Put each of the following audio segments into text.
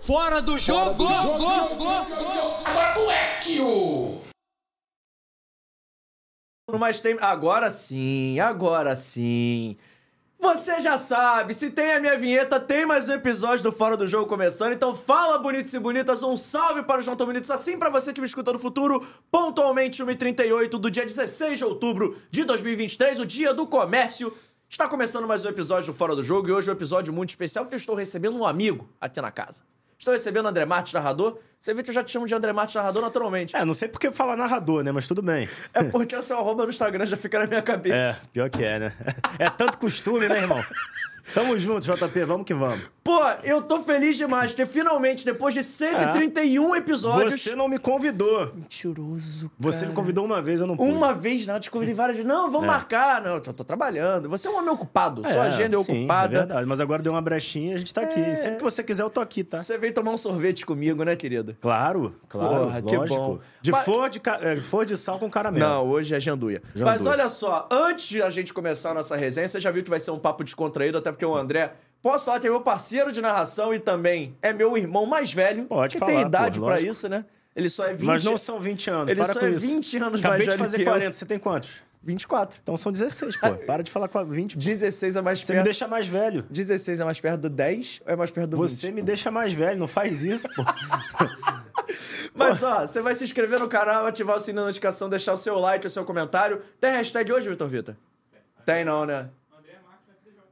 Fora do jogo! Fora do jogo! Go, go, Babuequio! Mas tem. Agora sim, agora sim. Você já sabe, se tem a minha vinheta, tem mais um episódio do Fora do Jogo começando. Então fala, bonitos e bonitas, um salve para os não tão bonitos, assim para você que me escuta no futuro, pontualmente 1h38 do dia 16 de outubro de 2023, o dia do comércio. Está começando mais um episódio do Fora do Jogo e hoje é um episódio muito especial porque eu estou recebendo um amigo aqui na casa. Estou recebendo o André Martins, narrador. Você vê que eu já te chamo de André Martins, narrador naturalmente. É, não sei porque falar narrador, né? Mas tudo bem. É porque o seu arroba no Instagram já fica na minha cabeça. É, pior que é, né? É tanto costume, né, irmão? Tamo junto, JP, vamos que vamos. Pô, eu tô feliz demais, porque finalmente, depois de 131 episódios. É. Você não me convidou. Mentiroso. Cara. Você me convidou uma vez, eu não pude. Uma vez, não, eu te convidei várias vezes. Não, vamos É. marcar. Não, eu tô, tô trabalhando. Você é um homem ocupado, sua agenda é sim, ocupada. É verdade, mas agora deu uma brechinha e a gente tá aqui. É. Sempre que você quiser, eu tô aqui, tá? Você veio tomar um sorvete comigo, né, querida? Claro, claro. Porra, que lógico. bom. De Mas- flor de, ca- é, flor de sal com caramelo. Não, hoje é janduia. Janduia. Mas olha só, antes de a gente começar a nossa resenha, você já viu que vai ser um papo descontraído, até porque o André, posso falar que é meu parceiro de narração e também é meu irmão mais velho. Pode que falar, tem idade pô, pra lógico. isso, né? Ele só é 20, Mas não são 20 anos, Ele para só com é isso. 20 anos Acabei mais de velho que fazer eu. 40, você tem quantos? 24. Então são 16, pô. Para de falar com a 20. 16 é mais Você perto. me deixa mais velho. 16 é mais perto do 10 ou é mais perto do 20? Você me deixa mais velho, não faz isso, pô. Mas ó, você vai se inscrever no canal, ativar o sininho da notificação, deixar o seu like, o seu comentário. Tem hashtag hoje, Vitor Vitor? Tem não, né?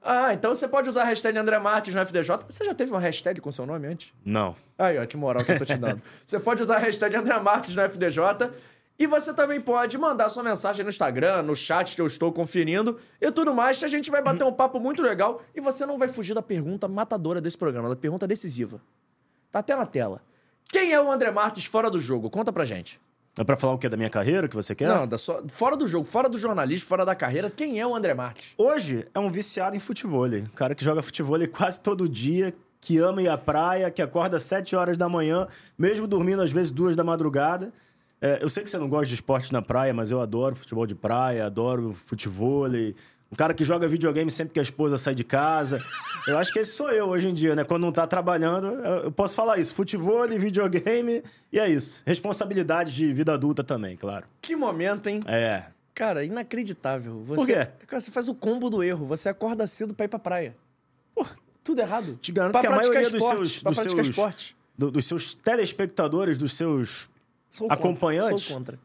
Ah, então você pode usar a hashtag André Martins no FDJ. Você já teve uma hashtag com seu nome antes? Não. Aí, ó, que moral que eu tô te dando. você pode usar a hashtag André Marques no FDJ. E você também pode mandar sua mensagem no Instagram, no chat que eu estou conferindo e tudo mais, que a gente vai bater um papo muito legal e você não vai fugir da pergunta matadora desse programa, da pergunta decisiva. Tá até na tela. Quem é o André Marques fora do jogo? Conta pra gente. É pra falar o quê? Da minha carreira que você quer? Não, da sua- fora do jogo, fora do jornalismo, fora da carreira, quem é o André Marques? Hoje é um viciado em futebol. Um cara que joga futebol quase todo dia, que ama ir à praia, que acorda às 7 horas da manhã, mesmo dormindo às vezes duas da madrugada. É, eu sei que você não gosta de esporte na praia, mas eu adoro futebol de praia, adoro futebol. Um cara que joga videogame sempre que a esposa sai de casa. Eu acho que esse sou eu hoje em dia, né? Quando não tá trabalhando, eu eu posso falar isso. Futebol e videogame, e é isso. Responsabilidade de vida adulta também, claro. Que momento, hein? É. Cara, inacreditável. Você, Por quê? Cara, você faz o combo do erro. Você acorda cedo pra ir pra praia. Pô, tudo errado. Te garanto pra que a praticar maioria dos esporte, seus- Pra dos praticar seus- esporte. do- dos seus telespectadores, dos seus Sou acompanhantes? Contra, sou contra.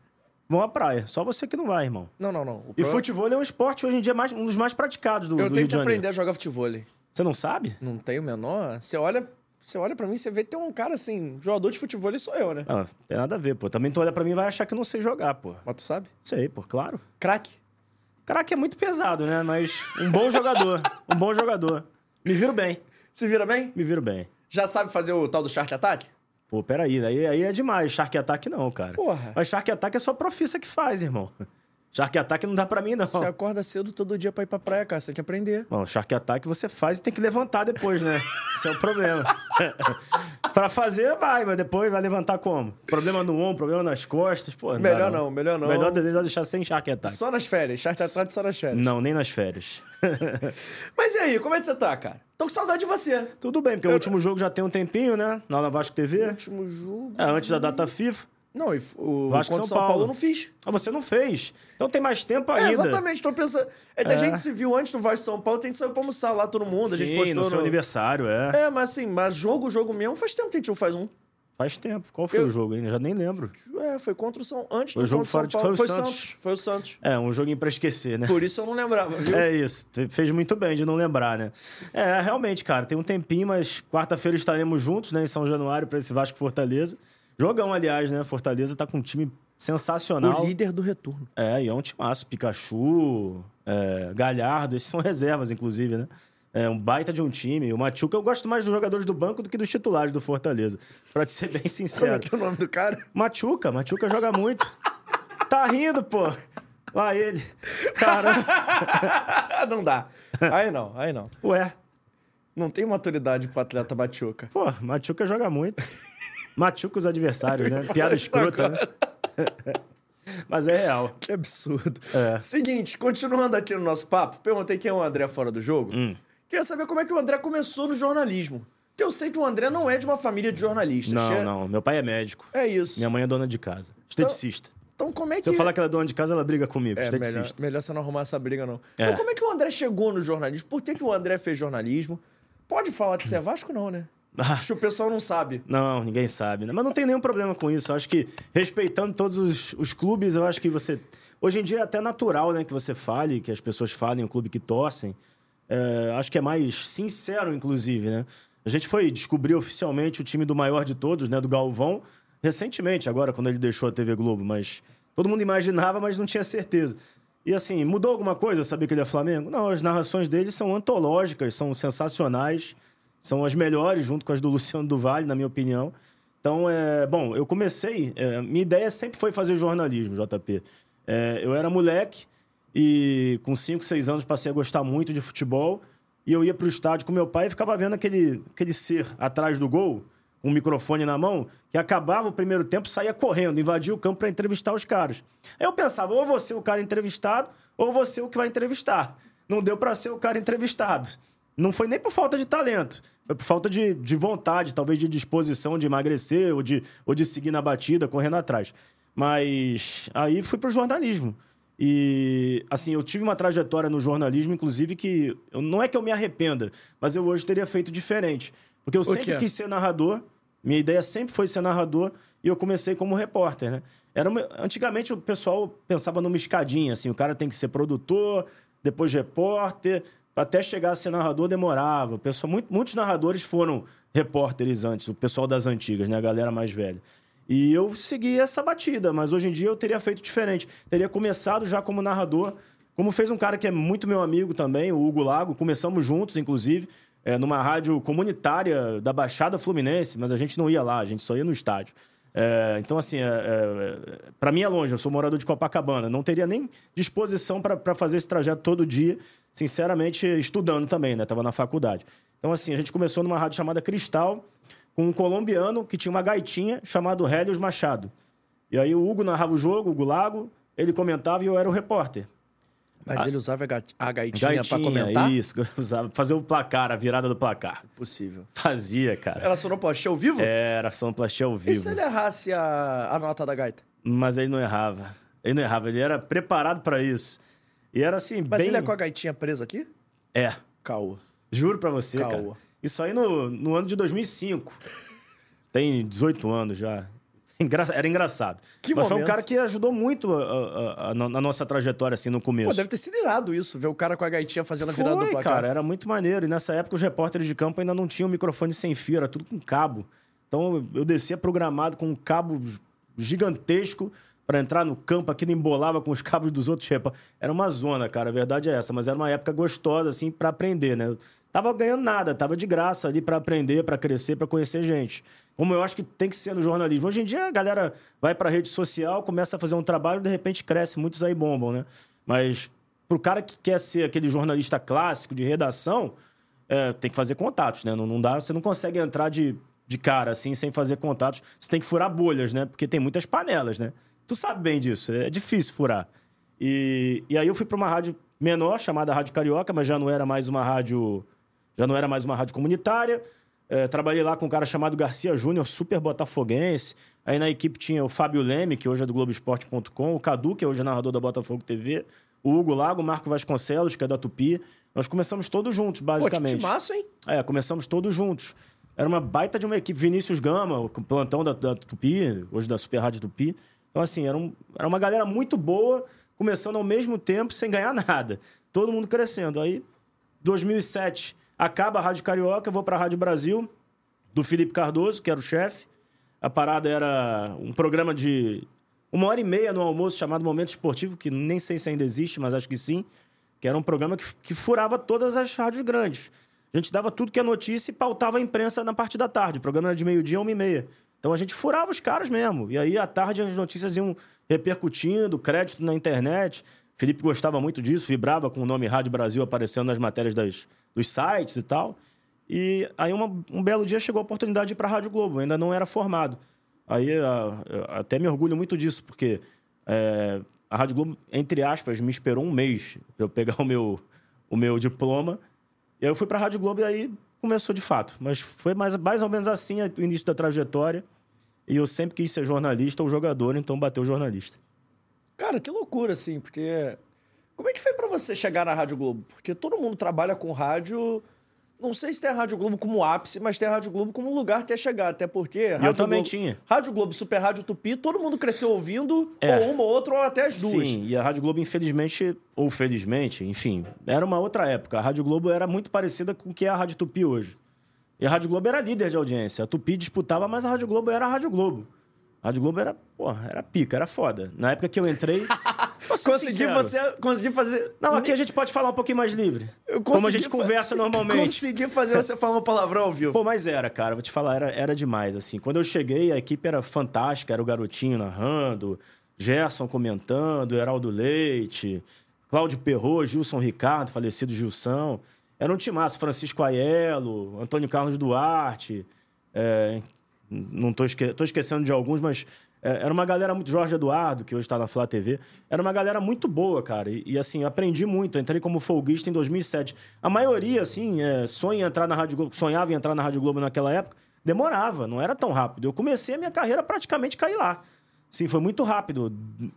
Vão à praia. Só você que não vai, irmão. Não, não, não. O E problema- futebol é um esporte hoje em dia mais, um dos mais praticados do, Eu do tenho Rio que de Janeiro. aprender a jogar futebol. Você não sabe? Não tenho o menor. Você olha, você olha pra mim, você vê que tem um cara assim, jogador de futebol sou eu, né? Ah, Não, tem nada a ver, pô. Também tu olha pra mim e vai achar que eu não sei jogar, pô. Mas tu sabe? Sei, pô, claro. Craque. Caraca, é muito pesado, né? Mas um bom jogador. um bom jogador. Me viro bem. Se vira bem? Me viro bem. Já sabe fazer o tal do Shark Attack? Pô, peraí, aí, aí é demais. Shark Attack não, cara. Porra. Mas Shark Attack é só profissa que faz, irmão. Shark Attack não dá pra mim, não. Você acorda cedo todo dia pra ir pra praia, cara. Você tem que aprender. Bom, Shark Attack você faz e tem que levantar depois, né? Esse é o problema. pra fazer, vai, mas depois vai levantar como? Problema no ombro, problema nas costas, pô. não dá, Melhor não, melhor não. Melhor, melhor deixar sem Shark Attack. Só nas férias. Shark Attack só nas férias. Não, nem nas férias. Mas e aí, como é que você tá, cara? Tô com saudade de você. Tudo bem, porque o último jogo já tem um tempinho, né? Lá na Vasco TV. Último jogo. É, antes da data FIFA. Não, e f- o Vasco e contra São São Paulo. Paulo. eu não fiz. Ah, você não fez. Então tem mais tempo É, ainda. exatamente, tô pensando. É que a gente se viu antes do Vasco e São Paulo, a gente saiu pra almoçar lá todo mundo, a gente Sim, postou. no seu no- aniversário, é. É, mas assim, mas jogo, jogo mesmo, faz tempo que a gente não faz um. Faz tempo. Qual foi Eu- o jogo ainda? Já nem lembro. É, foi contra o São. Antes Foi do jogo contra São fora de- Paulo. Foi foi o Santos. Santos. Foi o Santos. É, um joguinho pra esquecer, né? Por isso eu não lembrava, viu? É isso, tu fez muito bem de não lembrar, né? É, realmente, cara, tem um tempinho, mas quarta-feira estaremos juntos, né, em São Januário, pra esse Vasco e Fortaleza. Jogão, aliás, né? Fortaleza tá com um time sensacional. O líder do retorno. É, e é um timaço. Pikachu, é, Galhardo, esses são reservas, inclusive, né? É um baita de um time. O Machuca, eu gosto mais dos jogadores do banco do que dos titulares do Fortaleza. Pra te ser bem Como é sincero. que é o nome do cara? Machuca, Machuca joga muito. Tá rindo, pô. Lá ele. Caramba. Ah, não dá. Aí não, aí não. Ué. Não tem maturidade pro atleta Machuca. Pô, Machuca joga muito. Machuca os adversários, né? Piada Isso escrota, né? Mas é real. Que absurdo. É. Seguinte, continuando aqui Hum. no nosso papo, perguntei quem é o André fora do jogo. Queria saber como é que o André começou no jornalismo. Porque eu sei que o André não é de uma família de jornalistas. Não, é, não. Meu pai é médico. É isso. Minha mãe é dona de casa. Esteticista. Então como é que... Se eu falar que ela é dona de casa, ela briga comigo. É, esteticista. melhor, melhor você não arrumar essa briga, não. É. Então como é que o André chegou no jornalismo? Por que, que o André fez jornalismo? Pode falar que você é Vasco, não, né? Ah. Acho que o pessoal não sabe. Não, ninguém sabe, né? Mas não tem nenhum problema com isso. Eu acho que, respeitando todos os, os clubes, eu acho que você. Hoje em dia é até natural, né, que você fale, que as pessoas falem o clube que torcem. É, acho que é mais sincero, inclusive, né? A gente foi descobrir oficialmente o time do maior de todos, né, do Galvão, recentemente, agora, quando ele deixou a TV Globo, mas todo mundo imaginava, mas não tinha certeza. E assim, mudou alguma coisa saber que ele é Flamengo? Não, as narrações dele são antológicas, são sensacionais são as melhores, junto com as do Luciano do Vale, na minha opinião. Então, é, bom, eu comecei. é, minha ideia sempre foi fazer jornalismo, JP. É, eu era moleque e com 5, 6 anos passei a gostar muito de futebol. E eu ia pro estádio com meu pai e ficava vendo aquele, aquele ser atrás do gol, com o microfone na mão, que acabava o primeiro tempo, saía correndo, invadia o campo para entrevistar os caras. Aí eu pensava, ou você é o cara entrevistado, ou você é o que vai entrevistar. Não deu para ser o cara entrevistado. Não foi nem por falta de talento. Foi por falta de, de vontade, talvez de disposição de emagrecer ou de, ou de seguir na batida, correndo atrás. Mas aí fui pro jornalismo. E, assim, eu tive uma trajetória no jornalismo, inclusive, que eu- não é que eu me arrependa, mas eu hoje teria feito diferente. Porque eu sempre quê? quis ser narrador, minha ideia sempre foi ser narrador, e eu comecei como repórter, né? Era uma- Antigamente o pessoal pensava numa escadinha, assim, o cara tem que ser produtor, depois repórter, até chegar a ser narrador demorava. O pessoal, muito- muitos narradores foram repórteres antes, o pessoal das antigas, né? A galera mais velha. E eu segui essa batida, mas hoje em dia eu teria feito diferente. Teria começado já como narrador, como fez um cara que é muito meu amigo também, o Hugo Lago. Começamos juntos, inclusive, é, numa rádio comunitária da Baixada Fluminense, mas a gente não ia lá, a gente só ia no estádio. É, então, assim, é, é, para mim é longe, eu sou morador de Copacabana, não teria nem disposição para fazer esse trajeto todo dia, sinceramente, estudando também, né? Tava na faculdade. Então, assim, a gente começou numa rádio chamada Cristal, com um colombiano que tinha uma gaitinha chamado Hélios Machado. E aí o Hugo narrava o jogo, o Hugo Lago, ele comentava e eu era o repórter. Mas ele usava a ga- a gaitinha, Ah. Gaitinha, pra comentar? isso, que eu usava, fazer o placar, a virada do placar. Possível. Fazia, cara. Ela sonoplastia ao vivo? Era sonoplastia ao E É, vivo. se ele é- errasse a, a nota da gaita? Mas ele não errava. Ele não errava, ele era preparado pra isso. E era assim, Mas bem... ele é com a gaitinha presa aqui? É, Caô. juro pra você, Caô. cara. Isso aí no, no ano de 2005. Tem 18 anos já. Engra- Era engraçado. Que Mas foi um momento. cara que ajudou muito a- a- a- a- na nossa trajetória, assim, no começo. Pô, deve ter sido irado isso, ver o cara com a gaitinha fazendo a virada Foi, do placar. cara, era muito maneiro. E nessa época os repórteres de campo ainda não tinham um microfone sem fio, era tudo com cabo. Então eu descia programado com um cabo gigantesco pra entrar no campo, aquilo embolava com os cabos dos outros repórteres. Era uma zona, cara, a verdade é essa, mas era uma época gostosa assim pra aprender, né? Eu tava ganhando nada, tava de graça ali pra aprender, pra crescer, pra conhecer gente. Como eu acho que tem que ser no jornalismo. Hoje em dia a galera vai pra rede social, começa a fazer um trabalho, de repente cresce, muitos aí bombam, né? Mas pro cara que quer ser aquele jornalista clássico de redação, é, tem que fazer contatos, né? Não, não dá, você não consegue entrar de, de cara assim sem fazer contatos. Você tem que furar bolhas, né? Porque tem muitas panelas, né? Tu sabe bem disso, é difícil furar. E, e aí eu fui pra uma rádio menor, chamada Rádio Carioca, mas já não era mais uma rádio. Já não era mais uma rádio comunitária. É, trabalhei lá com um cara chamado Garcia Júnior, super botafoguense. Aí na equipe tinha o Fábio Leme, que hoje é do Globoesporte.com, o Cadu, que hoje é narrador da Botafogo TV, o Hugo Lago, o Marco Vasconcelos, que é da Tupi. Nós começamos todos juntos, Pô, que basicamente. timaço, hein? É, começamos todos juntos. Era uma baita de uma equipe. Vinícius Gama, o plantão da, da Tupi, hoje da Super Rádio Tupi. Então, assim, era, um- era uma galera muito boa, começando ao mesmo tempo, sem ganhar nada. Todo mundo crescendo. Aí, 2007, acaba a Rádio Carioca, eu vou para a Rádio Brasil, do Felipe Cardoso, que era o chefe. A parada era um programa de uma hora e meia no almoço chamado Momento Esportivo, que nem sei se ainda existe, mas acho que sim. Que era um programa que, que furava todas as rádios grandes. A gente dava tudo que é notícia e pautava a imprensa na parte da tarde. O programa era de meio-dia a uma e meia. Então a gente furava os caras mesmo. E aí à tarde as notícias iam repercutindo, crédito na internet. Felipe gostava muito disso, vibrava com o nome Rádio Brasil aparecendo nas matérias das, dos sites e tal. E aí uma- um belo dia chegou a oportunidade de ir para a Rádio Globo, eu ainda não era formado. Aí a- eu até me orgulho muito disso, porque é, a Rádio Globo, entre aspas, me esperou um mês para eu pegar o meu, o meu diploma. E aí eu fui para a Rádio Globo e aí começou de fato. Mas foi mais, mais ou menos assim o início da trajetória. E eu sempre quis ser jornalista ou jogador, então bateu jornalista. Cara, que loucura, assim, porque. Como é que foi pra você chegar na Rádio Globo? Porque todo mundo trabalha com rádio. Não sei se tem a Rádio Globo como ápice, mas tem a Rádio Globo como lugar até chegar. Até porque. Rádio também Globo- tinha. Rádio Globo, Super Rádio Tupi, todo mundo cresceu ouvindo, É. ou uma, ou outra, ou até as duas. Sim, e a Rádio Globo, infelizmente, ou felizmente, enfim, era uma outra época. A Rádio Globo era muito parecida com o que é a Rádio Tupi hoje. E a Rádio Globo era líder de audiência. A Tupi disputava, mas a Rádio Globo era a Rádio Globo. A Rádio Globo era, porra, era pica, era foda. Na época que eu entrei. vou ser Consegui, sincero. você, consegui fazer. Não, aqui a gente pode falar um pouquinho mais livre. Eu como a consegui gente fa- conversa normalmente. Consegui fazer você falar um palavrão, viu? Pô, mas era, cara, vou te falar, era, era demais, assim. Quando eu cheguei, a equipe era fantástica, era o Garotinho narrando, Gerson comentando, Heraldo Leite, Cláudio Perrot, Gilson Ricardo, falecido Gilson. Era um timaço, Francisco Aiello, Antônio Carlos Duarte, é, não tô, esque tô esquecendo de alguns, mas é, era uma galera muito... Jorge Eduardo, que hoje está na Flá TV. Era uma galera muito boa, cara. E, e, assim, aprendi muito. Eu Entrei como folguista em 2007. A maioria, assim, é, sonha em entrar na Rádio Globo, sonhava em entrar na Rádio Globo naquela época. Demorava, não era tão rápido. Eu comecei a minha carreira praticamente cair lá. Sim, foi muito rápido.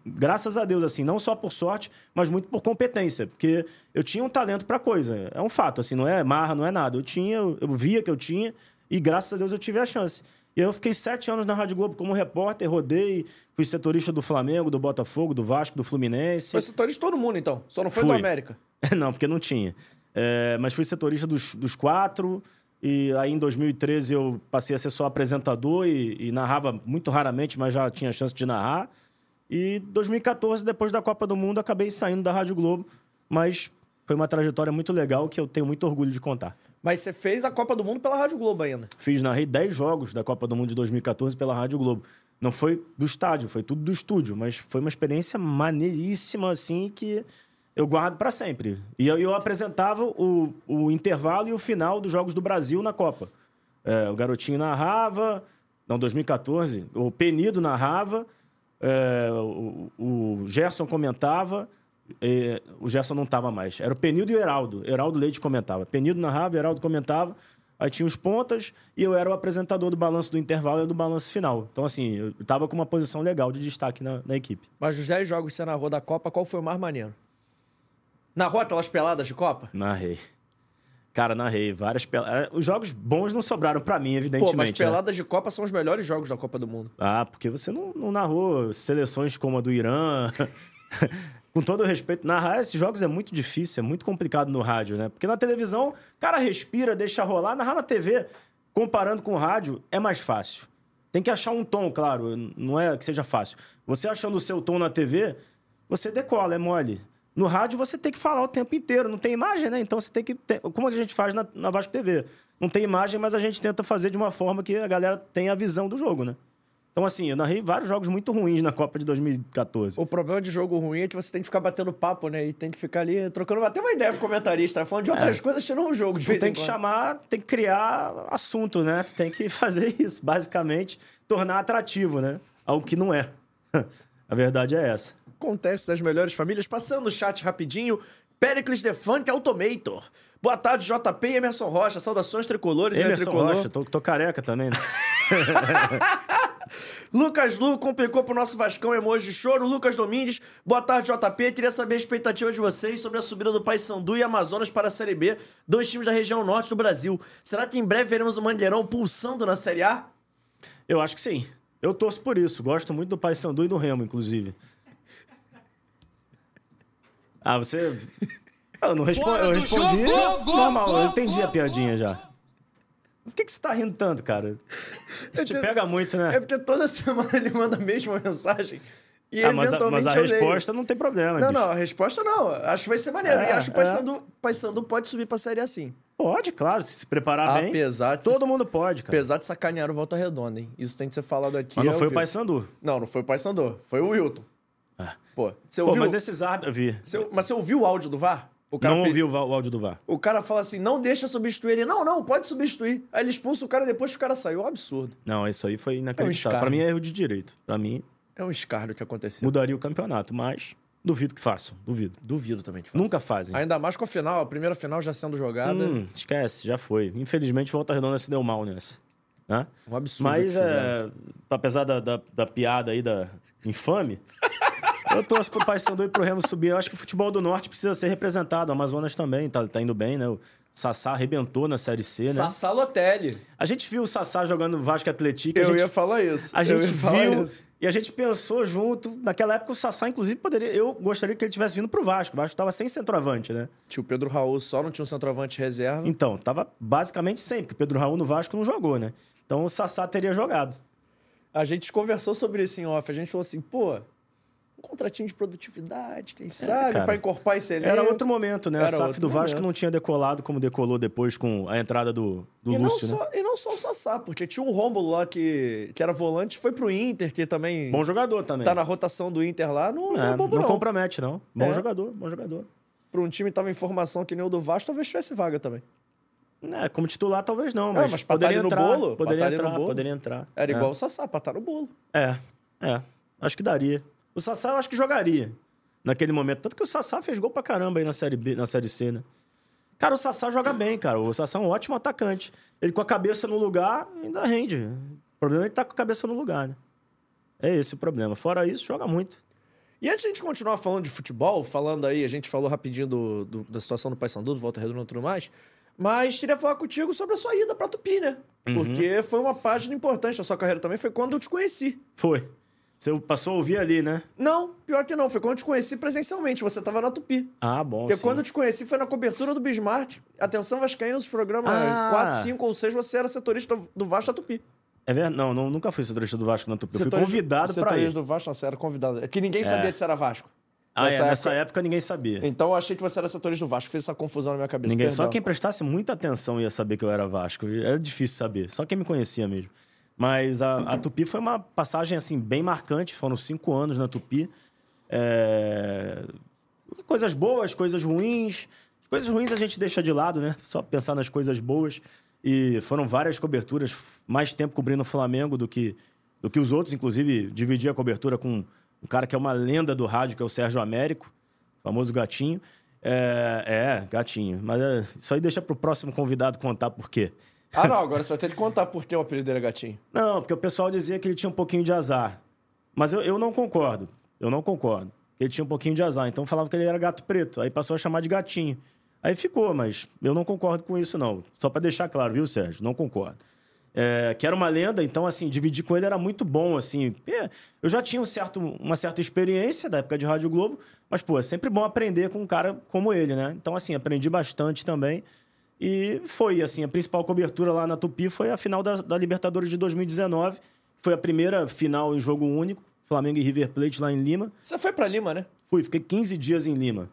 Graças a Deus, assim, não só por sorte, mas muito por competência. Porque eu tinha um talento pra coisa. É um fato, assim, não é marra, não é nada. Eu tinha, eu eu via que eu tinha, e graças a Deus eu tive a chance. E eu fiquei sete anos na Rádio Globo como repórter, rodei, fui setorista do Flamengo, do Botafogo, do Vasco, do Fluminense. Foi setorista de todo mundo, então. Só não foi do Fui. América. Não, porque não tinha. É, mas fui setorista dos, dos quatro. E aí, em 2013, eu passei a ser só apresentador e, e narrava muito raramente, mas já tinha chance de narrar. E 2014, depois da Copa do Mundo, acabei saindo da Rádio Globo. Mas foi uma trajetória muito legal que eu tenho muito orgulho de contar. Mas você fez a Copa do Mundo pela Rádio Globo ainda. Fiz, narrei 10 jogos da Copa do Mundo de 2014 pela Rádio Globo. Não foi do estádio, foi tudo do estúdio, mas foi uma experiência maneiríssima, assim, que eu guardo pra sempre. E eu, eu apresentava o, o intervalo e o final dos Jogos do Brasil na Copa. É, o Garotinho narrava, não, 2014, o Penido narrava, é, o, o Gerson comentava, é, o Gerson não estava mais. Era o Penido e o Heraldo. Heraldo Leite comentava. Penido narrava, Heraldo comentava. Aí tinha os pontas e eu era o apresentador do balanço do intervalo e do balanço final. Então, assim, eu tava com uma posição legal de destaque na, na equipe. Mas dos 10 jogos que você narrou da Copa, qual foi o mais maneiro? Narrou aquelas peladas de Copa? Narrei. Cara, narrei várias peladas. Os jogos bons não sobraram pra mim, evidentemente. Pô, mas né? peladas de Copa são os melhores jogos da Copa do Mundo. Ah, porque você não, não narrou seleções como a do Irã. Com todo o respeito, narrar esses jogos é muito difícil, é muito complicado no rádio, né? Porque na televisão, o cara respira, deixa rolar. Narrar na TV, comparando com o rádio, é mais fácil. Tem que achar um tom, claro, não é que seja fácil. Você achando o seu tom na TV, você decola, é mole. No rádio você tem que falar o tempo inteiro, não tem imagem, né? Então você tem que. ter- Como a gente faz na, na Vasco TV? Não tem imagem, mas a gente tenta fazer de uma forma que a galera tenha a visão do jogo, né? Então, assim, eu narrei vários jogos muito ruins na Copa de 2014. O problema de jogo ruim é que você tem que ficar batendo papo, né? E tem que ficar ali trocando até uma ideia pro comentarista, né? falando de outras coisas, tirando um jogo de Tu vez tem em que quando. chamar, tem que criar assunto, né? Tu tem que fazer isso, basicamente, tornar atrativo, né? Algo que não é. A verdade é essa. acontece nas melhores famílias. Passando o chat rapidinho, Pericles Defante Automator. Boa tarde, JP e Emerson Rocha. Saudações tricolores e Emerson tricolor. Rocha, tô, tô careca também, né? Lucas Lu complicou pro nosso Vascão emoji de choro. Lucas Domingues, boa tarde, JP. Queria saber a expectativa de vocês sobre a subida do Paysandu e Amazonas para a Série B, dois times da região norte do Brasil. Será que em breve veremos o Mangueirão pulsando na Série A? Eu acho que sim. Eu torço por isso. Gosto muito do Paysandu e do Remo, inclusive. Ah, você. Eu não respo... Fora eu do respondi. jogo! Gol, normal, gol, eu entendi gol, a piadinha já. Por que, que você tá rindo tanto, cara? Isso te Eu te- pega muito, né? É porque toda semana ele manda a mesma mensagem e Ah, mas, a, mas eventualmente a eu leio. resposta não tem problema. Não, bicho. não, a resposta não. Acho que vai ser maneiro. É, e acho que o é. Paysandu, Paysandu pode subir pra série assim. Pode, claro, se se preparar Ah, bem. Apesar de- Todo mundo pode, cara. Apesar de sacanear o Volta Redonda, hein? Isso tem que ser falado aqui. Mas não ao foi o vivo. Paysandu. Não, não foi o Paysandu. Foi o Wilton. Pô, você É. Pô, ouviu, mas esses árbitros. Eu vi. você- mas você ouviu o áudio do VAR? O Não pe- ouvi o va- o áudio do VAR. O cara fala assim, não deixa substituir ele. Não, não, pode substituir. Aí ele expulsa o cara depois que o cara saiu. É um absurdo. Não, isso aí foi inacreditável. É um escárnio. pra mim é erro de direito. Pra mim, É um escárnio que aconteceu. mudaria o campeonato, mas Duvido que façam, duvido. Duvido também que faça. Nunca fazem. Ainda mais com a final, a primeira final já sendo jogada. Hum, esquece, já foi. Infelizmente, Volta Redonda se deu mal nessa. Né? Um absurdo. Mas, que fizeram. é, apesar da, da, da piada aí, da infame, eu torço pro Paysandu e pro Remo subir. Eu acho que o futebol do Norte precisa ser representado. O Amazonas também tá, tá indo bem, né? O Sassá arrebentou na Série C, né? Sassá Lotelli. A gente viu o Sassá jogando Vasco e Atlético. a Eu gente ia falar isso. a Eu gente ia falar viu isso. e a gente pensou junto. Naquela época, o Sassá, inclusive, poderia. Eu gostaria que ele tivesse vindo pro Vasco. O Vasco tava sem centroavante, né? Tio Pedro Raul só não tinha um centroavante reserva. Então, tava basicamente sem, porque o Pedro Raul no Vasco não jogou, né? Então o Sassá teria jogado. A gente conversou sobre isso em off. A gente falou assim, pô, um contratinho de produtividade, quem sabe, É, cara. pra encorpar esse elenco. Era outro momento, né? É, Era a SAF outro do Vasco momento. não tinha decolado como decolou depois com a entrada do, do E não, Lúcio, né? só, e não só o Sassá, porque tinha um Rômulo lá que, que era volante, foi pro Inter, que também Bom jogador também. tá na rotação do Inter lá, não, não É, é bobo não não. compromete, não. Bom É. jogador, bom jogador. Pra um time que tava em formação que nem o do Vasco, talvez tivesse vaga também. É, como titular, talvez não, É, mas, mas pra poderia tá ali no entrar. bolo, pra poderia tá ali no entrar, bolo. poderia entrar. Era É. igual o Sassá, pra tá no bolo. É, é. Acho que daria. O Sassá eu acho que jogaria naquele momento. Tanto que o Sassá fez gol pra caramba aí na Série B, na Série C, né? Cara, o Sassá joga bem, cara. O Sassá é um ótimo atacante. Ele com a cabeça no lugar ainda rende. O problema é ele tá com a cabeça no lugar, né? É esse o problema. Fora isso, joga muito. E antes de a gente continuar falando de futebol, falando aí, a gente falou rapidinho do, do- da situação do Paysandu, do Volta Redonda e tudo mais, mas queria falar contigo sobre a sua ida pra Tupi, né? Uhum. Porque foi uma página importante da sua carreira também, foi quando eu te conheci. Foi. Você passou a ouvir ali, né? Não, pior que não, foi quando eu te conheci presencialmente, você tava na Tupi. Ah, bom. Porque sim. quando eu te conheci foi na cobertura do Bismarck. Atenção, Vascaíno, os programas Ah. 4, 5 ou 6, você era setorista do Vasco da Tupi. É verdade. Não, não, nunca fui setorista do Vasco na Tupi. Eu fui Setorista- convidado pra setorista ir. do Vasco, não, você era convidado. É que ninguém sabia que você era Vasco. Ah, é, Nessa nessa época ninguém sabia. Então eu achei que você era setorista do Vasco, fez essa confusão na minha cabeça. Ninguém, só perdão. quem prestasse muita atenção ia saber que eu era Vasco. Era difícil saber. Só quem me conhecia mesmo. Mas a, a Tupi foi uma passagem assim bem marcante. Foram cinco anos na Tupi. É, Coisas boas, coisas ruins. As Coisas ruins a gente deixa de lado, né? Só pensar nas coisas boas. E foram várias coberturas, mais tempo cobrindo o Flamengo do que, do que os outros. Inclusive, dividi a cobertura com um cara que é uma lenda do rádio, que é o Sérgio Américo famoso gatinho. É, é, gatinho. Mas é, isso aí deixa pro próximo convidado contar por quê. Ah, não, agora você vai ter que contar por que o apelido era gatinho. Não, porque o pessoal dizia que ele tinha um pouquinho de azar. Mas eu, eu não concordo. Eu não concordo. Ele tinha um pouquinho de azar. Então falava que ele era gato preto. Aí passou a chamar de gatinho. Aí ficou, mas eu não concordo com isso, não. Só pra deixar claro, viu, Sérgio? Não concordo. É, que era uma lenda, então, assim, dividir com ele era muito bom, assim. Porque Eu já tinha um certo, uma certa experiência da época de Rádio Globo, mas, pô, é sempre bom aprender com um cara como ele, né? Então, assim, aprendi bastante também. E foi, assim, a principal cobertura lá na Tupi foi a final da, da Libertadores de 2019. Foi a primeira final em jogo único, Flamengo e River Plate lá em Lima. Você foi pra Lima, né? Fui, fiquei 15 dias em Lima.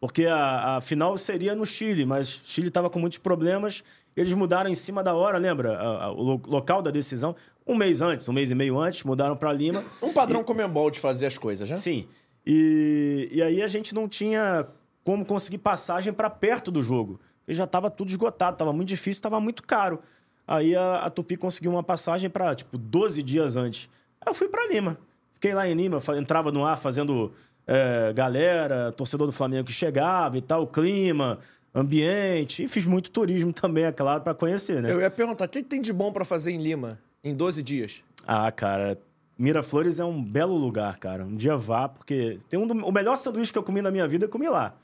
Porque a, a final seria no Chile, mas o Chile estava com muitos problemas. Eles mudaram em cima da hora, lembra? A- a- o lo- local da decisão, um mês antes, um mês e meio antes, mudaram para Lima. Um padrão comembol de fazer as coisas, né? Sim. E, e aí a gente não tinha como conseguir passagem para perto do jogo. Porque já estava tudo esgotado, estava muito difícil, estava muito caro. Aí a, a Tupi conseguiu uma passagem para tipo 12 dias antes. Aí eu fui para Lima. Fiquei lá em Lima, fa- entrava no ar fazendo é, galera, torcedor do Flamengo que chegava e tal, clima, ambiente. E fiz muito turismo também, é claro, para conhecer, né? Eu ia perguntar, o que tem de bom pra fazer em Lima em 12 dias? Ah, cara, Miraflores é um belo lugar, cara. Um dia vá, porque tem um do... o melhor sanduíche que eu comi na minha vida, eu comi lá.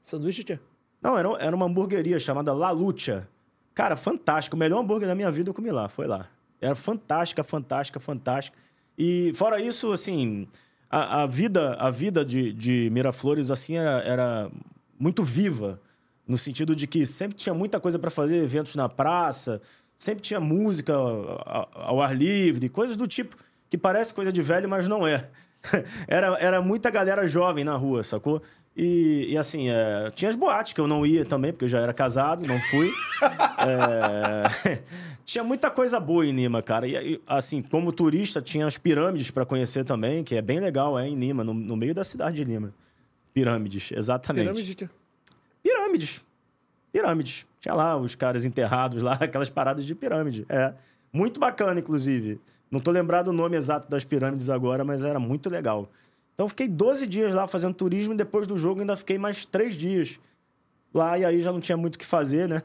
Sanduíche de quê? Não, era, era uma hamburgueria chamada La Lucha. Cara, fantástico. O melhor hambúrguer da minha vida eu comi lá, foi lá. Era fantástica, fantástica, fantástica. E fora isso, assim, a, a vida a vida de, de Miraflores, assim, era, era muito viva. No sentido de que sempre tinha muita coisa para fazer, eventos na praça, sempre tinha música ao, ao ar livre, coisas do tipo que parece coisa de velho, mas não é. era, era muita galera jovem na rua, sacou? E, e assim, é, tinha as boates que eu não ia também, porque eu já era casado, não fui. É, tinha muita coisa boa em Lima, cara. E, E assim, como turista, tinha as pirâmides para conhecer também, que é bem legal, é em Lima, no, no meio da cidade de Lima. Pirâmides, exatamente. Pirâmide de quê? Pirâmides. Pirâmides. Tinha lá os caras enterrados lá, aquelas paradas de pirâmide. É. Muito bacana, inclusive. Não tô lembrado o nome exato das pirâmides agora, mas era muito legal. Então eu fiquei 12 dias lá fazendo turismo e depois do jogo ainda fiquei mais três dias lá e aí já não tinha muito o que fazer, né?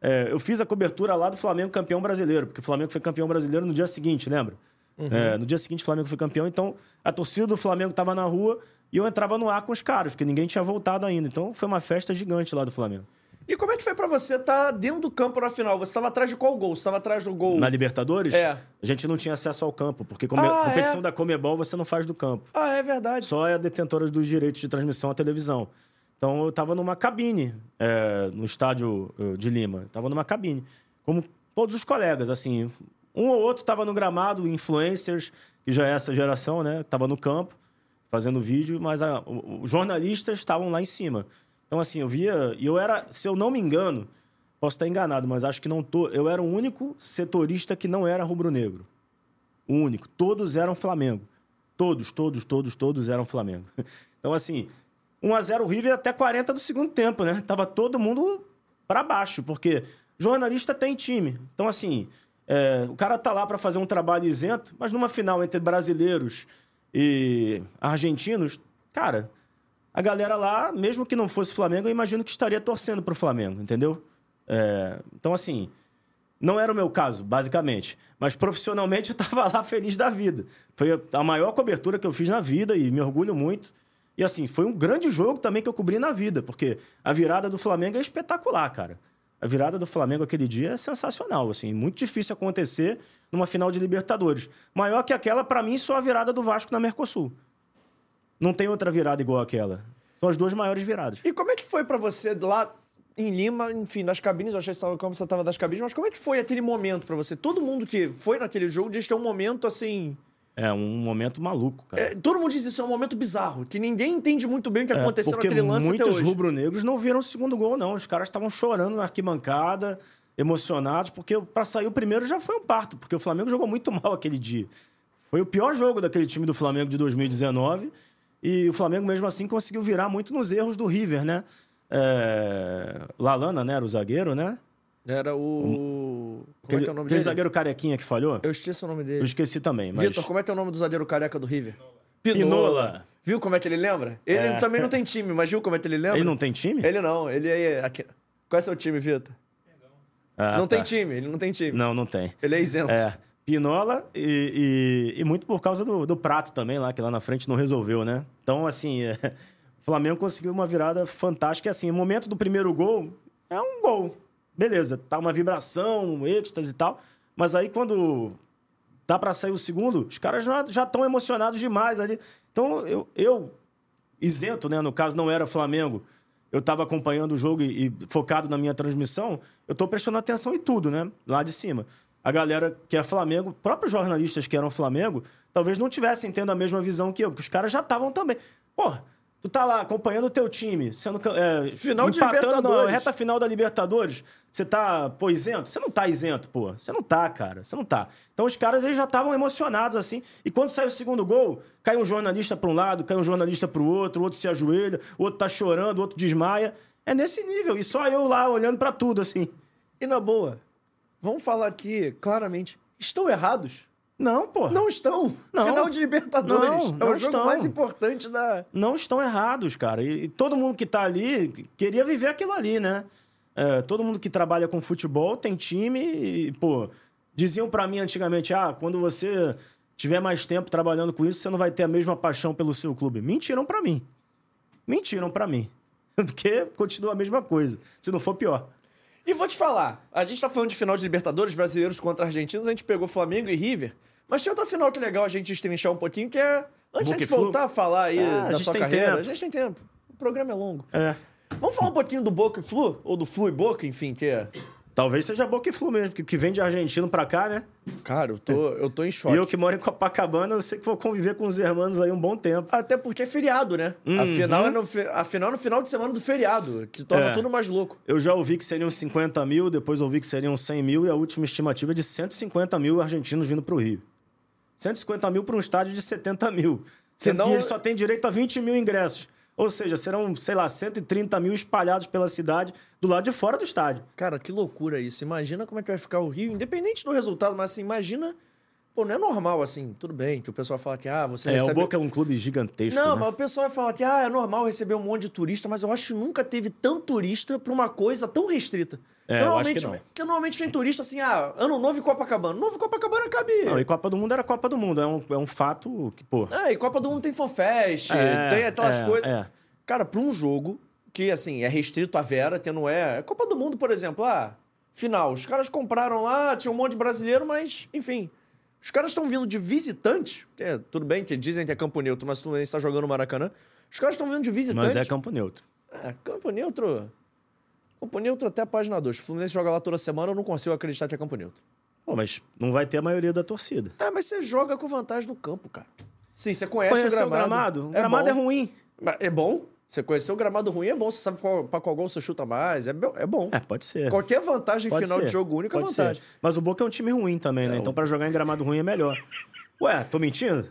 É, eu fiz a cobertura lá do Flamengo campeão brasileiro, porque o Flamengo foi campeão brasileiro no dia seguinte, lembra? Uhum. É, no dia seguinte o Flamengo foi campeão, então a torcida do Flamengo estava na rua e eu entrava no ar com os caras, porque ninguém tinha voltado ainda. Então foi uma festa gigante lá do Flamengo. E como é que foi pra você estar dentro do campo na final? Você tava atrás de qual gol? Você tava atrás do gol. Na Libertadores, É. a gente não tinha acesso ao campo, porque come- Ah, competição é? da Comebol você não faz do campo. Ah, é verdade. Só é a detentora dos direitos de transmissão à televisão. Então eu tava numa cabine é, no estádio eh, de Lima. Tava numa cabine. Como todos os colegas, assim. Um ou outro tava no gramado, influencers, que já é essa geração, né? Tava no campo, fazendo vídeo, mas a- o- os jornalistas estavam lá em cima. Então, assim, eu via. E eu era, se eu não me engano, posso estar enganado, mas acho que não tô. Eu era o único setorista que não era rubro-negro. O único. Todos eram Flamengo. Todos, todos, todos, todos eram Flamengo. Então, assim, 1x0 River até 40 do segundo tempo, né? Tava todo mundo pra baixo, porque jornalista tem time. Então, assim, é, o cara tá lá pra fazer um trabalho isento, mas numa final entre brasileiros e argentinos, cara, a galera lá, mesmo que não fosse Flamengo, eu imagino que estaria torcendo pro Flamengo, entendeu? É, então, assim, não era o meu caso, basicamente. Mas profissionalmente eu tava lá feliz da vida. Foi a maior cobertura que eu fiz na vida e me orgulho muito. E assim, foi um grande jogo também que eu cobri na vida, porque a virada do Flamengo é espetacular, cara. A virada do Flamengo aquele dia é sensacional, assim, muito difícil acontecer numa final de Libertadores. Maior que aquela, pra mim, só a virada do Vasco na Mercosul. Não tem outra virada igual aquela. São as duas maiores viradas. E como é que foi pra você lá em Lima, enfim, nas cabines? Eu achei que você tava como você tava das cabines, mas como é que foi aquele momento pra você? Todo mundo que foi naquele jogo diz que é um momento assim. É um momento maluco, cara. é, todo mundo diz isso, é um momento bizarro, que ninguém entende muito bem o que É, aconteceu porque naquele lance até muitos hoje. rubro-negros não viram o segundo gol, não. Os caras estavam chorando na arquibancada, emocionados, porque para sair o primeiro já foi um parto, porque o Flamengo jogou muito mal aquele dia. Foi o pior jogo daquele time do Flamengo de 2019 e o Flamengo, mesmo assim, conseguiu virar muito nos erros do River, né? É... Lalana, né? Era o zagueiro, né? Era o. Como é Aquele, que é o nome Hum. aquele dele? zagueiro carequinha que falhou? Eu esqueci o nome Eu dele. esqueci também, mas... Vitor, como é que é o nome do zagueiro careca do River? Pinola. Viu como é que ele lembra? Ele É. também não tem time, mas viu como é que ele lembra? Ele não tem time? Ele não, ele é. Aqui... Qual é seu time, Vitor? Ah, não tem tá. time, ele não tem time. Não, não tem. Ele é isento. É, Pinola e, e- e muito por causa do, do prato também lá, que lá na frente não resolveu, né? Então, assim, é, o Flamengo conseguiu uma virada fantástica. E, assim, o momento do primeiro gol é um gol. Beleza, tá uma vibração, um êxtase e tal. Mas aí quando dá pra sair o segundo, os caras já estão emocionados demais ali. Então, eu, eu isento, né? No caso, não era Flamengo. Eu estava acompanhando o jogo e, e focado na minha transmissão. Eu tô prestando atenção em tudo, né? Lá de cima. A galera que é Flamengo, próprios jornalistas que eram Flamengo, talvez não tivessem tendo a mesma visão que eu, porque os caras já estavam também. Porra, tu tá lá acompanhando o teu time, sendo cam- é, Final de empatando na Libertadores. reta final da Libertadores. Você tá, pô, isento? Você não tá isento, pô. Você não tá, cara. Você não tá. Então os caras eles já estavam emocionados assim. E quando sai o segundo gol, cai um jornalista para um lado, cai um jornalista para o outro, o outro se ajoelha, o outro tá chorando, o outro desmaia. É nesse nível. E só eu lá olhando para tudo assim. E na boa, vamos falar aqui claramente: estão errados? Não, pô. Não estão. Não. Final de Libertadores Não, é o não jogo estão. mais importante da. não estão errados, cara. E, e todo mundo que tá ali queria viver aquilo ali, né? É, todo mundo que trabalha com futebol tem time e, pô, diziam pra mim antigamente, ah, quando você tiver mais tempo trabalhando com isso, você não vai ter a mesma paixão pelo seu clube. Mentiram pra mim. Mentiram pra mim. Porque continua a mesma coisa, se não for pior. E vou te falar: a gente tá falando de final de Libertadores, brasileiros contra argentinos, a gente pegou Flamengo e River, mas tem outra final que é legal a gente estrinchar um pouquinho, que é. Antes de a Boca e gente Flu? voltar a falar aí Ah, a da gente sua tem carreira, tempo. a gente tem tempo. O programa é longo. É. Vamos falar um pouquinho do Boca e Flu? Ou do Flu e Boca, enfim, que é. Talvez seja Boca e Flu mesmo, porque o que vem de argentino pra cá, né? Cara, eu tô, eu tô em E choque. eu que moro em Copacabana, eu sei que vou conviver com os irmãos aí um bom tempo. Até porque é feriado, né? A, final é no fe- a final é no final de semana do feriado, que torna Uhum. É. tudo mais louco. Eu já ouvi que seriam 50 mil, depois ouvi que seriam 100 mil, e a última estimativa é de 150 mil argentinos vindo para o Rio. 150 mil para um estádio de 70 mil. Sendo Senão- que ele só tem direito a 20 mil ingressos. Ou seja, serão, sei lá, 130 mil espalhados pela cidade, do lado de fora do estádio. Cara, que loucura isso. Imagina como é que vai ficar o Rio, independente do resultado, mas assim, imagina. pô, Pô, não é normal assim, tudo bem, que o pessoal fala que, ah, você É, recebe... o Boca é um clube gigantesco. Não, né? mas o pessoal vai falar que ah, é normal receber um monte de turista, mas eu acho que nunca teve tanto turista pra uma coisa tão restrita. É, eu acho normalmente, que não. Porque normalmente vem turista assim, ah, ano novo e Copacabana. Novo e Copacabana cabe. Não, e Copa do Mundo era Copa do Mundo. É um, é um fato que, pô. Ah, e Copa do Mundo tem fanfest, É, tem aquelas é, coisas. é. Cara, pra um jogo que, assim, é restrito à Vera, que não é. é Copa do Mundo, por exemplo, ah, final. Os caras compraram lá, tinha um monte de brasileiro, mas, enfim. Os caras estão vindo de visitante. que é, tudo bem que dizem que é campo neutro, mas tudo bem, está jogando no Maracanã. Os caras estão vindo de visitante. Mas é campo neutro. É, campo neutro. Campo neutro até a página 2. O Fluminense joga lá toda semana, eu não consigo acreditar que é campo neutro. Pô, mas não vai ter a maioria da torcida. Ah, mas você joga com vantagem do campo, cara. Sim, você conhece Conheceu o gramado. O gramado é ruim. Mas É bom. Você conheceu o gramado ruim, é bom. Você sabe qual, pra qual gol você chuta mais. É, be- é bom. É, pode ser. Qualquer vantagem Pode final ser, de jogo único é pode ser. vantagem. Mas o Boca é um time ruim também, né? Então pra jogar em gramado ruim é melhor. Ué, tô mentindo?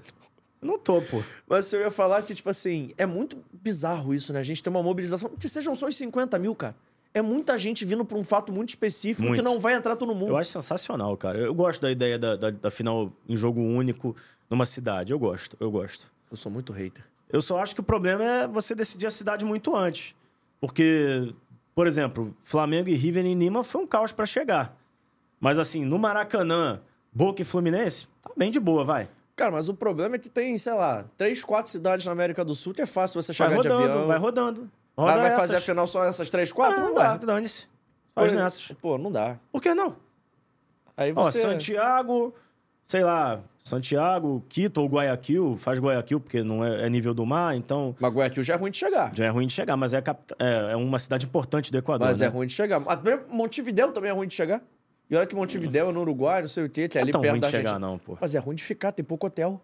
Não tô, pô. Mas eu ia falar que, tipo assim, é muito bizarro isso, né? A gente tem uma mobilização. Que sejam só os 50 mil, cara. É muita gente vindo pra um fato muito específico que Muito. não vai entrar todo mundo. Eu acho sensacional, cara. Eu gosto da ideia da, da- da final em jogo único numa cidade. Eu gosto, eu gosto. eu sou muito hater. Eu só acho que o problema é você decidir a cidade muito antes. Porque, por exemplo, Flamengo e River em Lima foi um caos pra chegar. Mas assim, no Maracanã, Boca e Fluminense, tá bem de boa, vai. Cara, mas o problema é que tem, sei lá, três, quatro cidades na América do Sul que é fácil você Vai chegar de rodando, avião. vai rodando. Vai- Roda vai fazer a essas. final só essas três, quatro? Ah, não dá. ué, Dane-se. Faz Pô, nessas. Pô, não dá. Por que não? Aí Ó, você... Santiago, sei lá, Santiago, Quito ou Guayaquil, faz Guayaquil porque não é, é nível do mar, então Mas Guayaquil já é ruim de chegar. já é ruim de chegar, mas é, a capita- é, é uma cidade importante do Equador. Mas né? é ruim de chegar. Até Montevidéu também é ruim de chegar. E olha que Montevidéu é no Uruguai, não sei o quê, que é Não é ali tão perto ruim da de chegar, gente. não, pô. Mas é ruim de ficar, tem pouco hotel.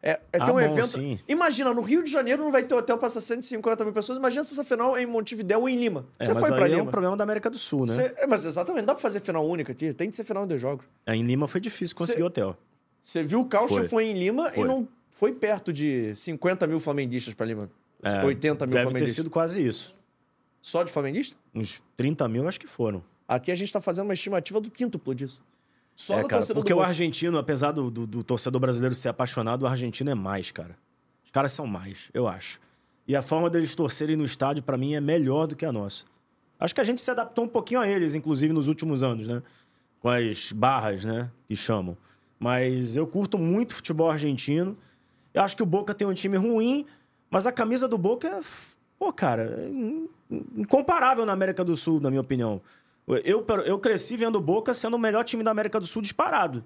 É, é que é Ah, um bom, evento. sim. Imagina, no Rio de Janeiro não vai ter hotel pra 150 mil pessoas. Imagina se essa final é em Montevidéu ou em Lima. É, você mas foi pra aí Lima. é um problema da América do Sul, né? Você- é, mas exatamente, não dá pra fazer final única aqui. Tem que ser final em dois jogos. É, Em Lima foi difícil conseguir Cê- hotel. Você viu o caos Foi. que foi em Lima e Foi. não foi perto de 50 mil flamenguistas pra Lima. É, 80 mil Deve ter flamenguistas. sido quase isso. Só de flamenguista? Uns 30 mil acho que foram. Aqui a gente tá fazendo uma estimativa do quíntuplo disso. Só É, da cara, torcida do porque o Boca. argentino, apesar do, do- do torcedor brasileiro ser apaixonado, o argentino é mais, cara. Os caras são mais, eu acho. E a forma deles torcerem no estádio, pra mim, é melhor do que a nossa. Acho que a gente se adaptou um pouquinho a eles, inclusive nos últimos anos, né? Com as barras, né? Que chamam. Mas eu curto muito futebol argentino. Eu acho que o Boca tem um time ruim, mas a camisa do Boca é. f- Pô, cara, é in- in- incomparável na América do Sul, na minha opinião. Eu, eu cresci vendo o Boca sendo o melhor time da América do Sul disparado.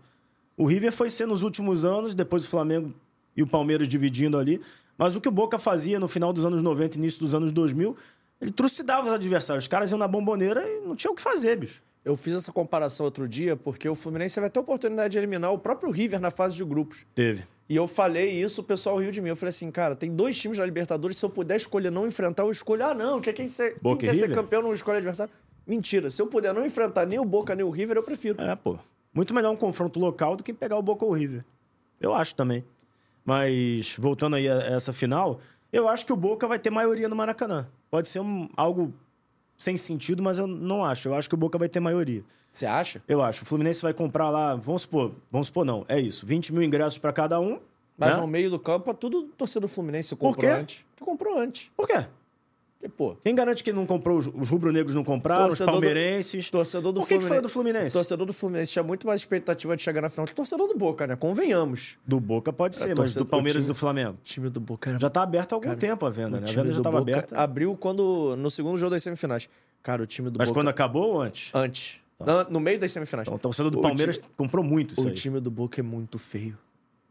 O River foi ser nos últimos anos, depois o Flamengo e o Palmeiras dividindo ali. Mas o que o Boca fazia no final dos anos 90, início dos anos 2000, ele trucidava os adversários. Os caras iam na bomboneira e não tinha o que fazer, bicho. Eu fiz essa comparação outro dia porque o Fluminense vai ter a oportunidade de eliminar o próprio River na fase de grupos. Teve. E eu falei isso, o pessoal riu de mim. Eu falei assim, cara, tem dois times da Libertadores, se eu puder escolher não enfrentar, eu escolho. Ah, não, quer quem, ser, quem Boca e quer ser River? campeão não escolhe adversário. Mentira, se eu puder não enfrentar nem o Boca nem o River, eu prefiro. É, pô. Muito melhor um confronto local do que pegar o Boca ou o River. Eu acho também. Mas, voltando aí a a essa final, eu acho que o Boca vai ter maioria no Maracanã. Pode ser um- algo sem sentido, mas eu não acho. Eu acho que o Boca vai ter maioria. Você acha? Eu acho. O Fluminense vai comprar lá, vamos supor, vamos supor não, é isso, 20 mil ingressos pra cada um. Mas né? no meio do campo, é tudo torcida do Fluminense você Por comprou quê? antes. Tu comprou antes. Por quê? E, pô, Quem garante que não comprou, os, os rubro-negros não compraram, Torcedor os do- palmeirenses? torcedor do Por que, que Fluminense. foi do Fluminense? Torcedor do Fluminense tinha muito mais expectativa de chegar na final que torcedor do Boca, né? Convenhamos. Do Boca pode ser, mas É, torcedor- do Palmeiras o e time- do Flamengo. O time do Boca era Já tá aberto há algum Cara, tempo a venda, O né? A time venda já do tava Boca é aberta. Abriu quando no segundo jogo das semifinais. Cara, o time do Mas Boca quando acabou ou antes? antes, Na- no meio das semifinais. Então, o torcedor do O Palmeiras time- comprou muito isso o aí. time do Boca é muito feio.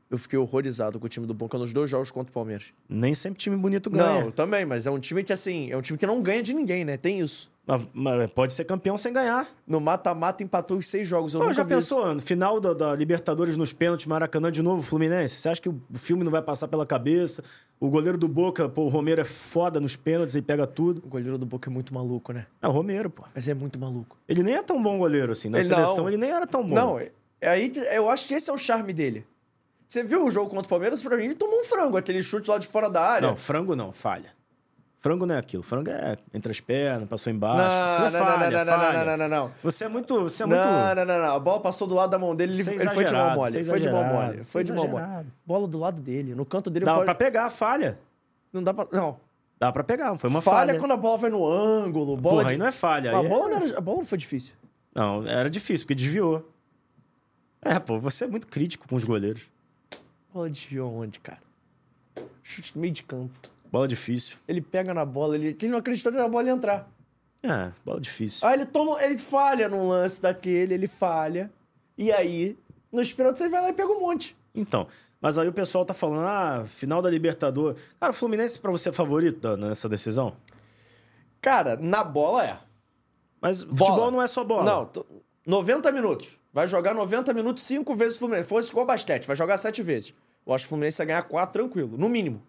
Eu fiquei horrorizado com o time do Boca nos dois jogos contra o Palmeiras. Nem sempre time bonito Não, ganha. também, mas é um time que assim, é um time que não ganha de ninguém, né? Tem isso. Mas, mas pode ser campeão sem ganhar. No mata-mata empatou os seis jogos. Eu Pô, nunca Ah, já vi isso. pensou, no final da, da Libertadores nos pênaltis, Maracanã de novo, Fluminense? Você acha que o filme não vai passar pela cabeça? O goleiro do Boca, pô, o Romero é foda nos pênaltis, ele pega tudo. O goleiro do Boca é muito maluco, né? É o Romero, pô. Mas é muito maluco. Ele nem é tão bom goleiro assim. Na Ele seleção não. ele nem era tão bom. Não, é é aí que- eu acho que esse é o charme dele. Você viu o jogo contra o Palmeiras? Pra mim, ele tomou um frango, aquele chute lá de fora da área. Não, frango não, falha. Frango não é aquilo. Frango é entre as pernas, passou Não, embaixo. não, Pô, não, não, falha, não, falha. não, não, não, não. Você é muito. Você é muito. Não, não, não, não. A bola passou do lado da mão dele, ele, Você é ele foi de mão exagerado, mole. você é Foi de mão exagerado, mole. Foi de você é mão mole. exagerado. Bola do lado dele, no canto dele Dá pode- pra pegar, falha. não dá pra. Não. Dá pra pegar, foi uma falha, falha. quando a bola vai no ângulo, bola Porra, de- aí não é falha. Mas aí A é- bola, não era- a bola não foi difícil. Não, era difícil, porque desviou. É, pô, você é muito crítico com os goleiros. Bola desviou onde, cara? Chute no meio de campo. Bola difícil. Ele pega na bola, ele, ele não acreditou na bola ia entrar. É, bola difícil. Aí ele toma, ele falha num lance daquele, ele falha. E aí, nos pênaltis, ele vai lá e pega um monte. Então, mas aí o pessoal tá falando, ah, final da Libertadores. Cara, o Fluminense pra você é favorito da- nessa decisão? Cara, na bola é. Mas Bola. futebol não é só bola. Não, tô- 90 minutos. Vai jogar 90 minutos cinco vezes o Fluminense. Fosse igual basquete, vai jogar sete vezes. Eu acho que o Fluminense vai ganhar quatro tranquilo, no mínimo.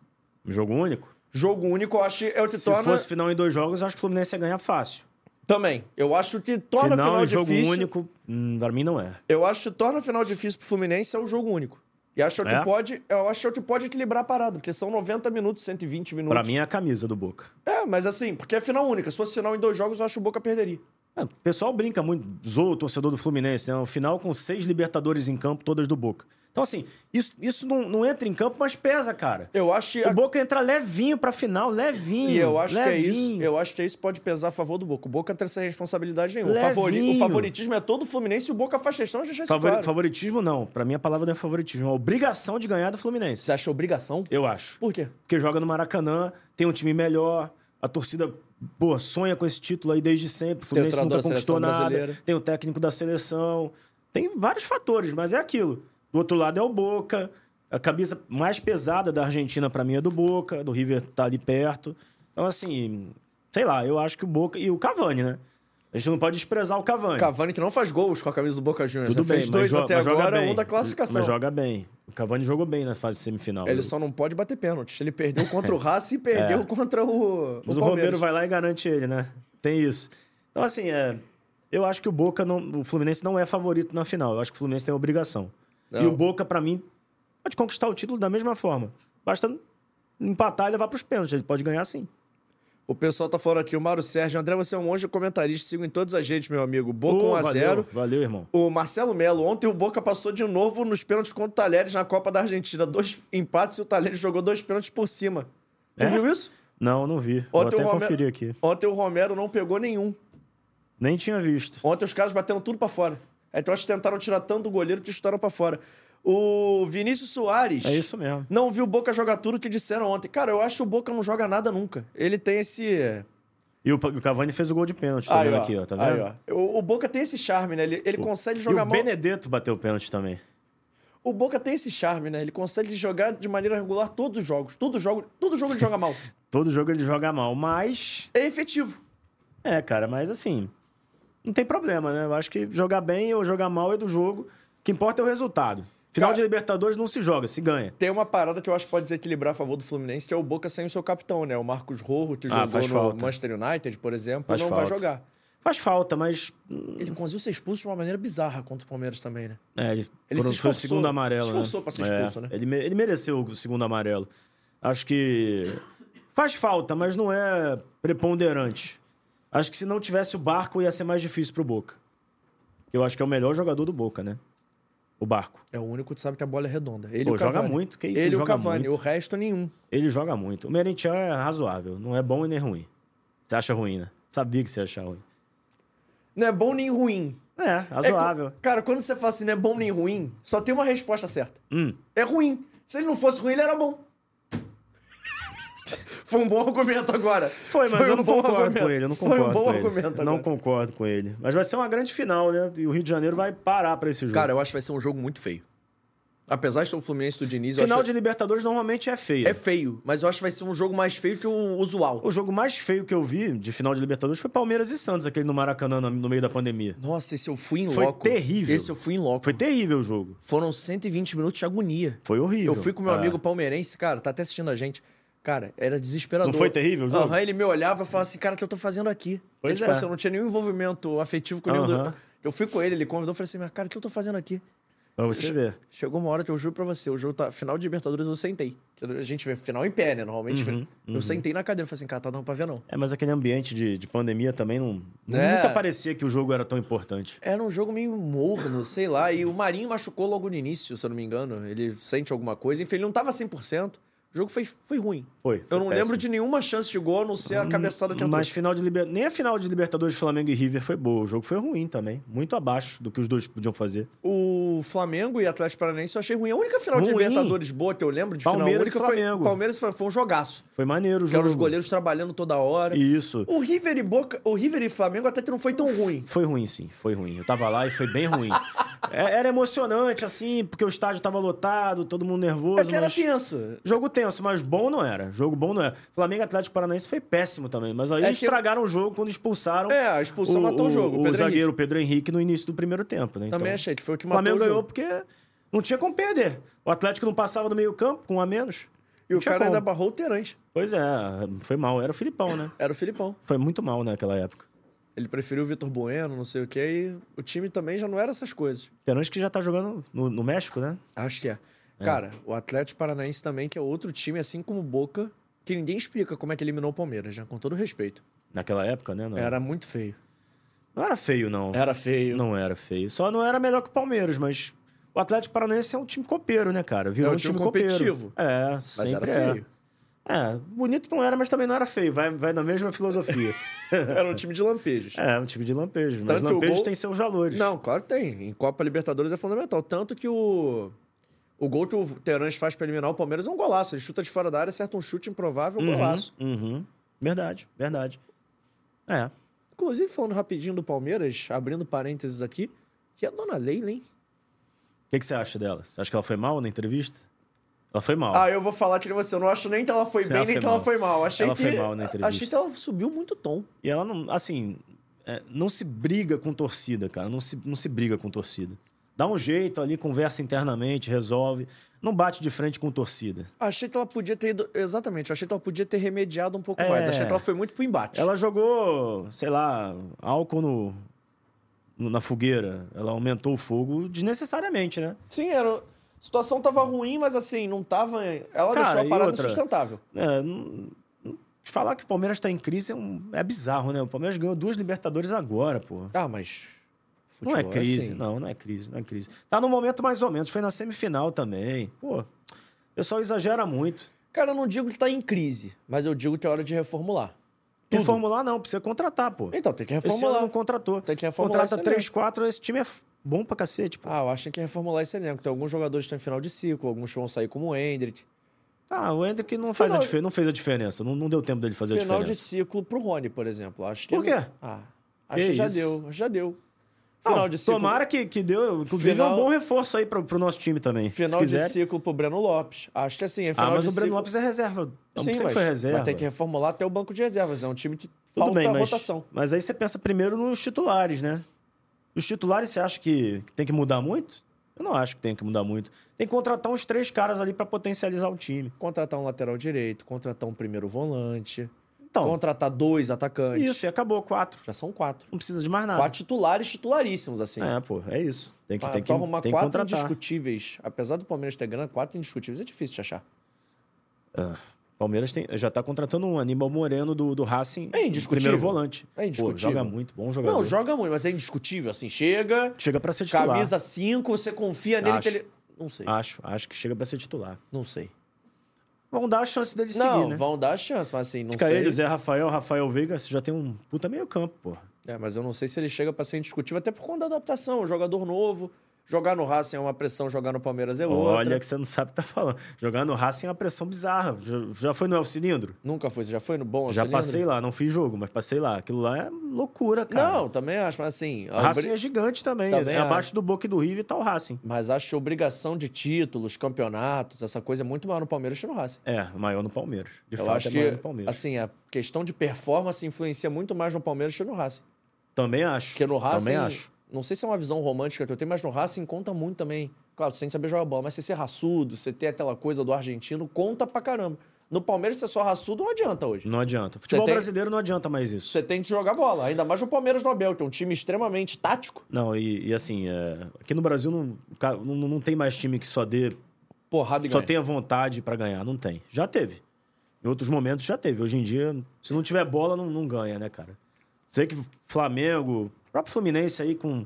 Um jogo único. Jogo único, eu acho que é o que Se torna... fosse final em dois jogos, eu acho que o Fluminense ia ganhar fácil. Também. Eu acho que torna final final, e jogo difícil. único, hum, pra mim não é. Eu acho que torna a final difícil pro Fluminense é o jogo único. E acho que é o É? que pode, eu acho que é o que pode equilibrar a parada, porque são 90 minutos, 120 minutos. Pra mim é a camisa do Boca. É, mas assim, porque é final única. Se fosse final em dois jogos, eu acho que o Boca perderia. É, o pessoal brinca muito, zoa o torcedor do Fluminense, né? Um final com seis Libertadores em campo, todas do Boca. Então, assim, isso, isso não, não entra em campo, mas pesa, cara. Eu acho que O Boca entra levinho pra final, levinho. e eu acho que é levinho. isso. Eu acho que é isso que pode pesar a favor do Boca. O Boca não tem essa responsabilidade nenhuma. O, favori- Levinho. o favoritismo é todo o Fluminense e o Boca faz questão de deixar isso Favori- claro. Favoritismo, não. Pra mim, a palavra não é favoritismo. É a obrigação de ganhar do Fluminense. Você acha obrigação? Eu acho. Por quê? Porque joga no Maracanã, tem um time melhor, a torcida, pô, sonha com esse título aí desde sempre. O Fluminense treinador nunca da seleção conquistou nada. brasileira. Tem o técnico da seleção. Tem vários fatores, mas é aquilo. Do outro lado é o Boca. A camisa mais pesada da Argentina, pra mim, é do Boca. Do River tá ali perto. Então, assim, sei lá, eu acho que o Boca. E o Cavani, né? A gente não pode desprezar o Cavani. Cavani que não faz gols com a camisa do Boca Juniors. Tudo Já bem, fez mas dois joga- até mas joga agora, bem. um da classificação. Mas joga bem. O Cavani jogou bem na fase semifinal. né? Ele só não pode bater pênalti. Ele perdeu contra o Racing e perdeu contra o, o Mas o, Palmeiras. Romero vai lá e garante ele, né? Tem isso. Então, assim, é, eu acho que o Boca não. O Fluminense não é favorito na final. Eu acho que o Fluminense tem obrigação. Não. E o Boca, pra mim, pode conquistar o título da mesma forma. Basta empatar e levar pros pênaltis. Ele pode ganhar sim. O pessoal tá falando aqui. O Mário Sérgio. André, você é um anjo comentarista. Sigo em todas as redes, meu amigo. Boca Ô, 1x0. Valeu, valeu, irmão. O Marcelo Melo. Ontem o Boca passou de novo nos pênaltis contra o Talheres na Copa da Argentina. Dois empates e o Talheres jogou dois pênaltis por cima. Tu É? viu isso? Não, não vi. Vou Ontem até o Romero- conferir aqui. Ontem o Romero não pegou nenhum. Nem tinha visto. Ontem os caras batendo tudo pra fora. Então acho que tentaram tirar tanto do goleiro que estouraram pra fora. O Vinícius Soares. É isso mesmo. Não viu o Boca jogar tudo que disseram ontem. Cara, eu acho que o Boca não joga nada nunca. Ele tem esse. E o, o Cavani fez o gol de pênalti, tá vendo aqui, ó. Tá vendo? Aí, ó. O, o Boca tem esse charme, né? Ele, ele consegue jogar e o mal. Benedetto bateu o pênalti também. O Boca tem esse charme, né? Ele consegue jogar de maneira regular todos os jogos. Todo jogo, todo jogo ele joga mal. Todo jogo ele joga mal, mas É efetivo. É, cara, mas assim, não tem problema, né? Eu acho que jogar bem ou jogar mal é do jogo. O que importa é o resultado. Final Cara- de Libertadores não se joga, se ganha. Tem uma parada que eu acho que pode desequilibrar a favor do Fluminense, que é o Boca sem o seu capitão, né? O Marcos Rojo, que Ah, jogou faz no falta. Manchester United, por exemplo, Faz não vai falta. jogar. Faz falta, mas. Ele conseguiu ser expulso de uma maneira bizarra contra o Palmeiras também, né? É, ele Ele se foram- foi o esforçou. segundo amarelo. Se esforçou né? pra ser expulso, né? Ele, me- ele mereceu o segundo amarelo. Acho que. Faz falta, mas não é preponderante. Acho que se não tivesse o barco, ia ser mais difícil pro Boca. Eu acho que é o melhor jogador do Boca, né? O barco. É o único que sabe que a bola é redonda. Ele Pô, e o Cavani. joga muito, que isso, Ele ele e o joga Cavani, muito. o resto nenhum. Ele joga muito. O Merentiel é razoável. Não é bom e nem ruim. Você acha ruim, né? Sabia que você ia achar ruim. Não é bom nem ruim. É, É co- razoável. cara, quando você fala assim, não é bom nem ruim, só tem uma resposta certa. Hum. É ruim. Se ele não fosse ruim, ele era bom. Foi um bom argumento agora. Foi, mas eu um não bom concordo argumento. com ele. Eu não concordo Foi um bom com argumento ele. Eu Não agora. concordo com ele. Mas vai ser uma grande final, né? E o Rio de Janeiro vai parar pra esse jogo. Cara, eu acho que vai ser um jogo muito feio. Apesar de ter o Fluminense e o Diniz, eu final acho de Libertadores normalmente é feio. é feio, mas eu acho que vai ser um jogo mais feio que o usual. O jogo mais feio que eu vi de final de Libertadores foi Palmeiras e Santos, aquele no Maracanã no- no meio da pandemia. Nossa, esse eu fui em Foi loco. terrível. Esse eu fui em loco. Foi terrível o jogo. Foram 120 minutos de agonia. Foi horrível. Eu fui com meu É. amigo palmeirense, cara, tá até assistindo a gente. Cara, era desesperador. Não foi terrível o jogo? Aham, ele me olhava e falava assim, cara, o que eu tô fazendo aqui? Pois tipo é. assim, eu não tinha nenhum envolvimento afetivo com nenhum. Aham. do- Eu fui com ele, ele convidou, eu falei assim, mas cara, o que eu tô fazendo aqui? Pra você ver. Chegou uma hora que eu juro pra você, o jogo tá. Final de Libertadores eu sentei. A gente vê final em pé, né? Normalmente. Uhum, Eu sentei na cadeira e falei assim, cara, tá dando pra ver, não. É, mas aquele ambiente de, de pandemia também não. É. Nunca parecia que o jogo era tão importante. Era um jogo meio morno, sei lá. E o Marinho machucou logo no início, se eu não me engano. Ele sente alguma coisa. Enfim, ele não tava 100%. O jogo foi, foi ruim. Foi, Eu não foi péssimo. Hum, lembro de nenhuma chance de gol, a não ser a cabeçada de Mas Antunes. final de Liber- nem a final de Libertadores Flamengo e River foi boa. O jogo foi ruim também. Muito abaixo do que os dois podiam fazer. O Flamengo e Atlético Paranaense eu achei ruim. A única final de Ruim. Libertadores boa que eu lembro de Palmeiras e final única Flamengo. Hum. foi Palmeiras e Flamengo. Foi um jogaço. Foi maneiro o Que eram jogo. os goleiros trabalhando toda hora. Isso. O River e Boca, o River e Flamengo até que não foi tão ruim. Foi ruim, sim. Foi ruim. Eu tava lá e foi bem ruim. É- Era emocionante, assim, porque o estádio tava lotado, todo mundo nervoso. É que era mas... tenso. Jogo tenso, mas bom não era. Jogo bom não era. Flamengo e Atlético Paranaense foi péssimo também, mas aí É que- estragaram o jogo quando expulsaram. É, a expulsão matou o jogo, o O, Pedro zagueiro Pedro Henrique no início do primeiro tempo, né? Também Então, achei que foi o que O matou Flamengo o ganhou jogo. porque não tinha como perder. O Atlético não passava do meio-campo com um a menos. E Não o tinha cara como. ainda barrou o Terãs. Pois é, foi mal. Era o Filipão, né? Era o Filipão. Foi muito mal naquela época. Ele preferiu o Vitor Bueno, não sei o quê, e o time também já não era essas coisas. Terãs que já tá jogando no, no México, né? Acho que é. Cara, o Atlético Paranaense também, que é outro time, assim como o Boca, que ninguém explica como é que eliminou o Palmeiras, já com todo respeito. Naquela época, né? Não Era É, muito feio. não era feio, não. Era feio. Não era feio. Só não era melhor que o Palmeiras, mas o Atlético Paranaense é um time copeiro, né, cara? Virou É um um time time, copeiro. competitivo. É, mas sempre era feio. É. é, bonito não era, mas também não era feio. Vai, vai na mesma filosofia. Era um time de lampejos. é, um time de lampejos. Mas Tanto o lampejos gol- tem seus valores. Hum? Não, claro que tem. Em Copa Libertadores é fundamental. Tanto que o. O gol que o Terãs faz pra eliminar o Palmeiras é um golaço. Ele chuta de fora da área, acerta um chute improvável, um golaço. Uhum. Verdade, verdade. É. Inclusive, falando rapidinho do Palmeiras, abrindo parênteses aqui, que é a dona Leila, hein? O que, que você acha dela? Você acha que ela foi mal na entrevista? Ela foi mal. Ah, eu vou falar que nem você. Eu não acho nem que ela foi bem, Ela nem foi que ela mal. foi mal. Achei Ela que... foi mal na entrevista. Achei que ela subiu muito o tom. E ela não, assim, é, não se briga com torcida, cara. Não se, não se briga com torcida. Dá um jeito ali, conversa internamente, resolve. Não bate de frente com torcida. Achei que ela podia ter ido... Exatamente. eu Achei que ela podia ter remediado um pouco É. mais. Achei que ela foi muito pro embate. Ela jogou, sei lá, álcool no, no- na fogueira. Ela aumentou o fogo desnecessariamente, né? Sim, era... A situação tava ruim, mas assim, não tava... Ela Cara, deixou a e parada outra? insustentável. É, não- não- falar que o Palmeiras tá em crise é, um- é bizarro, né? O Palmeiras ganhou duas Libertadores agora, pô. Ah, mas... Não é futebol crise, assim. não, não é crise, não é crise. Tá num momento mais ou menos, foi na semifinal também. Pô, o pessoal exagera muito. Cara, eu não digo que tá em crise, mas eu digo que é hora de reformular. Reformular um não, precisa contratar, pô. Então, tem que Esse ano reformular. não contratou. Tem que reformular Contrata esse 3, 4, esse time é f- bom pra cacete, pô. Ah, eu acho que tem que reformular esse elenco. Tem alguns jogadores que estão em final de ciclo, alguns vão sair como o Hendrick. Tá, o Hendrick não, faz a Final- dife- não fez a diferença, não, não deu tempo dele fazer Final a de diferença. ciclo pro Rony, por exemplo. Acho que Por quê? Ah, acho Que que já isso? deu, já deu. Final Não, de ciclo. Tomara que, que deu, inclusive é Final- um bom reforço aí pro, pro nosso time também. se Final de quiser. ciclo pro Breno Lopes. Acho que assim, é Ah, final mas de o Breno ciclo- Lopes é reserva. Não Sim, sempre mas foi vai reserva. ter que reformular até o banco de reservas. É um time que Tudo falta bem, a mas, rotação. Mas aí você pensa primeiro nos titulares, né? Os titulares você acha que, que tem que mudar muito? Eu não acho que tem que mudar muito. Tem que contratar uns três caras ali pra potencializar o time. Contratar um lateral direito, contratar um primeiro volante, Então, contratar dois atacantes. isso, e acabou, quatro. Já são quatro. Não precisa de mais nada. Quatro titulares, titularíssimos, assim. É, pô, é isso. Tem que, Pra, tem que, pra arrumar tem que quatro contratar. indiscutíveis. Apesar do Palmeiras ter grana, quatro indiscutíveis é difícil de achar. Ah, Palmeiras tem- já tá contratando um Aníbal Moreno do, do Racing. É indiscutível. Primeiro volante. É indiscutível. Pô, joga muito, bom jogador. Não, joga muito, mas é indiscutível, assim. Chega, Chega pra ser titular. camisa 5, você confia nele Acho. Ah. que ele... Não sei, Acho, acho que chega pra ser titular. não sei. Vão dar a chance dele não, seguir, né? vão dar a chance, mas assim, não Fica sei. ele, Zé Rafael, Rafael Veiga, você já tem um puta meio campo, pô. É, mas eu não sei se ele chega pra ser indiscutível, até por conta da adaptação. Um jogador novo, jogar no Racing é uma pressão, jogar no Palmeiras é outra. Olha que você não sabe o que tá falando. Jogar no Racing é uma pressão bizarra. Já, já foi no El Cilindro? Nunca foi, você já foi no bom? já você lembra? passei lá, não fiz jogo, mas passei lá. Aquilo lá é loucura, cara. Não, também acho, mas assim... a O Racing obri- é gigante também. Também é acho. abaixo do Boca e do River tá o Racing. Mas acho que obrigação de títulos, campeonatos, essa coisa é muito maior no Palmeiras que no Racing. É, maior no Palmeiras. De Eu fato, acho é que, maior no Palmeiras. assim, a questão de performance influencia muito mais no Palmeiras que no Racing. Também acho. Porque no Racing... Também acho. Não sei se é uma visão romântica que eu tenho, mas no Racing conta muito também. Claro, sem saber jogar bola, mas você ser raçudo, você ter aquela coisa do argentino, conta pra caramba. No Palmeiras, você é só raçudo, não adianta hoje. Não adianta. Futebol tem- brasileiro não adianta mais isso. Você tem que jogar bola. Ainda mais no Palmeiras do Abel, que é um time extremamente tático. Não, e, e assim, é, aqui no Brasil não, ca- não, não tem mais time que só dê, Porrada e só ganha. tenha vontade pra ganhar. Não tem. Já teve. Em outros momentos já teve. Hoje em dia, se não tiver bola, não, não ganha, né, cara? Sei que Flamengo, próprio Fluminense aí com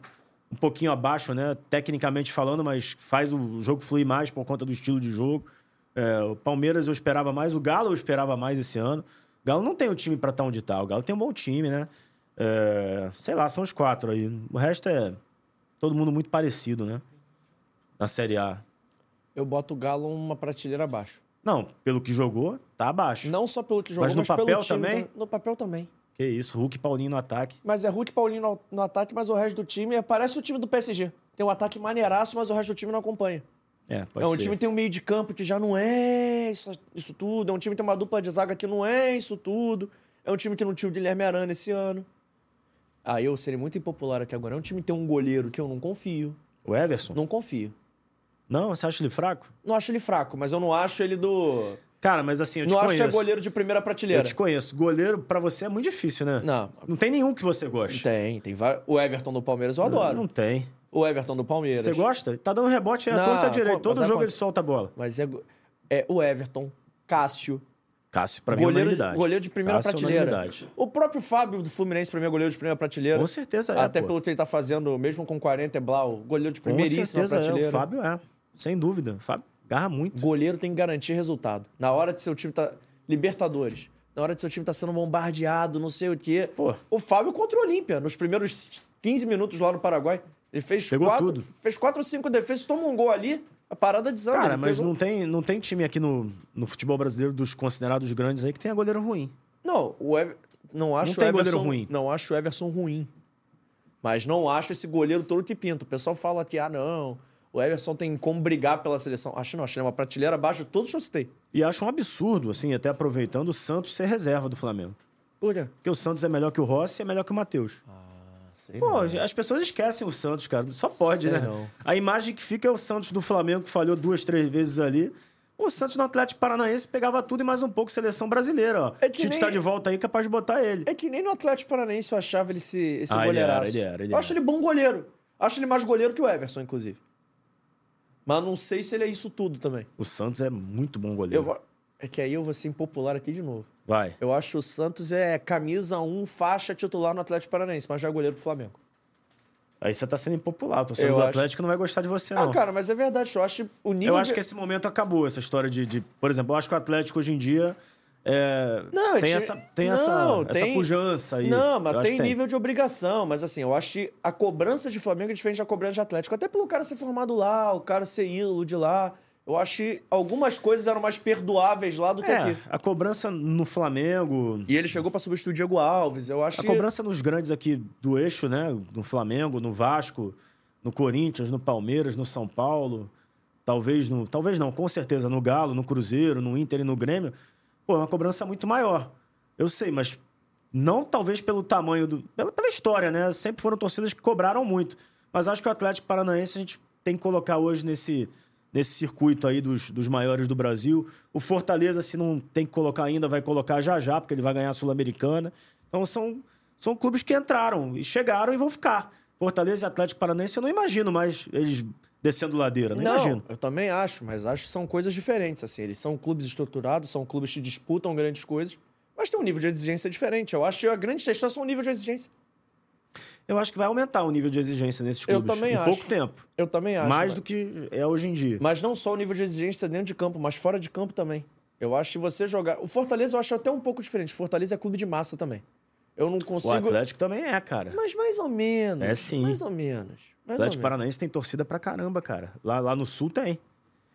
um pouquinho abaixo, né? Tecnicamente falando, mas faz o jogo fluir mais por conta do estilo de jogo. É, o Palmeiras eu esperava mais, o Galo eu esperava mais esse ano. O Galo não tem o time pra estar onde tá. O Galo tem um bom time, né? É, sei lá, são os quatro aí. O resto é todo mundo muito parecido, né? Na Série A. Eu boto o Galo uma prateleira abaixo. Não, pelo que jogou, tá abaixo. Não só pelo que jogou, Mas mas, no papel pelo time. também? No papel também. Que isso, Hulk e Paulinho no ataque. Mas é Hulk e Paulinho no, no ataque, mas o resto do time é- parece o time do PSG. Tem um ataque maneiraço, mas o resto do time não acompanha. É, pode é um ser. time que tem um meio de campo que já não é isso, isso tudo. É um time que tem uma dupla de zaga que não é isso tudo. É um time que não tinha o Guilherme Arana esse ano. Ah, eu seria muito impopular aqui agora. É um time que tem um goleiro que eu não confio. O Everson? Não confio. Não, você acha ele fraco? Não acho ele fraco, mas eu não acho ele do. Cara, mas assim, eu te não acho conheço. que é goleiro de primeira prateleira. Eu te conheço. Goleiro pra você é muito difícil, né? Não. Não tem nenhum que você goste. Tem, tem vários. O Everton do Palmeiras eu adoro. Não tem. O Everton do Palmeiras. Você gosta? Tá dando rebote aí à Não, torta à direita. mas Todo é jogo contra. ele solta a bola. Mas é, go- é o Everton, Cássio. Cássio, pra mim, é goleiro, unanimidade. goleiro de primeira Cássio, é prateleira. unanimidade. O próprio Fábio do Fluminense, pra mim, é goleiro de primeira prateleira. Com certeza é, Até pô. pelo que ele tá fazendo, mesmo com 40 é Blau, goleiro de Com primeiríssima certeza é. prateleira. O Fábio é. Sem dúvida. O Fábio garra muito. Goleiro tem que garantir resultado. Na hora de seu time tá. Libertadores. Na hora de seu time tá sendo bombardeado, não sei o quê. Pô. O Fábio contra o Olímpia, nos primeiros 15 minutos lá no Paraguai. Ele fez Pegou quatro. tudo. Fez quatro ou cinco defesas, toma um gol ali, a parada desanda. Cara, ele mas pegou- não tem, não tem time aqui no, no futebol brasileiro dos considerados grandes aí que tenha goleiro ruim. Não, o Ever... não acho Não tem o Everson goleiro ruim. Não acho o Everson ruim. Mas não acho esse goleiro todo que pinta. O pessoal fala que, ah, não, o Everson tem como brigar pela seleção. Acho não, acho ele uma prateleira abaixo de todos que eu citei. E acho um absurdo, assim, até aproveitando o Santos ser reserva do Flamengo. Por quê? Porque o Santos é melhor que o Rossi e é melhor que o Matheus. Ah, Pô, as pessoas esquecem o Santos, cara. Só pode, Sei né? não. A imagem que fica é o Santos do Flamengo, que falhou duas, três vezes ali. O Santos no Atlético Paranaense pegava tudo e mais um pouco seleção brasileira, ó. É que Tite nem- tá de volta aí, capaz de botar ele. É que nem no Atlético Paranaense eu achava ele esse, esse Ah, ele era, goleiraço. ele era, ele eu acho era. ele bom goleiro. Acho ele mais goleiro que o Everson, inclusive. Mas não sei se ele é isso tudo também. O Santos é muito bom Eu... goleiro. vou- É que aí eu vou ser impopular aqui de novo. Vai. Eu acho que o Santos é camisa 1, faixa titular no Atlético Paranaense, mas já é goleiro pro Flamengo. Aí você tá sendo impopular. O torcedor Eu do acho- Atlético não vai gostar de você, Ah, não. cara, mas é verdade. Eu acho o nível. Eu acho de- que esse momento acabou, essa história de. de- por exemplo, eu acho que o Atlético hoje em dia. é, Não, é tem time- essa, tem Não, essa, essa tem- pujança aí. Não, Eu mas acho tem que nível de obrigação. Mas assim, eu acho que a cobrança de Flamengo é diferente da cobrança de Atlético. Até pelo cara ser formado lá, o cara ser ídolo de lá. Eu acho que algumas coisas eram mais perdoáveis lá do que É, aqui. a cobrança no Flamengo. E ele chegou pra substituir o Diego Alves. Eu acho A que. cobrança nos grandes aqui do eixo, né? No Flamengo, no Vasco, no Corinthians, no Palmeiras, no São Paulo. Talvez no. Talvez não, com certeza, no Galo, no Cruzeiro, no Inter e no Grêmio. Pô, é uma cobrança muito maior. Eu sei, mas não talvez pelo tamanho do. Pela, pela história, né? Sempre foram torcidas que cobraram muito. Mas acho que o Atlético Paranaense a gente tem que colocar hoje nesse, nesse circuito aí dos, dos maiores do Brasil. O Fortaleza, se não tem que colocar ainda, vai colocar já já, porque ele vai ganhar a Sul-Americana. Então são, são clubes que entraram e chegaram e vão ficar. Fortaleza e Atlético Paranaense, eu não imagino mais eles descendo ladeira, não, imagino. eu também acho, mas acho que são coisas diferentes. Assim, eles são clubes estruturados, são clubes que disputam grandes coisas, mas tem um nível de exigência diferente. Eu acho que a grande questão é só o nível de exigência. Eu acho que vai aumentar o nível de exigência nesses Eu clubes. também em acho. pouco tempo. Eu também acho. mais mas- do que é hoje em dia. Mas não só o nível de exigência dentro de campo, mas fora de campo também. Eu acho que você jogar. O Fortaleza eu acho até um pouco diferente. O Fortaleza é clube de massa também. Eu não O consigo. Atlético também é, cara. Mas mais ou menos. É, sim. Mais ou menos. Mais ou Atlético menos. Paranaense tem torcida pra caramba, cara. Lá, lá no Sul tem.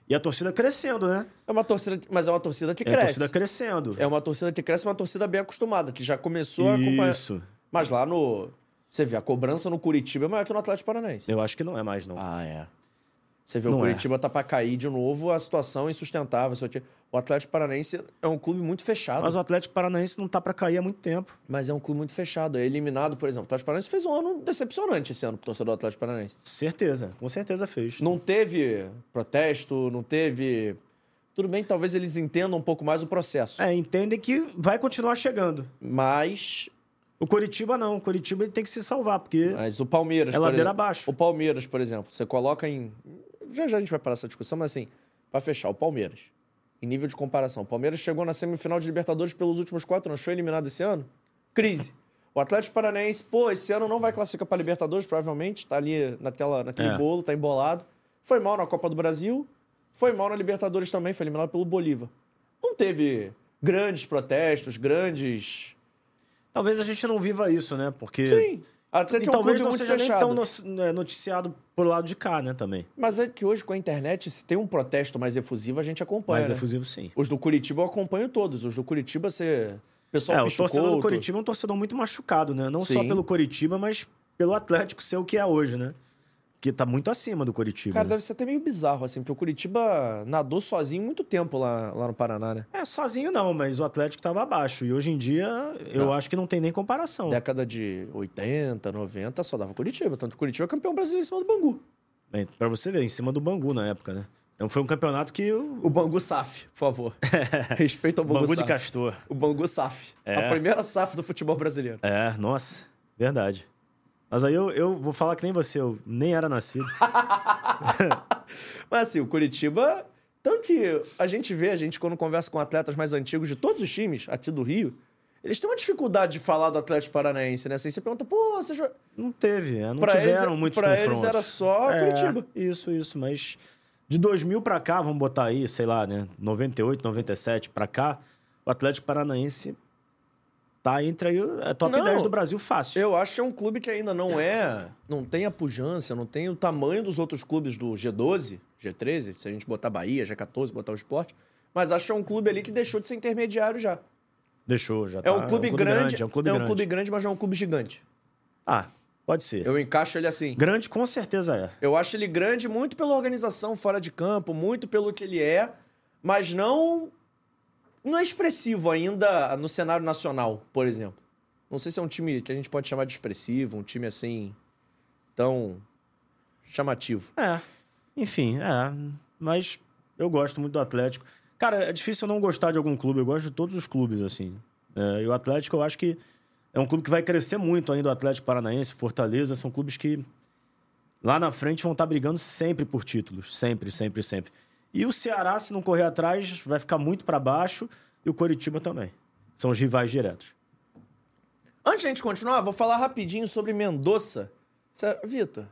E a torcida crescendo, né? É uma torcida, mas é uma torcida que É a cresce. torcida crescendo. É uma torcida que cresce, uma torcida bem acostumada, que já começou a acompanhar. Isso. Mas lá no. Você vê, a cobrança no Curitiba é maior que no Atlético Paranaense. Eu acho que não é mais, não. Ah, é. Você vê, o Não é. Curitiba tá pra cair de novo, a situação é insustentável. Só que o Atlético Paranaense é um clube muito fechado. Mas o Atlético Paranaense não tá pra cair há muito tempo. Mas é um clube muito fechado. É eliminado, por exemplo. O Atlético Paranaense fez um ano decepcionante esse ano pro torcedor do Atlético Paranaense. Certeza, com certeza fez. Não teve protesto, não teve Tudo bem, talvez eles entendam um pouco mais o processo. É, entendem que vai continuar chegando. Mas, O Coritiba não. O Coritiba ele tem que se salvar, porque mas o Palmeiras. é por exemplo- ladeira abaixo. O Palmeiras, por exemplo, você coloca em. Já já a gente vai parar essa discussão, mas assim, pra fechar, o Palmeiras. Em nível de comparação, o Palmeiras chegou na semifinal de Libertadores pelos últimos quatro anos, foi eliminado esse ano? Crise. O Atlético Paranaense, pô, esse ano não vai classificar pra Libertadores, provavelmente, tá ali naquela, naquele É. bolo, tá embolado. Foi mal na Copa do Brasil, foi mal na Libertadores também, foi eliminado pelo Bolívar. Não teve grandes protestos, grandes. Talvez a gente não viva isso, né? Porque. Sim. E Atlético é um clube talvez não muito seja fechado. assim, nem tão no- é, noticiado por lado de cá, né, também. Mas é que hoje com a internet, se tem um protesto mais efusivo, a gente acompanha. Mas né? efusivo sim. Os do Curitiba eu acompanho todos. Os do Curitiba, você. O pessoal É, o pichucou. torcedor do Coritiba é um torcedor muito machucado, né? Não só um Sim. pelo Coritiba, mas pelo Atlético ser o que é hoje, né? Que tá muito acima do Coritiba. Cara, né? deve ser até meio bizarro, assim, porque o Curitiba nadou sozinho muito tempo lá, lá no Paraná, né? É, sozinho não, mas o Atlético tava abaixo. E hoje em dia, eu Não. acho que não tem nem comparação. Década de 80, 90, só dava Curitiba. Tanto que o Curitiba é campeão brasileiro em cima do Bangu. Bem, pra você ver, em cima do Bangu na época, né? Então foi um campeonato que o, O Bangu SAF, por favor. Respeita o Bangu, Bangu, de SAF. É. Castor. O Bangu SAF. A primeira SAF do futebol brasileiro. É, nossa, verdade. Mas aí eu, eu vou falar que nem você, eu nem era nascido. Mas assim, o Curitiba. Tanto que a gente vê, a gente quando conversa com atletas mais antigos de todos os times aqui do Rio, eles têm uma dificuldade de falar do Atlético Paranaense, né? Assim, você pergunta, pô, você joga... Não teve, é, não Pra eles- tiveram muitos pra eles confrontos. É. era só Curitiba. Isso, isso, mas de 2000 pra cá, vamos botar aí, sei lá, né, 98, 97 pra cá, o Atlético Paranaense tá entre aí o- é top Não. 10 do Brasil fácil. Eu acho que é um clube que ainda não é. Não tem a pujança, não tem o tamanho dos outros clubes do G12, G13, se a gente botar Bahia, G14, botar o esporte. Mas acho que é um clube ali que deixou de ser intermediário já. Deixou, já É um, tá- clube, grande, É um clube grande. mas não é um clube gigante. Ah, pode ser. Eu encaixo ele assim. Grande com certeza é. Eu acho ele grande muito pela organização fora de campo, muito pelo que ele é, mas não não é expressivo ainda no cenário nacional, por exemplo. Não sei se é um time que a gente pode chamar de expressivo, um time assim tão chamativo. É. Enfim, é. Mas eu gosto muito do Atlético. Cara, é difícil eu não gostar de algum clube. Eu gosto de todos os clubes, assim. É, e o Atlético, eu acho que é um clube que vai crescer muito ainda. O Atlético Paranaense, Fortaleza, são clubes que lá na frente vão estar brigando sempre por títulos. Sempre, sempre, sempre. E o Ceará, se não correr atrás, vai ficar muito pra baixo. E o Coritiba também. São os rivais diretos. Antes da gente continuar, vou falar rapidinho sobre Mendoza. Cê- Vitor,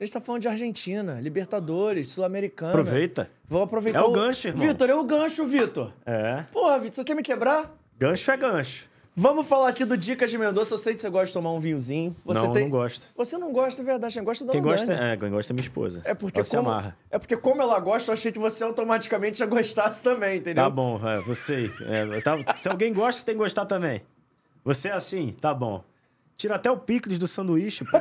a gente tá falando de Argentina, Libertadores, Sul-Americana. Aproveita. Vou aproveitar É o gancho, irmão. Vitor, é o gancho, Vitor. É. Porra, Vitor, você quer me quebrar? Gancho é gancho. Vamos falar aqui do Dicas de Mendonça. Eu sei que você gosta de tomar um vinhozinho. Você não, tem... não gosto. Você não gosta, é verdade. Você gosta da Quem Holanda. gosta, é, quem gosta é minha esposa. É porque, Ela se como... amarra. Tá é porque como ela gosta, eu achei que você automaticamente já gostasse também, entendeu? Tá bom, é, você. é, tá- se alguém gosta, você tem que gostar também. Você é assim, tá bom. Tira até o picles do sanduíche, pô.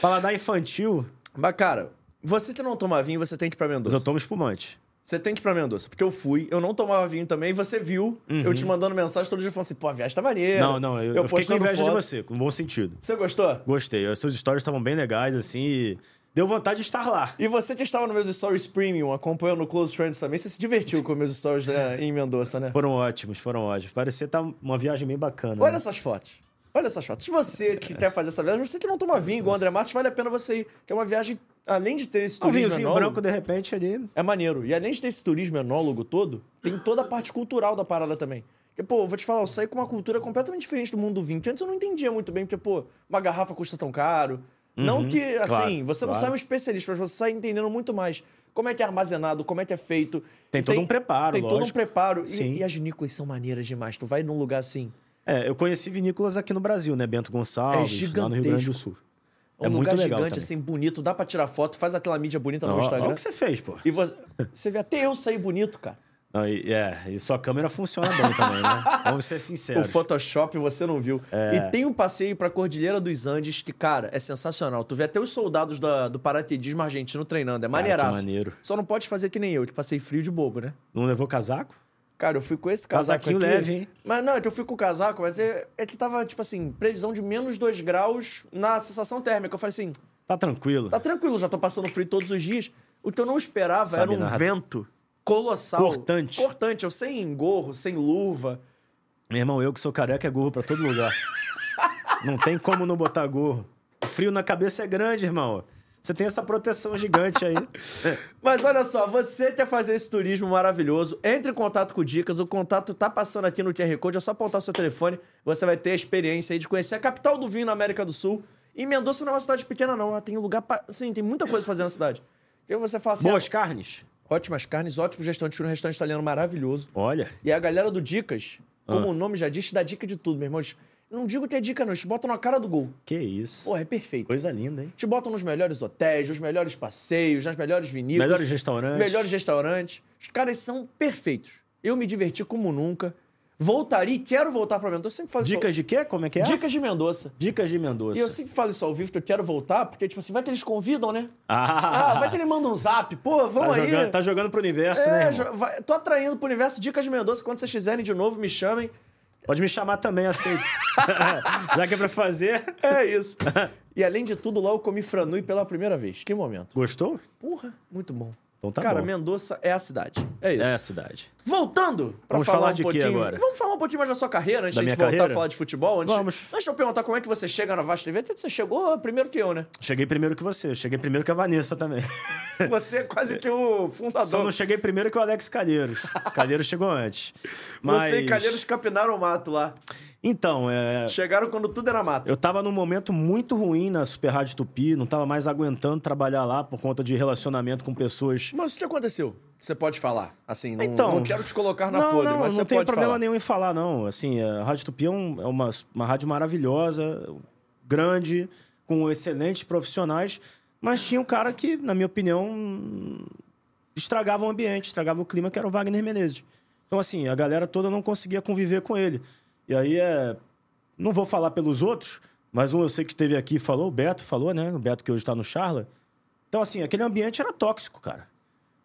Paladar infantil, Mas, cara, você que não toma vinho, você tem que ir pra mas Mendonça. eu tomo espumante. Você tem que ir pra Mendonça. Porque eu fui, eu não tomava vinho também, você viu eu te mandando mensagem todo dia falando assim, pô, a viagem tá maneira. Uhum. Não, não, eu, eu fiquei com postando inveja de foto. você, com bom sentido. Você gostou? Gostei, as suas histórias estavam bem legais, assim, e deu vontade de estar lá. E você que estava nos meus stories premium, acompanhando o Close Friends também, você se divertiu com meus stories né, em Mendonça, né? Foram ótimos, foram ótimos. Parecia estar uma viagem bem bacana. Olha né? essas fotos. Olha essas fotos. Se você que quer fazer essa viagem, você que não toma vinho igual o André Matos, vale a pena você ir. Que é uma viagem, além de ter esse um turismo vinhozinho enólogo, branco, de repente, ali. é maneiro. E além de ter esse turismo enólogo todo, tem toda a parte cultural da parada também. Porque, pô, eu vou te falar, eu saí com uma cultura completamente diferente do mundo do vinho. Que antes eu não entendia muito bem, porque, pô, uma garrafa custa tão caro. não que, assim, Uhum. claro, você não claro. sai um especialista, mas você sai entendendo muito mais como é que é armazenado, como é que é feito. Tem E todo um preparo, Tem todo um lógico. preparo. Sim. E, e as vinícolas são maneiras demais. Tu vai num lugar assim... É, eu conheci vinícolas aqui no Brasil, né? Bento Gonçalves, lá no Rio Grande gigantesco. do Sul. É um é muito lugar legal gigante, também. assim, bonito, dá pra tirar foto, faz aquela mídia bonita no Ó, ó Instagram. o que você fez, pô. E você, você vê até eu sair bonito, cara. Não, e, é, e sua câmera funciona bem também, né? Vamos ser sinceros. O Photoshop você não viu. É. E tem um passeio pra Cordilheira dos Andes que, cara, é sensacional. Tu vê até os soldados da- do paraquedismo argentino treinando, é maneiraço. maneiro. Só não pode fazer que nem eu, que passei frio de bobo, né? Não levou casaco? Cara, eu fui com esse casaco Casaquinho aqui. leve, hein? Mas não, é que eu fui com o casaco, mas é, é que tava, tipo assim, previsão de menos 2 graus na sensação térmica. Eu falei assim, Tá tranquilo. Tá tranquilo, já tô passando frio todos os dias. O O que eu não esperava Sabe era um nada. vento colossal. Cortante. Cortante. Eu sem engorro, sem luva. Meu irmão, eu que sou careca é gorro pra todo lugar. não tem como não botar gorro. O frio na cabeça é grande, irmão. Você tem essa proteção gigante aí. Mas olha só, você quer fazer esse turismo maravilhoso, entre em contato com o Dicas, o contato tá passando aqui no QR Code, é só apontar o seu telefone, você vai ter a experiência aí de conhecer a capital do vinho na América do Sul. E Mendoza não é uma cidade pequena não, ela tem lugar pra... Sim, tem muita coisa pra fazer na cidade. E aí você fala assim, Boas carnes. "Ah, ótimas carnes, ótimos restaurantes, um restaurante italiano maravilhoso. Olha. E a galera do Dicas, como o nome já diz, te dá dica de tudo, meu irmão. Eles- Não digo que é dica não, eles te botam na cara do gol. Que isso. Porra, é perfeito. Coisa linda, hein? Te botam nos melhores hotéis, nos melhores passeios, nas melhores vinícolas. Melhores restaurantes. Melhores restaurantes. Os caras são perfeitos. Eu me diverti como nunca. Voltaria e quero voltar pra Mendoza. Eu sempre falo isso Dicas de quê? Como é que é? ao- Dicas de Mendoza. Dicas de Mendonça. E eu sempre falo isso ao vivo que eu quero voltar, porque, tipo assim, vai que eles convidam, né? Ah, Ah, vai que ele manda um zap. Pô, tá vamos aí. jogando, tá jogando pro universo, né, é, irmão? jo- vai- tô atraindo pro universo Dicas de Mendoza. Quando vocês quiserem de novo, me chamem. Pode me chamar também, aceito. Já que é pra fazer. É isso. e além de tudo, lá eu comi franui pela primeira vez. Que momento. Gostou? Porra, muito bom. Então tá Cara, bom. Mendoza é a cidade. É isso. É a cidade. Voltando pra Vamos falar, falar um de quê pouquinho. agora? Vamos falar um pouquinho mais da sua carreira antes Da da gente minha voltar carreira? a falar de futebol. Antes, Vamos. Antes de eu perguntar como é que você chega na Vasco TV, até que você chegou primeiro que eu, né? Cheguei primeiro que você, cheguei primeiro que a Vanessa também. Você é quase que o Só fundador. não cheguei primeiro que o Alex Calheiros. Calheiros chegou antes. Mas... Você e Calheiros capinaram o mato lá. Então, é... Chegaram quando tudo era mato. Eu tava num momento muito ruim na Super Rádio Tupi, não tava mais aguentando trabalhar lá por conta de relacionamento com pessoas Mas o que aconteceu? Você pode falar. Assim, não, Então, não quero te colocar na não, podre, não, mas não você tem pode problema falar. nenhum em falar, não. Assim, a Rádio Tupi é, um- é uma, uma rádio maravilhosa, grande, com excelentes profissionais, mas tinha um cara que, na minha opinião, estragava o ambiente, estragava o clima, que era o Wagner Menezes. Então, assim, a galera toda não conseguia conviver com ele. E aí é. Não vou falar pelos outros, mas um eu sei que esteve aqui e falou, o Beto falou, né? O Beto que hoje está no Charla. Então, assim, aquele ambiente era tóxico, cara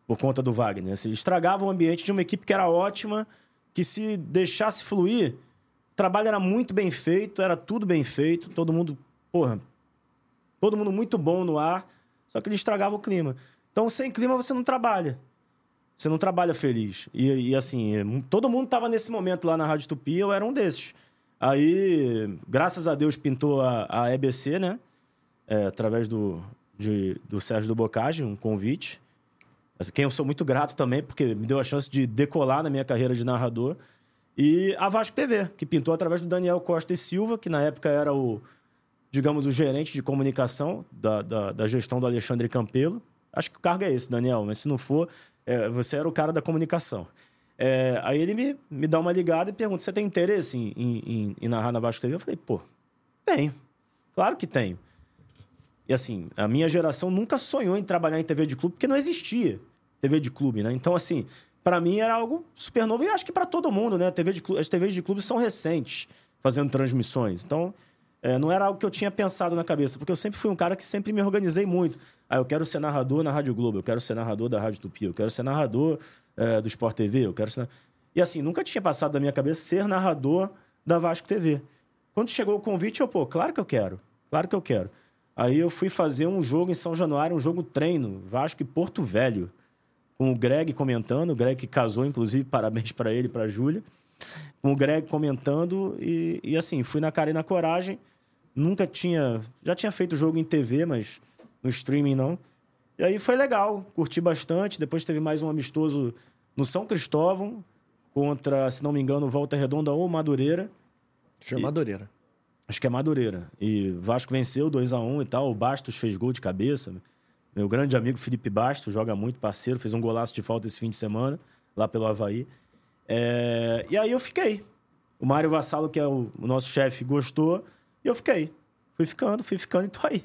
por conta do Wagner. Assim, estragava o ambiente de uma equipe que era ótima, que se deixasse fluir, o trabalho era muito bem feito, era tudo bem feito, todo mundo, porra, todo mundo muito bom no ar, só que ele estragava o clima. Então, sem clima você não trabalha. Você não trabalha feliz. E, e, assim, é, mu- todo mundo tava nesse momento lá na Rádio Tupi, eu era um desses. Aí, graças a Deus, pintou a, a EBC, né? É, através do, de- do Sérgio do Bocage, um convite. Mas Quem eu sou muito grato também, porque me deu a chance de decolar na minha carreira de narrador. E a Vasco TV, que pintou através do Daniel Costa e Silva, que na época era o, digamos, o gerente de comunicação da, da, da gestão do Alexandre Campelo. Acho que o cargo é esse, Daniel, mas se não for, é, você era o cara da comunicação. É, aí ele me, me dá uma ligada e pergunta: você tem interesse em, em- em- em narrar na Vasco TV? Eu falei: pô, tenho. Claro que tenho. E assim, a minha geração nunca sonhou em trabalhar em TV de clube, porque não existia TV de clube, né? Então, assim, pra mim era algo super novo e acho que pra todo mundo, né? TV de clube, as TVs de clube são recentes fazendo transmissões. Então, é, não era algo que eu tinha pensado na cabeça, porque eu sempre fui um cara que sempre me organizei muito. Ah, eu quero ser narrador na Rádio Globo, eu quero ser narrador da Rádio Tupi, eu quero ser narrador é, do Sport TV, eu quero ser. na- E assim, nunca tinha passado da minha cabeça ser narrador da Vasco TV. Quando chegou o convite, eu, pô, claro que eu quero, claro que eu quero. Aí eu fui fazer um jogo em São Januário, um jogo treino, Vasco e Porto Velho, com o Greg comentando, o Greg que casou, inclusive, parabéns pra ele, e pra Júlia. Com o Greg comentando e, e assim, fui na cara e na coragem. Nunca tinha, já tinha feito jogo em TV, mas no streaming não. E aí foi legal, curti bastante. Depois teve mais um amistoso no São Cristóvão contra, se não me engano, Volta Redonda ou Madureira. Chama Madureira. Acho que é Madureira. E Vasco venceu 2 a 1 e tal. O Bastos fez gol de cabeça. Meu grande amigo Felipe Bastos joga muito, parceiro. Fez um golaço de falta esse fim de semana, lá pelo Havaí. É, E aí eu fiquei. O Mário Vassalo, que é o o nosso chefe, gostou. E eu fiquei. Fui ficando, fui ficando e tô aí.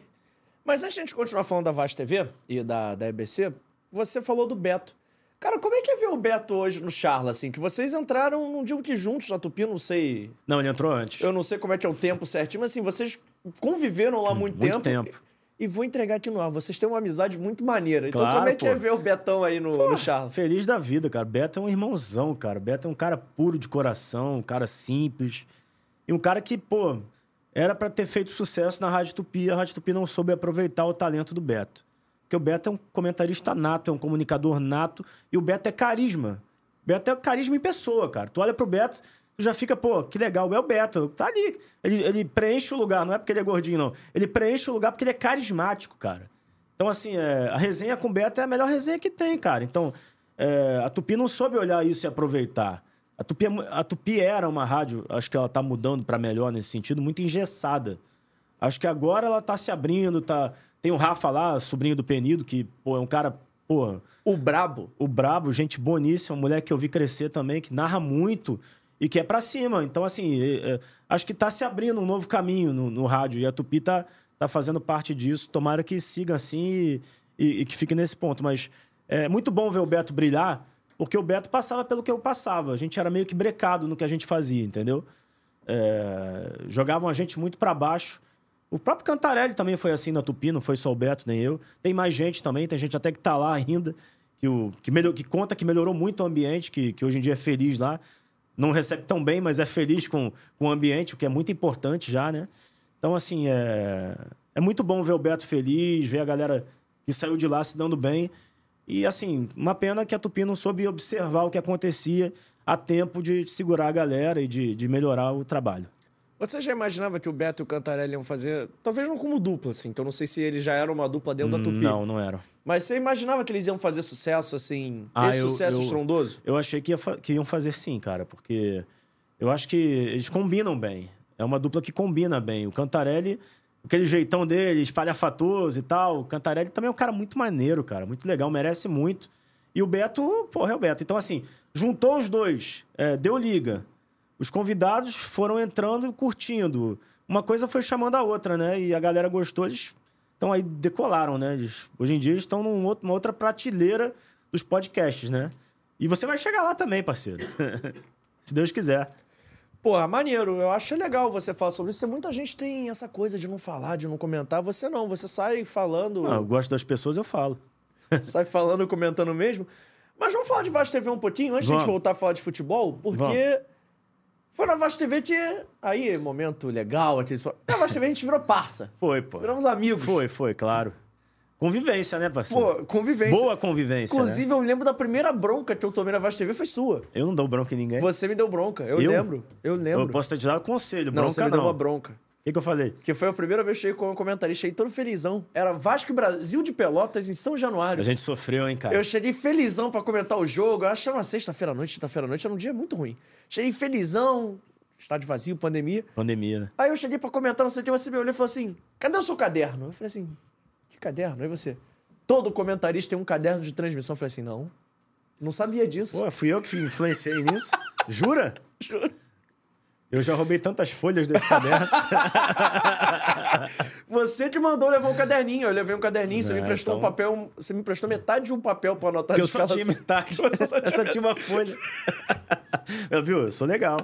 Mas antes de a gente continuar falando da Vasco TV e da, da EBC, você falou do Beto. Cara, como é que é ver o Beto hoje no Charla, assim? Que vocês entraram, não digo que juntos na Tupi, não sei Não, ele entrou antes. Eu não sei como é que é o tempo certinho, mas assim, vocês conviveram lá há muito, muito tempo. tempo. E vou entregar aqui no ar. Vocês têm uma amizade muito maneira. Então, Claro, como é que é pô. ver o Betão aí no, no Charla? Feliz da vida, cara. Beto é um irmãozão, cara. Beto é um cara puro de coração, um cara simples. E um cara que, pô, era pra ter feito sucesso na Rádio Tupi. A Rádio Tupi não soube aproveitar o talento do Beto. Porque o Beto é um comentarista nato, é um comunicador nato. E o Beto é carisma. O Beto é carisma em pessoa, cara. Tu olha pro Beto, tu já fica, pô, que legal, é o Beto. Tá ali. Ele, ele preenche o lugar, não é porque ele é gordinho, não. Ele preenche o lugar porque ele é carismático, cara. Então, assim, é, a resenha com o Beto é a melhor resenha que tem, cara. Então, é, a Tupi não soube olhar isso e aproveitar. A Tupi, é mu- a Tupi era uma rádio, acho que ela tá mudando pra melhor nesse sentido, muito engessada. Acho que agora ela tá se abrindo, tá... Tem o Rafa lá, sobrinho do Penido, que, pô, é um cara, pô, O brabo. o Brabo, gente boníssima, mulher que eu vi crescer também, que narra muito e que é pra cima. Então, assim, é, é, acho que tá se abrindo um novo caminho no, no rádio e a Tupi tá, tá fazendo parte disso. Tomara que siga assim e, e- e que fique nesse ponto. Mas é muito bom ver o Beto brilhar, porque o Beto passava pelo que eu passava. A gente era meio que brecado no que a gente fazia, entendeu? É, jogavam a gente muito pra baixo. O próprio Cantarelli também foi assim na Tupi, não foi só o Beto nem eu. Tem mais gente também, tem gente até que tá lá ainda, que, o, que, melhor, que conta que melhorou muito o ambiente, que, que hoje em dia é feliz lá. Não recebe tão bem, mas é feliz com, com o ambiente, o que é muito importante já, né? Então, assim, é, é muito bom ver o Beto feliz, ver a galera que saiu de lá se dando bem. E, assim, uma pena que a Tupi não soube observar o que acontecia a tempo de segurar a galera e de, de melhorar o trabalho. Você já imaginava que o Beto e o Cantarelli iam fazer, talvez não como dupla, assim, que eu não sei se eles já eram uma dupla dentro da Tupi. Não, não era. Mas você imaginava que eles iam fazer sucesso, assim, Ah, esse eu- sucesso eu- estrondoso? Eu achei que, ia fa- que iam fazer sim, cara, porque eu acho que eles combinam bem. É uma dupla que combina bem. O Cantarelli, aquele jeitão dele, espalhafatoso e tal. O Cantarelli também é um cara muito maneiro, cara, muito legal, merece muito. E o Beto, porra, é o Beto. Então, assim, juntou os dois, é, deu liga. Os convidados foram entrando e curtindo. Uma coisa foi chamando a outra, né? E a galera gostou, eles então aí decolaram, né? Eles- hoje em dia eles estão num outro- numa outra prateleira dos podcasts, né? E você vai chegar lá também, parceiro. Se Deus quiser. Porra, maneiro. Eu acho legal você falar sobre isso. Muita gente tem essa coisa de não falar, de não comentar. Você não, você sai falando. Ah, eu gosto das pessoas, eu falo. sai falando, comentando mesmo. Mas vamos falar de Vasco TV um pouquinho, antes de a gente Vamos. voltar a falar de futebol, porque Vamos. foi na Vasco TV que. Aí, momento legal, aqueles. Na Vasco TV a gente virou parça. Foi, pô. Viramos amigos. Foi, foi, claro. Convivência, né, parceiro? Pô, convivência. Boa convivência. Inclusive, né? eu lembro da primeira bronca que eu tomei na Vasco TV foi sua. Eu não dou bronca em ninguém. Você me deu bronca. Eu, Eu? lembro. Eu lembro. Eu posso te dar um conselho, Não, você bronca me deu não. uma O bronca. que, que eu falei? Que foi a primeira vez que eu cheguei como comentarista, cheguei todo felizão. Era Vasco e Brasil de Pelotas em São Januário. A gente sofreu, hein, cara. Eu cheguei felizão pra comentar o jogo. Eu acho que era uma sexta-feira à noite, sexta-feira à noite, era um dia muito ruim. Cheguei felizão, estádio vazio, pandemia. Pandemia, né? Aí eu cheguei pra comentar, não sei o que, você me olhou e falou assim: cadê o seu caderno? Eu falei assim: que caderno? Aí você, todo comentarista tem um caderno de transmissão. Eu falei assim: não, não sabia disso. Pô, fui eu que influenciei nisso? Jura? Juro. Eu já roubei tantas folhas desse caderno. Você te mandou levar um caderninho. Eu levei um caderninho, você me É, emprestou então- um papel, você me emprestou metade de um papel pra anotar Porque eu as só tinha escalas. metade. Você só Eu só tinha uma folha. Eu, viu? Eu sou legal.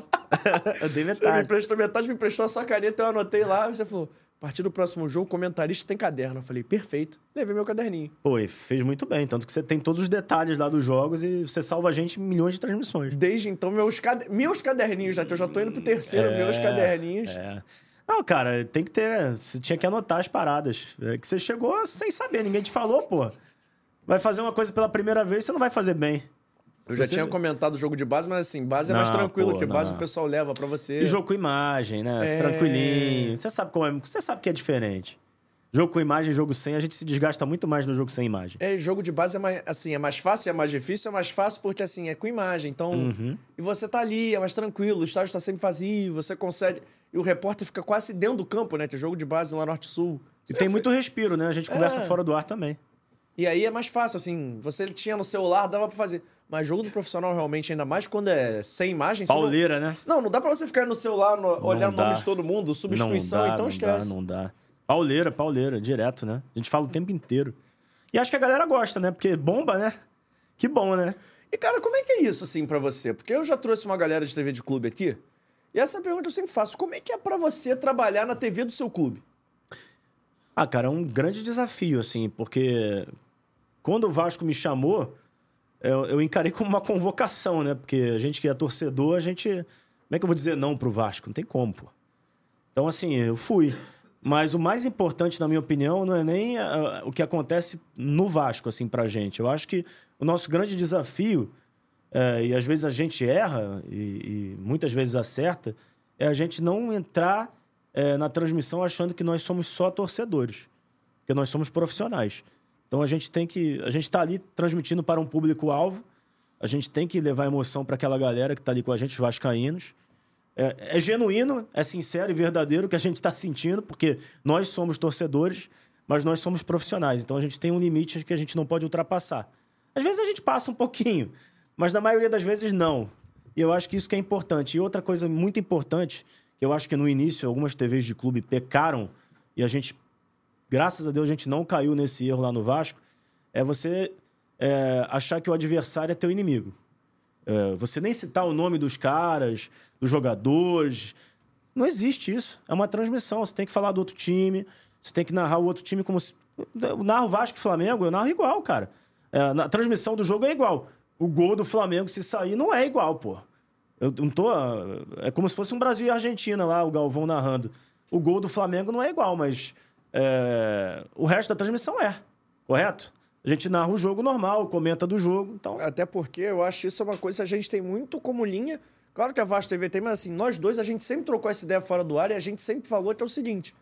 Eu Você me dei metade. emprestou metade, me emprestou a sua caneta, eu anotei lá. Você falou, a partir do próximo jogo, comentarista tem caderno. Eu falei, perfeito. Levei meu caderninho. Pô, e fez muito bem. Tanto que você tem todos os detalhes lá dos jogos e você salva a gente em milhões de transmissões. Desde então, meus, cade- meus caderninhos, né? Que eu já tô indo pro terceiro, meus caderninhos. É. Não, cara, tem que ter. né? Você tinha que anotar as paradas. É que você chegou sem saber, ninguém te falou, pô. Vai fazer uma coisa pela primeira vez, você não vai fazer bem. Eu já Você- tinha comentado o jogo de base, mas assim, base é mais Não, tranquilo, pô, que base não. o pessoal leva pra você. E jogo com imagem, né? É. Tranquilinho. Você sabe como é. Você sabe que é diferente. Jogo com imagem, jogo sem, a gente se desgasta muito mais no jogo sem imagem. É, jogo de base é mais, assim, é mais fácil, é mais difícil, é mais fácil porque assim, é com imagem. Então, Uhum. e você tá ali, é mais tranquilo, o estádio tá sempre vazio, você consegue. E o repórter fica quase dentro do campo, né? Que é jogo de base lá norte-sul. E tem muito respiro, né? A gente conversa É. fora do ar também. E aí é mais fácil, assim, você tinha no celular, dava pra fazer. Mas jogo do profissional realmente, ainda mais quando é sem imagem, você não- Pauleira, né? Não, não dá pra você ficar no celular, no- olhar o dá. nome de todo mundo, substituição, não dá, então não esquece. Dá, não dá. Pauleira, pauleira, direto, né? A gente fala o tempo inteiro. E acho que a galera gosta, né? Porque bomba, né? Que bom, né? E, cara, como é que é isso, assim, pra você? Porque eu já trouxe uma galera de TV de clube aqui, e essa pergunta eu sempre faço: como é que é pra você trabalhar na TV do seu clube? Ah, cara, é um grande desafio, assim, porque quando o Vasco me chamou, eu, eu encarei como uma convocação, né? Porque a gente que é torcedor, a gente. Como é que eu vou dizer não pro Vasco? Não tem como, pô. Então, assim, eu fui. Mas o mais importante, na minha opinião, não é nem ah, o que acontece no Vasco, assim, pra gente. Eu acho que o nosso grande desafio, eh, e às vezes a gente erra, e, e muitas vezes acerta, é a gente não entrar eh, na transmissão achando que nós somos só torcedores. Porque nós somos profissionais. Então a gente tem que. A gente tá ali transmitindo para um público-alvo. A gente tem que levar emoção para aquela galera que tá ali com a gente, os Vascaínos. É, é genuíno, é sincero e verdadeiro o que a gente está sentindo, porque nós somos torcedores, mas nós somos profissionais. Então a gente tem um limite que a gente não pode ultrapassar. Às vezes a gente passa um pouquinho, mas na maioria das vezes não. E eu acho que isso que é importante. E outra coisa muito importante, que eu acho que no início algumas TVs de clube pecaram, e a gente, graças a Deus, a gente não caiu nesse erro lá no Vasco, é você é, achar que o adversário é teu inimigo. É, você nem citar o nome dos caras, dos jogadores. Não existe isso. É uma transmissão. Você tem que falar do outro time, você tem que narrar o outro time como se. Eu narro Vasco e Flamengo, eu narro igual, cara. É, na a transmissão do jogo é igual. O gol do Flamengo, se sair, não é igual, pô. Eu não tô. É como se fosse um Brasil e Argentina lá, o Galvão narrando. O gol do Flamengo não é igual, mas é, o resto da transmissão é, correto? A gente narra o jogo normal, comenta do jogo, então Até porque eu acho isso é uma coisa que a gente tem muito como linha. Claro que a Vasco TV tem, mas assim, nós dois a gente sempre trocou essa ideia fora do ar e a gente sempre falou que é o seguinte: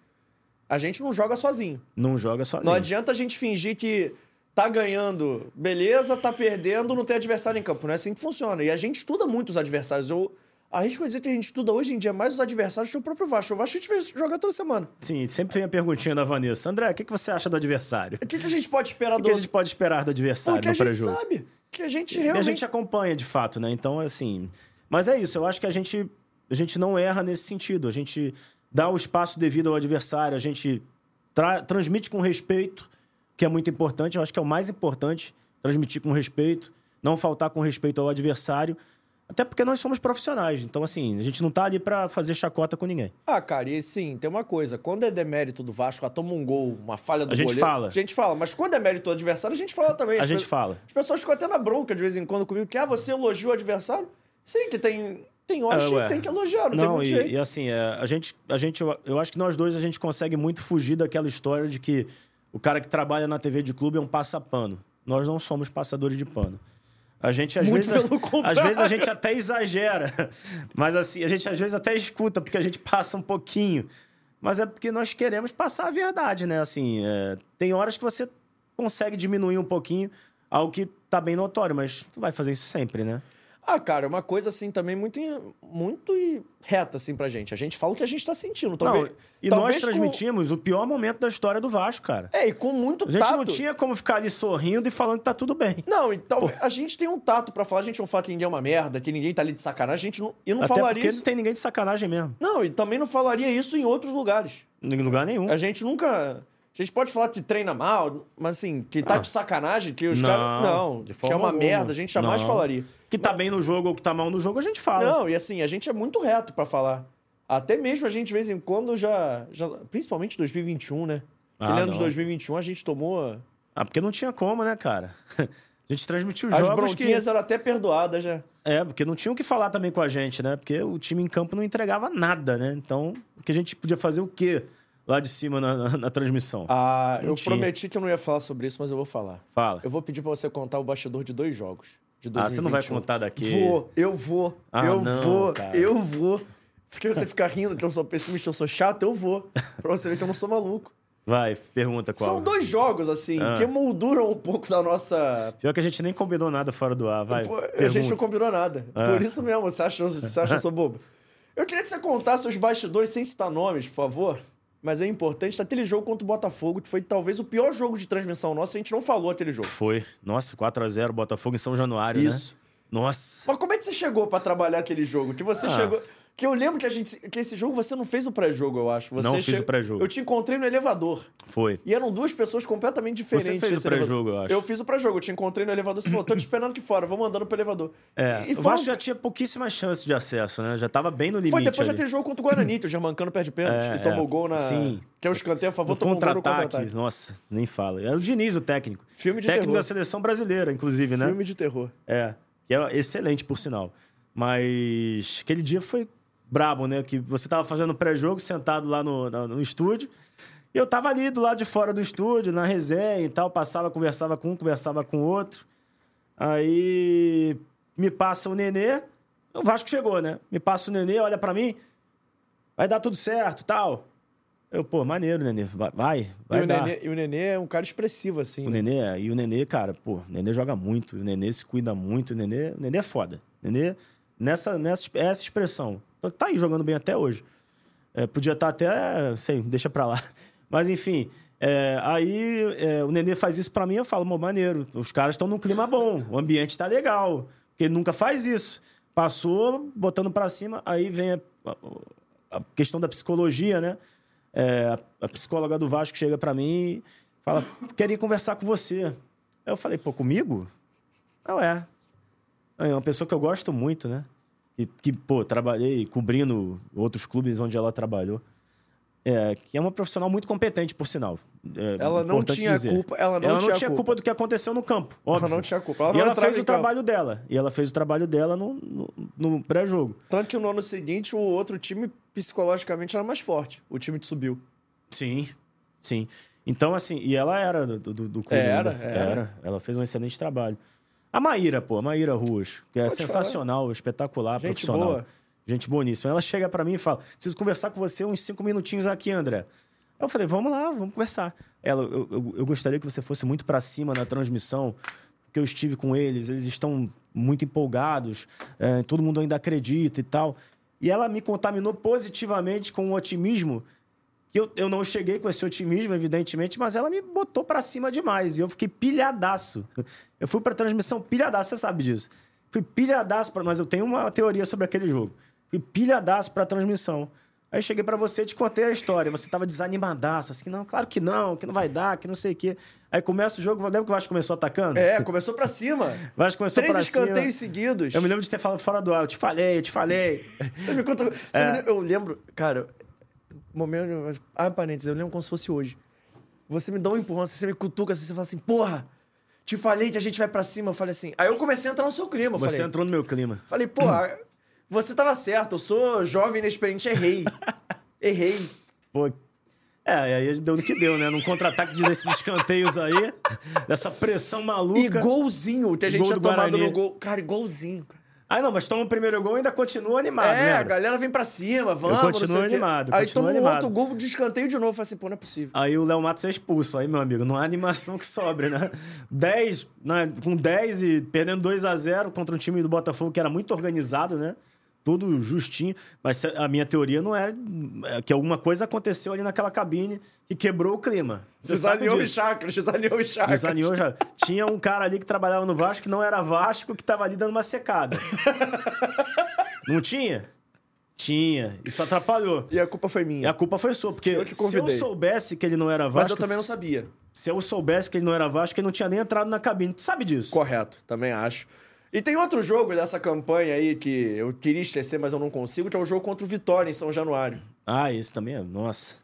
a gente não joga sozinho. não joga sozinho. Não adianta a gente fingir que tá ganhando, beleza, tá perdendo, não tem adversário em campo. Não é assim que funciona. E a gente estuda muito os adversários. Eu arrisco a dizer que a gente estuda hoje em dia mais os adversários que o próprio Vasco. O Vasco a gente joga toda semana. Sim, sempre vem a perguntinha da Vanessa. André, o que, que você acha do adversário? O que, que a gente pode esperar O do que a gente pode esperar do adversário Porque a no gente pré-jogo? sabe. Que a gente E a realmente. gente acompanha, de fato, né? Então, assim... Mas é isso, eu acho que a gente, a gente não erra nesse sentido. A gente dá o espaço devido ao adversário, a gente tra- transmite com respeito, que é muito importante. Eu acho que é o mais importante, transmitir com respeito, não faltar com respeito ao adversário. Até porque nós somos profissionais, então, assim, a gente não tá ali pra fazer chacota com ninguém. Ah, cara, e sim, tem uma coisa. Quando é demérito do Vasco, ah, toma um gol, uma falha do A gente goleiro, fala. A gente fala. Mas quando é mérito do adversário, a gente fala também. A As gente pe- fala. As pessoas ficam até na bronca de vez em quando comigo, que, ah, você elogia o adversário? Sim, que tem, tem horas Ah, que ué. tem que elogiar, não, tem Não, muito e, jeito. e assim, é, a gente, a gente, eu, eu acho que nós dois a gente consegue muito fugir daquela história de que o cara que trabalha na TV de clube é um passapano. Nós não somos passadores de pano. A gente, às Muito vezes, pelo às contrário. vezes a gente até exagera, mas assim, a gente às vezes até escuta, porque a gente passa um pouquinho. Mas é porque nós queremos passar a verdade, né? Assim, é, tem horas que você consegue diminuir um pouquinho algo que tá bem notório, mas tu vai fazer isso sempre, né? Ah, cara, é uma coisa assim também muito, em- muito e reta assim pra gente. A gente fala o que a gente tá sentindo. Talvez, Não, e talvez nós com- transmitimos o pior momento da história do Vasco, cara. É, e com muito A gente tato. não tinha como ficar ali sorrindo e falando que tá tudo bem. Não, então a gente tem um tato pra falar, a gente não fala que ninguém é uma merda, que ninguém tá ali de sacanagem, a gente não, eu não Até falaria porque isso. não tem ninguém de sacanagem mesmo. Não, e também não falaria isso em outros lugares. Em lugar nenhum. A gente nunca. A gente pode falar que treina mal, mas assim, que tá de sacanagem, que os Ah. Não, caras. Não, de que forma é uma alguma. merda, a gente jamais Não. falaria. Que tá bem no jogo ou que tá mal no jogo, a gente fala. Não, e assim, a gente é muito reto pra falar. Até mesmo a gente, de vez em quando, já. já principalmente 2021, né? Aquele Ah, ano de não. 2021 a gente tomou. Ah, porque não tinha como, né, cara? A gente transmitiu os As jogos que... bronquinhas eram até perdoadas, né? É, porque não tinham o que falar também com a gente, né? Porque o time em campo não entregava nada, né? Então, o que a gente podia fazer o quê lá de cima na, na- na transmissão? Ah, Não eu tinha. prometi que eu não ia falar sobre isso, mas eu vou falar. Fala. Eu vou pedir pra você contar o bastidor de dois jogos. De Ah, você não vai 2021. contar daqui. Vou, eu vou, Ah, eu não, vou, cara. eu vou. Porque você fica rindo que eu sou pessimista, eu sou chato, eu vou. Pra você ver que eu não sou maluco. Vai, pergunta qual. Ah. São dois jogos, assim, que molduram um pouco da nossa. Pior que a gente nem combinou nada fora do ar, vai. Ah. Pô, a pergunta. gente não combinou nada. Por isso mesmo, você acha, você acha que eu sou bobo? Eu queria que você contasse os bastidores sem citar nomes, por favor. Mas é importante, daquele jogo contra o Botafogo, que foi talvez o pior jogo de transmissão nossa, a gente não falou aquele jogo. Foi. Nossa, 4x0 Botafogo em São Januário, Isso. né? Nossa. Mas como é que você chegou pra trabalhar aquele jogo? Que você Ah. chegou. Que eu lembro que a gente. Que esse jogo você não fez o pré-jogo, eu acho. Você Não fiz che- o pré-jogo. Eu te encontrei no elevador. Foi. E eram duas pessoas completamente diferentes. fez o esse elevador. pré-jogo, eu acho. Eu fiz o pré-jogo, eu te encontrei no elevador, você falou, tô te esperando aqui fora, vou mandando pro elevador. É, e o foram- Vasco já tinha pouquíssimas chances de acesso, né? Já tava bem no limite. Foi depois ali. daquele jogo contra o Guarani, que o Germancano perde pênalti É, e tomou é. gol na. Sim. Que é o escanteio a favor, No tomou um gol no contra-ataque. contra-ataque. Nossa, nem fala. Era o Diniz, o técnico. Filme de técnico terror. da seleção brasileira, inclusive, né? Filme de terror. É. Que é excelente, por sinal. Mas aquele dia foi brabo, né? Que você tava fazendo pré-jogo sentado lá no, na- no estúdio. E eu tava ali do lado de fora do estúdio, na resenha e tal. Passava, conversava com um, conversava com outro. Aí me passa o Nenê. O Vasco chegou, né? Me passa o Nenê, olha pra mim. Vai dar tudo certo, tal. Eu, pô, maneiro, Nenê. Vai, vai, E vai o, dar. Nenê, e o Nenê é um cara expressivo, assim. O né? Nenê, é- e o Nenê, cara, pô, o Nenê joga muito, o Nenê se cuida muito, o Nenê, o Nenê é foda. O Nenê, nessa, nessa essa expressão, tá aí jogando bem até hoje. É, podia estar até, sei, deixa pra lá. Mas enfim, é, aí é, o Nenê faz isso pra mim, eu falo, mô, maneiro, os caras estão num clima bom, o ambiente tá legal, porque ele nunca faz isso. Passou, botando pra cima, aí vem a, a- a questão da psicologia, né? É, a psicóloga do Vasco chega pra mim e fala: queria conversar com você. Aí eu falei: pô, comigo? Não é. É uma pessoa que eu gosto muito, né? E que, pô, trabalhei cobrindo outros clubes onde ela trabalhou. É, que é uma profissional muito competente, por sinal. É Ela não importante tinha dizer. culpa. Ela não, Ela tinha, culpa. do que aconteceu no campo. Óbvio. Ela não tinha culpa. Ela e não ela entrava fez em o campo. trabalho dela. E ela fez o trabalho dela no, no- no pré-jogo. Tanto que no ano seguinte, o outro time, psicologicamente, era mais forte. O time que subiu. Sim, sim. Então, assim, e ela era do, do, do clube. Era, né? era. Ela fez um excelente trabalho. A Maíra, pô, a Maíra Ruas, que é Pode sensacional, espetacular, Gente profissional. boa. Gente boníssima. Ela chega pra mim e fala: preciso conversar com você uns cinco minutinhos aqui, André. Eu falei, vamos lá, vamos conversar. Ela, eu, eu, eu gostaria que você fosse muito pra cima na transmissão, porque eu estive com eles, eles estão muito empolgados, é, todo mundo ainda acredita e tal. E ela me contaminou positivamente com um otimismo que eu, eu não cheguei com esse otimismo, evidentemente, mas ela me botou pra cima demais. E eu fiquei pilhadaço. Eu fui pra transmissão pilhadaço, você sabe disso. Fui pilhadaço, pra, mas eu tenho uma teoria sobre aquele jogo. Fui pilhadaço pra transmissão. Aí cheguei pra você e te contei a história. Você tava desanimadaço, assim, não, claro que não, que não vai dar, que não sei o quê. Aí começa o jogo, lembra que o Vasco começou atacando? É, começou pra cima. O Vasco começou Três pra cima. escanteios seguidos. Eu me lembro de ter falado fora do ar, eu te falei, eu te falei. Você me conta. você É. me deu- eu lembro, cara, momento. Ah, parênteses, eu lembro como se fosse hoje. Você me dá um empurrão, assim, você me cutuca, assim, você fala assim, porra, te falei que a gente vai pra cima. Eu falei assim. Aí eu comecei a entrar no seu clima. eu Você falei, entrou no meu clima. falei, porra, você tava certo, eu sou jovem, inexperiente, errei. errei. Pô. É, e aí deu no que deu, né? Num contra-ataque de- desses escanteios aí, dessa pressão E maluca. golzinho, que a gente Gol tinha do tomado Guarani. no gol. Cara, golzinho. cara. Ah, não, mas toma o primeiro gol e ainda continua animado, é, a né? galera vem pra cima, vamos. não continuo sei o quê. animado, Aí continuo toma um animado. outro gol de escanteio de novo. Eu Falei assim, pô, não é possível. Aí o Léo Matos é expulso. Aí, meu amigo, não há animação que sobre, né? 10, né? com 10 e perdendo 2 a 0 contra um time do Botafogo que era muito organizado, né? Todo justinho. Mas se- a minha teoria não era é que alguma coisa aconteceu ali naquela cabine que quebrou o clima. Você sabe Desalinhou os disso. chakras, desalinhou os chakras. Desalinhou já. Tinha um cara ali que trabalhava no Vasco que não era Vasco, que tava ali dando uma secada. não tinha? Tinha. Isso atrapalhou. E a culpa foi E minha. a culpa foi sua, porque Eu que se eu convidei. soubesse que ele não era Mas Vasco, eu também não sabia. se eu soubesse que ele não era Vasco, ele não tinha nem entrado na cabine. Tu sabe disso? Correto, também acho. E tem outro jogo dessa campanha aí que eu queria esquecer, mas eu não consigo, que é o jogo contra o Vitória em São Januário. Ah, esse também é. Nossa.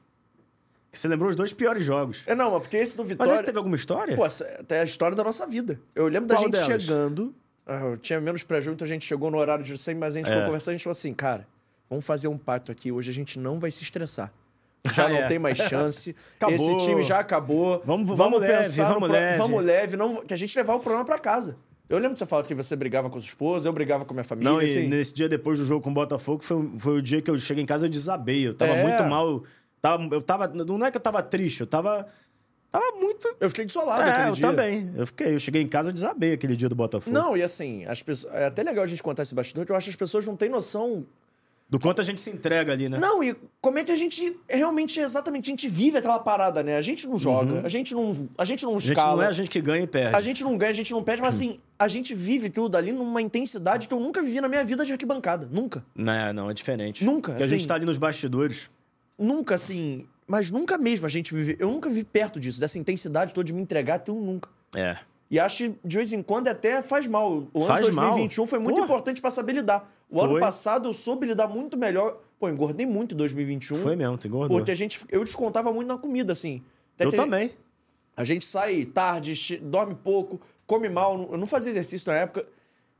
Você lembrou os dois piores jogos. É não, mas porque esse do Mas Vitória. esse teve alguma história? Pô, essa- até a história da nossa vida. Eu lembro da É. Qual gente delas? chegando. ah, eu tinha menos pré-jogo, então a gente chegou no horário de sempre, mas a gente É. foi conversar, a gente falou assim, cara, vamos fazer um pacto aqui, hoje a gente não vai se estressar. Já Ah, não é. tem mais chance. Acabou. Esse time já acabou. Vamos- vamos leve, no vamos pro- leve. Vamos leve, não, que a gente levar o programa pra casa. Eu lembro de você falar que você brigava com sua esposa, eu brigava com minha família. Não, e assim. nesse dia depois do jogo com o Botafogo, foi, um- foi o dia que eu cheguei em casa e eu desabei. Eu tava É. muito mal. Tava, eu tava. Não é que eu tava triste, eu tava. Tava muito. Eu fiquei desolado É, aquele eu dia. também. Eu fiquei. Eu cheguei em casa e eu desabei aquele dia do Botafogo. Não, e assim, as pessoas, é até legal a gente contar esse bastidor, que eu acho que as pessoas não têm noção Do quanto a gente se entrega ali, né? Não, e como é que a gente realmente, exatamente, a gente vive aquela parada, né? A gente não joga, a gente não, a gente não Uhum. a gente escala, não é a gente que ganha e perde. a gente não ganha, a gente não perde, mas assim, a gente vive tudo ali numa intensidade que eu nunca vivi na minha vida de arquibancada. Nunca. Não, não, é diferente. Nunca, Porque assim. a gente tá ali nos bastidores. Nunca, assim. Mas nunca mesmo a gente vive. Eu nunca vi perto disso, dessa intensidade toda de me entregar aquilo nunca. É. E acho que de vez em quando até faz mal. O ano Faz de 2021 mal. foi muito Porra. importante pra saber lidar. O Foi. ano passado eu soube lidar muito melhor. Pô, engordei muito em 2021. Foi mesmo, tu engordou. Porque a gente, eu descontava muito na comida, assim. Até Eu que também. A gente sai tarde, che- dorme pouco, come mal. Eu não fazia exercício na época.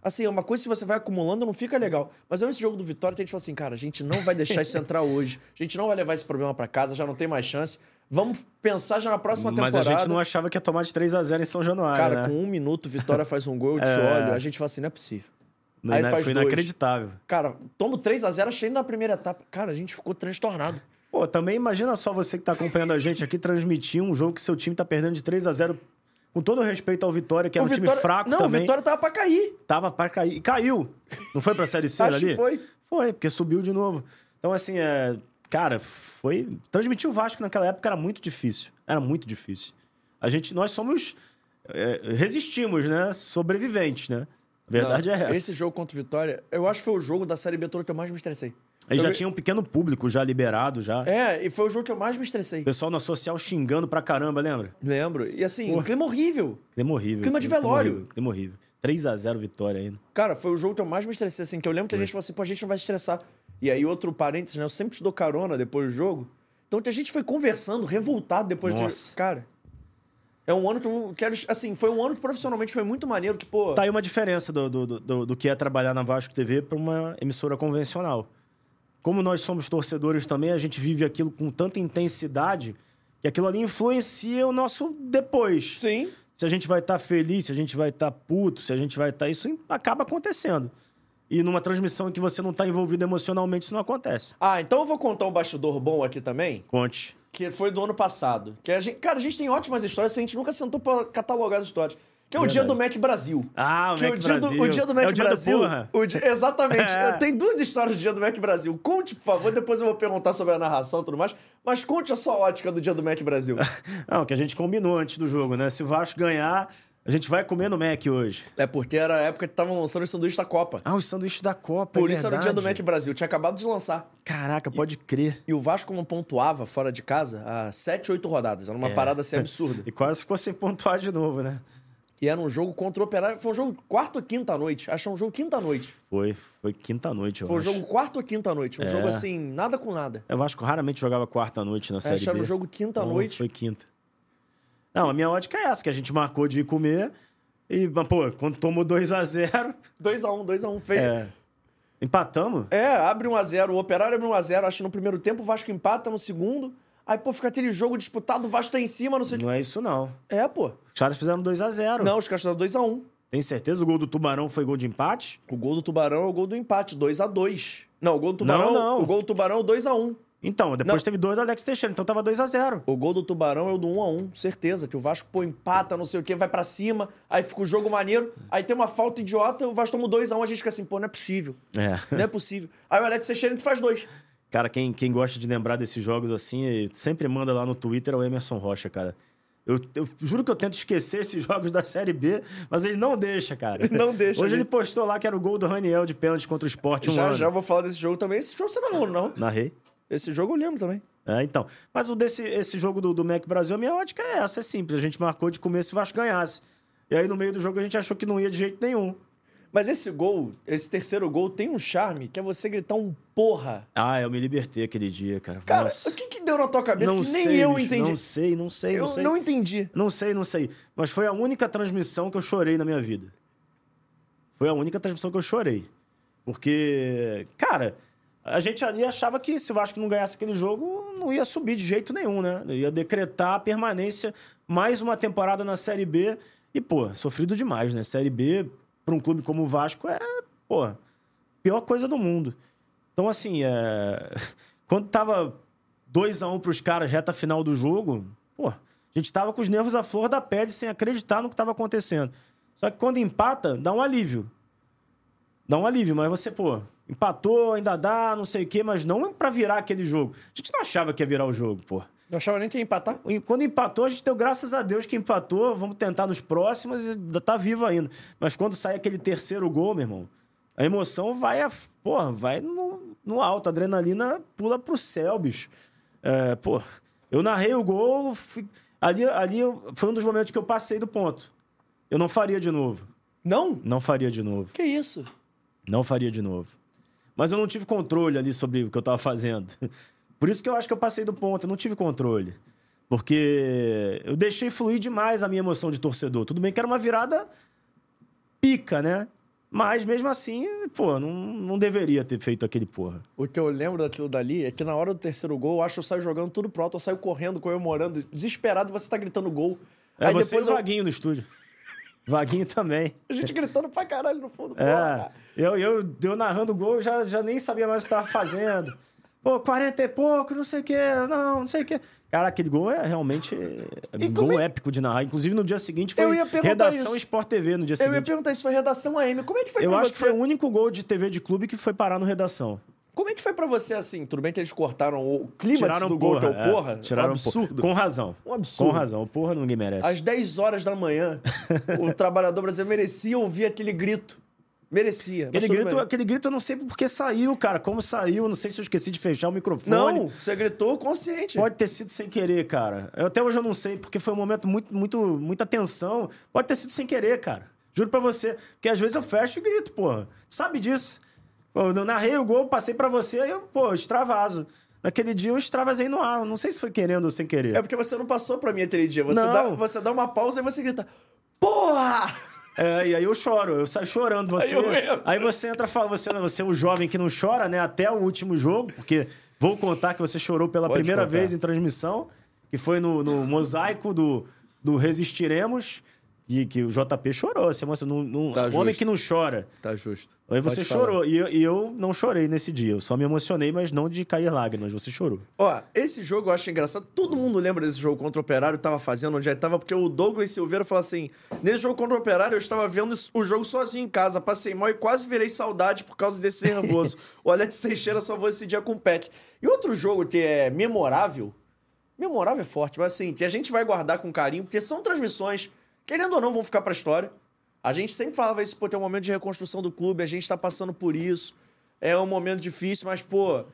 Assim, é uma coisa que você vai acumulando, não fica legal. Mas mesmo esse jogo do Vitória, tem gente que fala assim, cara, a gente não vai deixar isso entrar hoje. A gente não vai levar esse problema pra casa, já não tem mais chance. Vamos pensar já na próxima Mas temporada. a gente não achava que ia tomar de 3x0 em São Januário, Cara, né? com um minuto, Vitória faz um gol, eu te olho. A gente fala assim, não é possível. Não, aí né? faz Foi dois. inacreditável. Cara, tomo 3x0, achei na primeira etapa. Cara, a gente ficou transtornado. Pô, também imagina só você que tá acompanhando a gente aqui transmitir um jogo que seu time tá perdendo de 3x0. Com todo o respeito ao Vitória, que era O um time Vitória- fraco não, também. o Vitória tava pra cair. Tava pra cair. E caiu. Não foi pra Série C Acho ali? que foi. Foi, porque subiu de novo. Então, assim, é... cara, foi. Transmitir o Vasco naquela época era muito difícil. Era muito difícil. A gente, nós somos. é, resistimos, né? Sobreviventes, né? A verdade é essa. Esse jogo contra o Vitória, eu acho que foi o jogo da Série B toda que eu mais me estressei. Aí eu já vi- tinha um pequeno público já liberado, já. É, e foi o jogo que eu mais me estressei. O pessoal na social xingando pra caramba, lembra? Lembro. E assim, um clima horrível. Clima horrível. Clima de velório. horrível, Clima horrível. 3x0 vitória ainda. Cara, foi o jogo que eu mais me estressei, assim, que eu lembro que a gente falou assim, pô, a gente não vai se estressar. E aí, outro parênteses, né? Eu sempre te dou carona depois do jogo. Então, a gente foi conversando, revoltado depois Nossa. de... Cara, é um ano que eu quero... Assim, foi um ano que profissionalmente foi muito maneiro, que, pô... Tá aí uma diferença do, do, do- do, do que é trabalhar na Vasco TV para uma emissora convencional. Como nós somos torcedores também, a gente vive aquilo com tanta intensidade que aquilo ali influencia o nosso depois. Sim. Se a gente vai estar feliz, se a gente vai estar puto, se a gente vai estar. Isso acaba acontecendo. E numa transmissão em que você não está envolvido emocionalmente, isso não acontece. Ah, então eu vou contar um bastidor bom aqui também, Conte. que foi do ano passado. Que a gente, cara, a gente tem ótimas histórias, a gente nunca sentou pra catalogar as histórias. Que é o dia do Verdade. Mac Brasil. Ah, o Que Mac dia do- Brasil. o dia do É Mac o dia do Brasil. porra. o dia- exatamente. É. Eu tenho duas histórias do dia do Mac Brasil. Conte, por favor, depois eu vou perguntar sobre a narração e tudo mais. Mas conte a sua ótica do dia do Mac Brasil. Não, que a gente combinou antes do jogo, né? Se o Vasco ganhar, a gente vai comer no Mac hoje. é porque era a época que estavam lançando o sanduíche da Copa. Ah, o sanduíche da Copa. Por é isso era o dia do Mac verdade. Brasil. Tinha acabado de lançar. Caraca, pode crer. E o Vasco não pontuava fora de casa há sete, oito rodadas. Era É, uma parada assim absurda. E quase ficou sem pontuar de novo, né? E era um jogo contra o Operário. Foi um jogo quarta ou quinta à noite. Acho que é um jogo quinta à noite. Foi, foi quinta-noite, eu Foi um acho. jogo quarta ou quinta à noite. Um jogo É. assim, nada com nada. Eu acho que raramente jogava quarta-noite na Série acho que era B. um jogo Então, quinta-noite. Foi quinta. Não, a minha ótica é essa, que a gente marcou de ir comer e, mas, pô, quando tomou 2x0, 2x1, 2x1 feio. É. é, empatamos. abre 1x0. O Operário abre 1x0. Acho que no primeiro tempo o Vasco empata no segundo. Aí, pô, fica aquele jogo disputado. O Vasco tá em cima, não sei o Não é isso, não. que. É, pô. Os caras fizeram 2x0. Não, os caras tá estão 2x1. Tem certeza? O gol do Tubarão foi gol de empate? O gol do Tubarão é o gol do empate, 2x2. Não, o gol do Tubarão. Não, não. O gol do Tubarão é o 2x1. Então, depois Não. teve dois do Alex Teixeira, então tava 2x0. O gol do Tubarão é o do 1 a 1 certeza. Que o Vasco, pô, empata, não sei o quê, vai pra cima, aí fica o jogo maneiro, aí tem uma falta idiota, o Vasco toma o 2 a 1 a gente fica assim, pô, não é possível. É. Não é possível. Aí o Alex Seixeira entra e faz dois. Cara, quem, quem gosta de lembrar desses jogos assim, eh, sempre manda lá no Twitter é o Emerson Rocha, cara. Eu, eu juro que eu tento esquecer esses jogos da Série B, mas ele não deixa, cara. Não deixa, Hoje né? ele postou lá que era o gol do Raniel de pênalti contra o Sport um já, ano. já vou falar desse jogo também. Esse jogo você não narrou, não. Narrei. Esse jogo eu lembro também. É, então. Mas o desse, esse jogo do, do Mac Brasil, a minha ótica é essa, é simples. A gente marcou de comer se o Vasco ganhasse. E aí no meio do jogo a gente achou que não ia de jeito nenhum. Mas esse gol, esse terceiro gol, tem um charme que é você gritar um porra. Ah, eu me libertei aquele dia, cara. Cara, Nossa. o que que deu na tua cabeça? não Nem sei, eu bicho, entendi. Não sei, não sei, eu não sei. não entendi. Não sei, não sei. Mas foi a única transmissão que eu chorei na minha vida. Foi a única transmissão que eu chorei. Porque, cara, a gente ali achava que se o Vasco não ganhasse aquele jogo, não ia subir de jeito nenhum, né? Ia decretar a permanência mais uma temporada na Série B. E, pô, sofrido demais, né? Série B, pra um clube como o Vasco, é, pô, a pior coisa do mundo. Então, assim, é... quando tava 2x1 pros caras, reta final do jogo, pô, a gente tava com os nervos à flor da pele, sem acreditar no que tava acontecendo. Só que quando empata, dá um alívio. Dá um alívio, mas você, pô, empatou, ainda dá, não sei o quê, mas não é pra virar aquele jogo. A gente não achava que ia virar o jogo, pô. Não achava nem que ia empatar. E Quando empatou, a gente deu graças a Deus que empatou. Vamos tentar nos próximos e ainda tá vivo ainda. Mas quando sai aquele terceiro gol, meu irmão, a emoção vai, a, porra, vai no, no alto. A adrenalina pula pro céu, bicho. É, pô, eu narrei o gol. fui- ali, ali eu- foi um dos momentos que eu passei do ponto. Eu não faria de novo. Não? Não faria de novo. Que isso? Não faria de novo. Mas eu não tive controle ali sobre o que eu tava fazendo. Por isso que eu acho que eu passei do ponto, eu não tive controle. Porque eu deixei fluir demais a minha emoção de torcedor. Tudo bem que era uma virada pica, né? Mas mesmo assim, pô, não, não deveria ter feito aquele porra. O que eu lembro daquilo dali é que na hora do terceiro gol, eu acho que eu saio jogando tudo pro alto, eu saio correndo, comemorando, desesperado, você tá gritando gol. É, Aí você e depois o eu- Vaguinho no estúdio. Vaguinho também. a gente gritando pra caralho no fundo. É, porra. eu, eu, eu narrando o gol, eu já, já nem sabia mais o que tava fazendo. Pô, 40 e pouco, não sei o quê, não, não sei o quê. Cara, aquele gol é realmente é um como gol é- épico de narrar. Inclusive, no dia seguinte foi Eu ia perguntar redação isso. Sport TV no dia Eu ia seguinte. perguntar isso, foi redação AM. Como é que foi Eu pra acho você? que foi um- o único gol de TV de clube que foi parar no redação. Como é que foi pra você assim? Tudo bem que eles cortaram o clima Tiraram do gol, porra, que é o porra. É, tiraram um porra. absurdo. Com razão. Um absurdo. Com razão. O porra ninguém merece. Às 10 horas da manhã, o trabalhador brasileiro merecia ouvir aquele grito. Merecia. mas Aquele tudo grito, bem. aquele grito eu não sei porque saiu, cara. Como saiu, não sei se eu esqueci de fechar o microfone. Não, você gritou consciente. Pode ter sido sem querer, cara. Eu, até hoje eu não sei, porque foi um momento muito, muito, muita tensão. Pode ter sido sem querer, cara. Juro pra você. Porque às vezes eu fecho e grito, porra. Sabe disso. Pô, eu narrei o gol, passei pra você, aí eu, pô, extravaso. Naquele dia eu extravasei no ar. Eu Não sei se foi querendo ou sem querer. É porque você não passou pra mim aquele dia. Você, Não. dá, você dá uma pausa e você grita: Porra! É, e aí eu choro, eu saio chorando. Você, eu entro. aí você entra e fala, você, você é um jovem que não chora, né? Até o último jogo, porque vou contar que você chorou pela Pode primeira contar. vez em transmissão, que foi no, no mosaico do, do Resistiremos, e que o JP chorou. Você não, não, Tá um homem justo. que não chora. Tá justo. Aí você chorou, e eu, e eu não chorei nesse dia. Eu só me emocionei, mas não de cair lágrimas. Você chorou. Ó, esse jogo eu acho engraçado. Todo mundo lembra desse jogo contra o Operário, tava fazendo onde aí tava, porque o Douglas Silveira falou assim: nesse jogo contra o Operário, eu estava vendo o jogo sozinho em casa, passei mal e quase virei saudade por causa desse nervoso. o Alex Teixeira salvou esse dia com o Peck. E outro jogo que é memorável, memorável é forte, mas assim, que a gente vai guardar com carinho, porque são transmissões, querendo ou não, vão ficar pra história. A gente sempre falava isso, pô, tem um momento de reconstrução do clube, a gente tá passando por isso. É um momento difícil, mas, pô,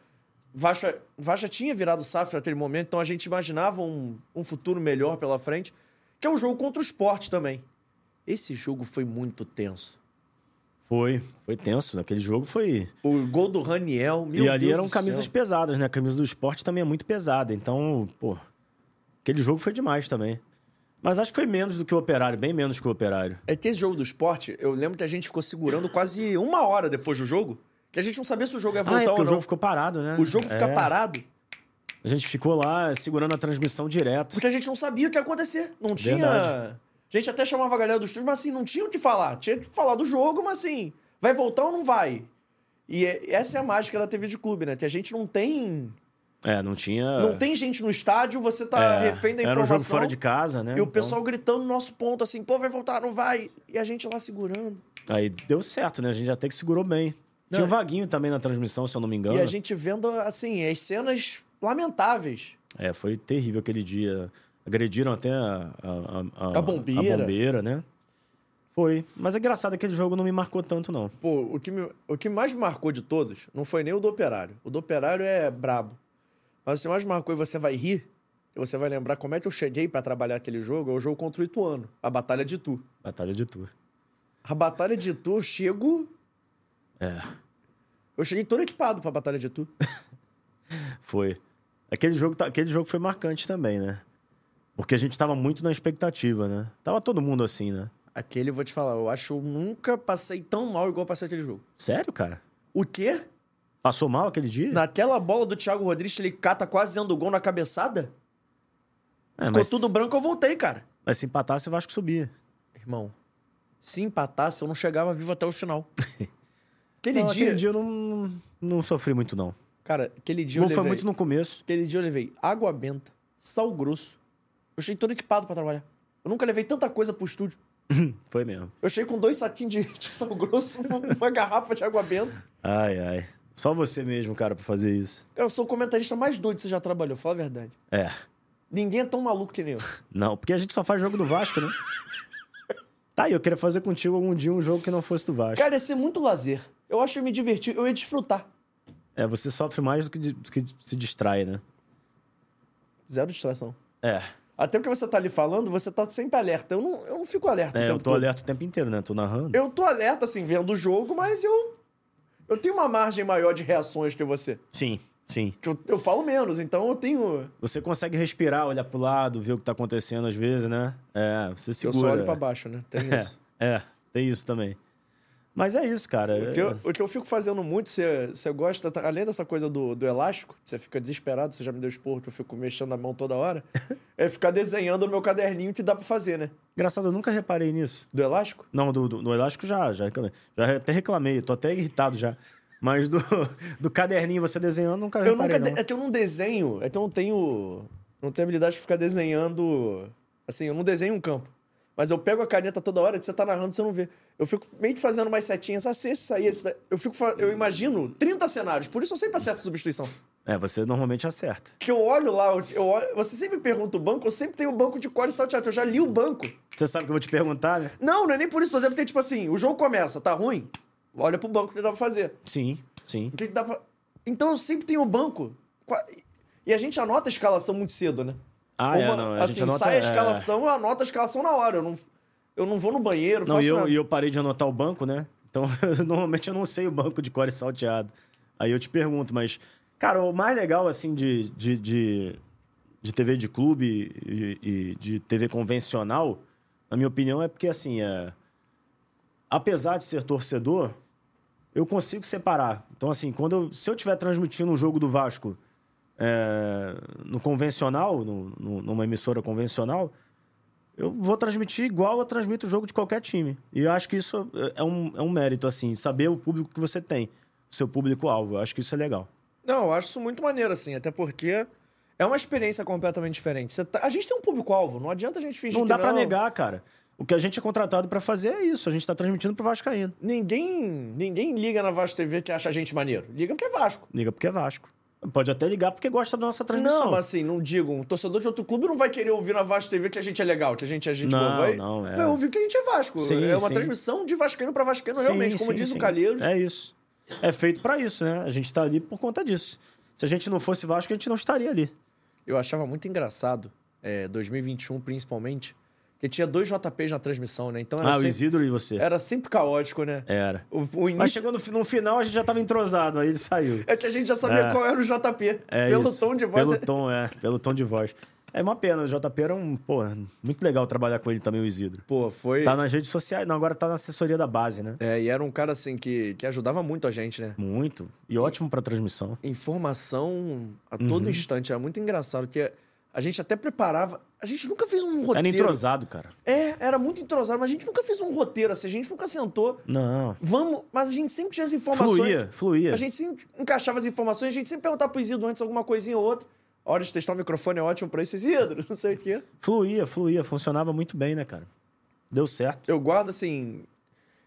Vasco, é, Vasco tinha virado SAF naquele momento, então a gente imaginava um, um futuro melhor pela frente, que é um jogo contra o esporte também. Esse jogo foi muito tenso. Foi, foi tenso. Aquele jogo foi. O gol do Raniel, meu e ali Deus eram do camisas céu. pesadas, né? A camisa do esporte também é muito pesada. Então, pô, aquele jogo foi demais também. Mas acho que foi menos do que o Operário, bem menos que o Operário. É que esse jogo do esporte, eu lembro que a gente ficou segurando quase uma hora depois do jogo, que a gente não sabia se o jogo ia voltar Ah, é porque ou o não. jogo ficou parado, né? O jogo fica É. parado A gente ficou lá segurando a transmissão direto. porque a gente não sabia o que ia acontecer. Não tinha. Verdade. A gente até chamava a galera do estúdio, mas assim, não tinha o que falar. Tinha que falar do jogo, mas assim, vai voltar ou não vai? E é- essa é a mágica da TV de clube, né? Que a gente não tem. É, não tinha. Não tem gente no estádio, você tá é, refém da informação. Era um jogo fora de casa, né? E o Então, pessoal gritando no nosso ponto assim, pô, vai voltar, não vai. E a gente lá segurando. Então, Aí deu certo, né? A gente até que segurou bem. Não, Tinha é- o Vaguinho também na transmissão, se eu não me engano. né? E a gente vendo, assim, as cenas lamentáveis. É, foi terrível aquele dia. Agrediram até a, a, A bombeira. a bombeira, né? Foi. Mas é engraçado, aquele jogo não me marcou tanto, não. Pô, o que, me- o que mais me marcou de todos não foi nem o do Operário. O do Operário é brabo. Mas o que mais marcou e você vai rir, e você vai lembrar como é que eu cheguei pra trabalhar aquele jogo, é o jogo contra o Ituano, a Batalha de Itu. Batalha de Tour. A Batalha de Itu, eu chego... É. Eu cheguei todo equipado pra Batalha de Itu. Foi. Aquele jogo, tá- aquele jogo foi marcante também, né? Porque a gente tava muito na expectativa, né? Tava todo mundo assim, né? Aquele, eu vou te falar, eu acho que eu nunca passei tão mal igual eu passei aquele jogo. Sério, cara? O quê? Passou mal aquele dia? Naquela bola do Thiago Rodrigues, ele cata quase dentro do gol na cabeçada? É, Ficou mas, tudo branco, eu voltei, cara. mas se empatasse, o Vasco subia. Irmão, se empatasse, eu não chegava vivo até o final. aquele, Não, dia, Aquele dia eu não, não sofri muito, não. Cara, aquele dia O eu gol levei... foi muito no começo. Aquele dia eu levei água benta, sal grosso. Eu cheguei todo equipado pra trabalhar. Eu nunca levei tanta coisa pro estúdio. Foi mesmo. Eu cheguei com dois saquinhos de, de sal grosso, uma, uma garrafa de água benta. Ai, ai. Só você mesmo, cara, pra fazer isso. Cara, eu sou o comentarista mais doido que você já trabalhou, fala a verdade. É. Ninguém é tão maluco que nem eu. Não, porque a gente só faz jogo do Vasco, né? tá, e eu queria fazer contigo algum dia um jogo que não fosse do Vasco. Cara, ia ser muito lazer. Eu acho que eu me divertir, eu ia desfrutar. É, você sofre mais do que, de- do que se distrai, né? Zero distração. É. Até porque você tá ali falando, você tá sempre alerta. Eu não, eu não fico alerta. o É, eu tempo tô todo. alerta o tempo inteiro, né? Tô narrando. Então Eu tô alerta, assim, vendo o jogo, mas eu. Eu tenho uma margem maior de reações que você. Sim, sim. Que eu, eu falo menos, então eu tenho. Você consegue respirar, olhar pro lado, ver o que tá acontecendo às vezes, né? É, você Eu segura. só olho pra baixo, né? Tem é isso. É, é, tem isso também. Mas é isso, cara. O que, eu, o que eu fico fazendo muito, você você gosta, tá- além dessa coisa do, do elástico, você fica desesperado, você já me deu esporro que eu fico mexendo a mão toda hora, é ficar desenhando no meu caderninho que dá pra fazer, né? Engraçado, eu nunca reparei nisso. Do elástico? Não, do, do, do elástico já, já reclamei. Já até reclamei, tô até irritado já. Mas do, do caderninho você desenhando, nunca Eu reparei, nunca. de- não. É que eu não desenho, é que eu não tenho. Não tenho habilidade de ficar desenhando. Assim, eu não desenho um campo. Mas eu pego a caneta toda hora, que você tá narrando, você não vê. Eu fico meio que fazendo umas setinhas, assim, esse, aí, esse, daí. eu fico, fa- eu imagino 30 cenários, por isso eu sempre acerto substituição. É, você normalmente acerta. que eu olho lá, eu olho- você sempre pergunta o banco, eu sempre tenho o banco de core salteado, eu já li o banco. Você sabe que eu vou te perguntar, né? Não, não é nem por isso, por exemplo, tem tipo assim, o jogo começa, tá ruim? Olha pro banco o que dá pra fazer. Sim, sim. O que dá pra... Então eu sempre tenho o banco. Qua- E a gente anota a escalação muito cedo, né? Ah, é, Uma- não, a assim, gente anota... sai a é. escalação, eu anoto a escalação na hora. Eu não, eu não vou no banheiro, Não, faço e eu, nada. e eu parei de anotar o banco, né? Então, normalmente eu não sei o banco de core salteado. Aí eu te pergunto, mas... Cara, o mais legal, assim, de, de, de, de TV de clube e, e de TV convencional, na minha opinião, é porque, assim, é... apesar de ser torcedor, eu consigo separar. Então, assim, quando eu- se eu estiver transmitindo um jogo do Vasco é, no convencional, no- no- numa emissora convencional, eu vou transmitir igual eu transmito o jogo de qualquer time. E eu acho que isso é um, é um mérito, assim, saber o público que você tem, o seu público-alvo. Eu acho que isso é legal. Não, eu acho isso muito maneiro, assim, até porque é uma experiência completamente diferente. Você tá- A gente tem um público-alvo, não adianta a gente fingir Não que dá pra negar, cara. O que a gente é contratado pra fazer é isso. A gente tá transmitindo pro Vascaíno. Ninguém, ninguém liga na Vasco TV que acha a gente maneiro. Liga porque é Vasco. Liga porque é Vasco. Pode até ligar porque gosta da nossa transmissão. Não, mas assim, não digo. Um torcedor de outro clube não vai querer ouvir na Vasco TV que a gente é legal, que a gente é gente Não, boa. Vai, não, é. vai ouvir que a gente é Vasco. Sim, é uma sim. transmissão de Vascaíno pra Vascaíno, Sim, realmente, como sim, diz sim. o Calheiros. É isso. É feito pra isso, né? A gente tá ali por conta disso. Se a gente não fosse Vasco, a gente não estaria ali. Eu achava muito engraçado, é, 2021 principalmente, que tinha dois JPs na transmissão, né? Então era, Ah, o sempre, Isidro e você. era sempre caótico, né? Era. O, o Mas início chegou no, fi- no final, a gente já tava entrosado, aí ele saiu. é que a gente já sabia É. qual era o JP. É pelo isso. tom de voz. Pelo é- tom, é. Pelo tom de voz. É uma pena, o JP era um... Pô, muito legal trabalhar com ele também, o Isidro. Pô, foi. Tá nas redes sociais, não, agora tá na assessoria da base, né? É, e era um cara assim que, que ajudava muito a gente, né? Muito. E ótimo pra transmissão. informação a Uhum. todo instante. Era muito engraçado, que a gente até preparava. A gente nunca fez um roteiro. Era entrosado, cara. É, era muito entrosado, mas a gente nunca fez um roteiro assim. A gente nunca sentou. Não. Vamos. Mas a gente sempre tinha as informações. Fluía, fluía. A gente sempre encaixava as informações, a gente sempre perguntava pro Isidro antes alguma coisinha ou outra. A hora de testar o microfone é ótimo pra isso, Isidro, não sei o quê. Fluía, fluía. Funcionava muito bem, né, cara? Deu certo. Eu guardo assim.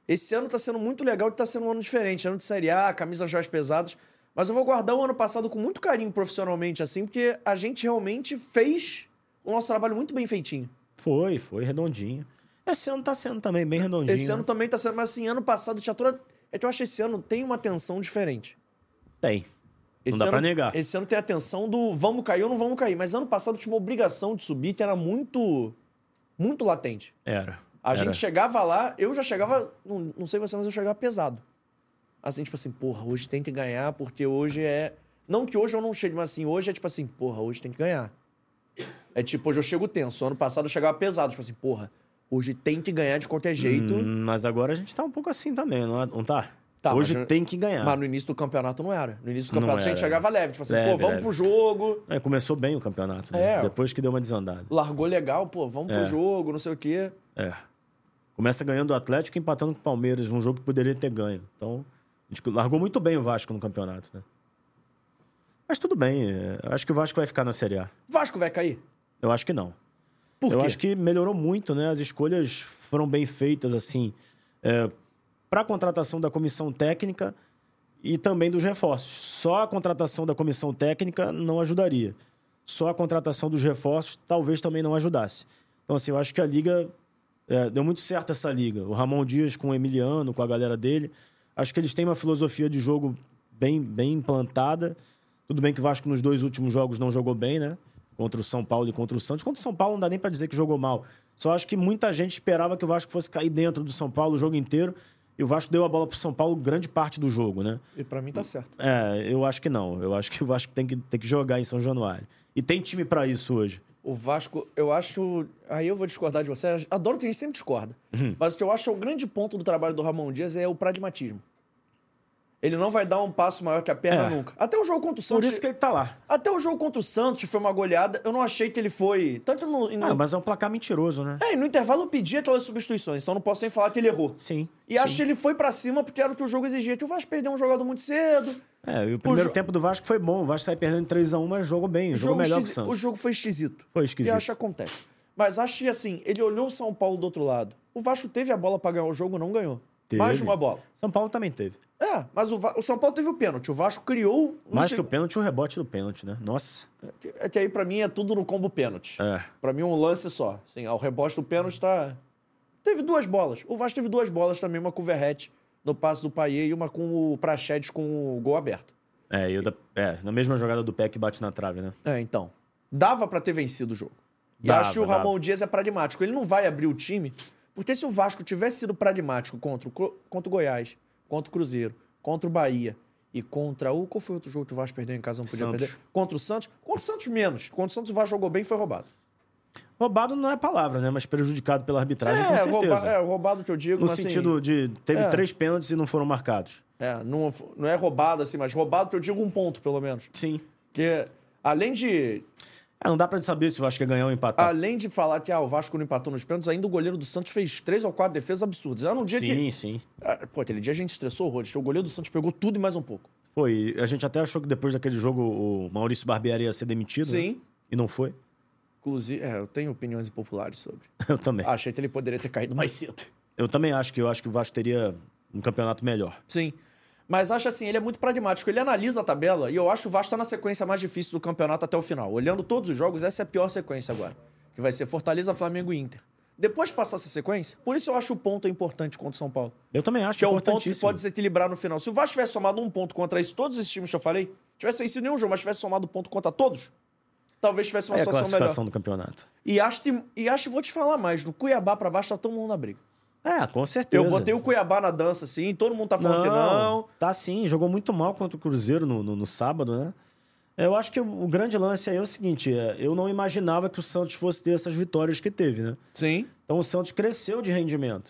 Esse ano tá sendo muito legal que tá sendo um ano diferente. Ano de Série A, camisas joias pesadas. Mas eu vou guardar o ano passado com muito carinho profissionalmente, assim, porque a gente realmente fez o nosso trabalho muito bem feitinho. Foi, foi, redondinho. Esse ano tá sendo também bem redondinho. Esse né? ano também tá sendo. Mas assim, ano passado tinha toda. É que eu acho que esse ano tem uma tensão diferente. tem. Esse dá ano, pra negar. Esse ano tem a tensão do vamos cair ou não vamos cair. Mas ano passado tinha uma obrigação de subir que era muito. Muito latente. Era. A era. gente chegava lá, eu já chegava, não, não sei você, mas eu chegava pesado. Assim, tipo assim, porra, hoje tem que ganhar, porque hoje é. Não que hoje eu não chegue, mas assim, hoje é tipo assim, porra, hoje tem que ganhar. É tipo, hoje eu chego tenso. Ano passado eu chegava pesado, tipo assim, porra, hoje tem que ganhar de qualquer jeito. Hum, Mas agora a gente tá um pouco assim também, não, é- não tá? Tá, Hoje mas- tem que ganhar. Mas no início do campeonato não era. No início do Não campeonato a gente era. chegava leve, tipo assim, Leve, pô, vamos leve. pro jogo, É, começou bem o campeonato, né? É. Depois que deu uma desandada. largou legal, pô, vamos É. pro jogo, não sei o quê. É. Começa ganhando o Atlético e empatando com o Palmeiras, um jogo que poderia ter ganho. Então, a gente largou muito bem o Vasco no campeonato, né? Mas tudo bem, é, eu acho que o Vasco vai ficar na Série A. Vasco vai cair? Eu acho que não. Por eu quê? acho que melhorou muito, né? As escolhas foram bem feitas, assim, para a contratação da comissão técnica e também dos reforços. Só a contratação da comissão técnica não ajudaria. Só a contratação dos reforços talvez também não ajudasse. Então, assim, eu acho que a liga. é, deu muito certo essa liga. O Ramon Dias com o Emiliano, com a galera dele. Acho que eles têm uma filosofia de jogo bem, bem implantada. Tudo bem que o Vasco nos dois últimos jogos não jogou bem, né? Contra o São Paulo e contra o Santos. Contra o São Paulo não dá nem pra dizer que jogou mal. Só acho que muita gente esperava que o Vasco fosse cair dentro do São Paulo o jogo inteiro. E o Vasco deu a bola pro São Paulo grande parte do jogo, né? E pra mim tá certo. É, eu acho que não. Eu acho que o Vasco tem que, tem que jogar em São Januário. E tem time pra isso hoje. O Vasco, eu acho. Aí eu vou discordar de você. Adoro que a gente sempre discorda. Uhum. Mas o que eu acho é o grande ponto do trabalho do Ramon Dias é o pragmatismo. Ele não vai dar um passo maior que a perna É. nunca. Até o jogo contra o Por Santos. isso que ele tá lá. Até o jogo contra o Santos foi uma goleada. Eu não achei que ele foi. Tanto no. no... Ah, mas é um placar mentiroso, né? É, e no intervalo eu pedi aquelas substituições, então não posso nem falar que ele errou. Sim. E acho que ele foi pra cima porque era o que o jogo exigia. Que o Vasco perdeu um jogador muito cedo. É, e o primeiro jo- tempo do Vasco foi bom. O Vasco sai perdendo 3x1, mas jogou bem. Jogou melhor que o esquisi- Santos. o jogo foi esquisito. Foi esquisito. E acho que acontece. Mas acho que assim, ele olhou o São Paulo do outro lado. O Vasco teve a bola pra ganhar o jogo, não ganhou. Teve. Mais de uma bola. São Paulo também teve. É, mas o, Va- o São Paulo teve o pênalti. O Vasco criou. no Mais que o seg- pênalti, o rebote do pênalti, né? Nossa. É que aí pra mim é tudo no combo pênalti. É. Pra mim, um lance só. Assim, ao rebote do pênalti tá. Teve duas bolas. O Vasco teve duas bolas também, uma com o Verrete no passe do Paier e uma com o Prachedes com o gol aberto. É, e o da... é, na mesma jogada do pé que bate na trave, né? É, então. Dava pra ter vencido o jogo. E Dava, acho que o dava. Ramon Dias é pragmático. Ele não vai abrir o time, porque se o Vasco tivesse sido pragmático contra o, Cru- contra o Goiás, contra o Cruzeiro, contra o Bahia e contra o. Qual foi o outro jogo que o Vasco perdeu em casa? Não podia Santos. perder? Contra o Santos. Contra o Santos, menos. Contra o Santos, o Vasco jogou bem e foi roubado. Roubado não é a palavra, né? Mas prejudicado pela arbitragem, com certeza. rouba- é, roubado que eu digo. No mas, assim, sentido de teve é. três pênaltis e não foram marcados. é, não, não é roubado assim, mas roubado que eu digo um ponto, pelo menos. Sim. Porque além de É, não dá pra saber se o Vasco ia ganhar ou empatar. Além de falar que ah, o Vasco não empatou nos pênaltis, ainda o goleiro do Santos fez três ou quatro defesas absurdas. Era um dia sim, que. sim. Ah, Pô, aquele dia a gente estressou horrores. O goleiro do Santos pegou tudo e mais um pouco. Foi. A gente até achou que depois daquele jogo o Maurício Barbieri ia ser demitido. Sim. né? E não foi. Inclusive, é, eu tenho opiniões impopulares sobre. Ah, Eu também. Achei que ele poderia ter caído mais cedo. Eu também acho que eu acho que o Vasco teria um campeonato melhor. Sim. Mas acho assim, ele é muito pragmático. Ele analisa a tabela e eu acho o Vasco tá na sequência mais difícil do campeonato até o final. Olhando todos os jogos, essa é a pior sequência agora. Que vai ser Fortaleza, Flamengo e Inter. Depois de passar essa sequência, por isso eu acho o ponto importante contra o São Paulo. Eu também acho que é um ponto que importantíssimo. pode desequilibrar no final. Se o Vasco tivesse somado um ponto contra isso, todos esses times que eu falei, tivesse vencido nenhum jogo, mas tivesse somado um ponto contra todos, talvez tivesse uma é a situação melhor. classificação do campeonato. E acho, que- e acho que vou te falar mais, no Cuiabá pra baixo tá todo mundo na briga. É, com certeza. Eu botei o Cuiabá na dança, assim, todo mundo tá falando não, que não. Tá sim, jogou muito mal contra o Cruzeiro no, no, no sábado, né? Eu acho que o grande lance aí é o seguinte: é, eu não imaginava que o Santos fosse ter essas vitórias que teve, né? Sim. Então o Santos cresceu de rendimento.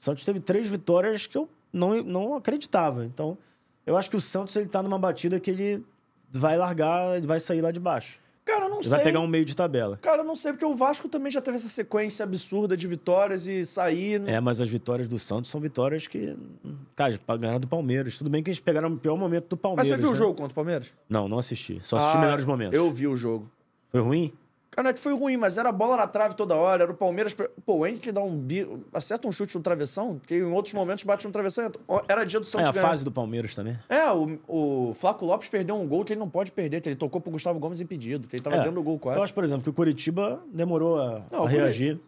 O Santos teve três vitórias que eu não, não acreditava. Então, eu acho que o Santos ele tá numa batida que ele vai largar, ele vai sair lá de baixo. Cara, eu não Ele sei. vai pegar um meio de tabela. Cara, eu não sei, porque o Vasco também já teve essa sequência absurda de vitórias e sair. né? É, mas as vitórias do Santos são vitórias que. Cara, pra ganhar do Palmeiras. Tudo bem que eles pegaram o pior momento do mas Palmeiras. você viu o né? jogo contra o Palmeiras? Não, não assisti. Só assisti Ah, melhores momentos. Eu vi o jogo. Foi ruim? Cara, não é que foi ruim, mas era bola na trave toda hora, era o Palmeiras. Pô, o Henrique dá um bi... acerta um chute no travessão, porque em outros momentos bate no travessão. entra. Ó, Era dia do É, Santos a ganhar. fase do Palmeiras também. É, o, o Flaco Lopes perdeu um gol que ele não pode perder, que ele tocou pro Gustavo Gomes impedido, que ele tava É. dentro do gol quase. Eu acho, por exemplo, que o Curitiba demorou a, Não, o a Curi- reagir.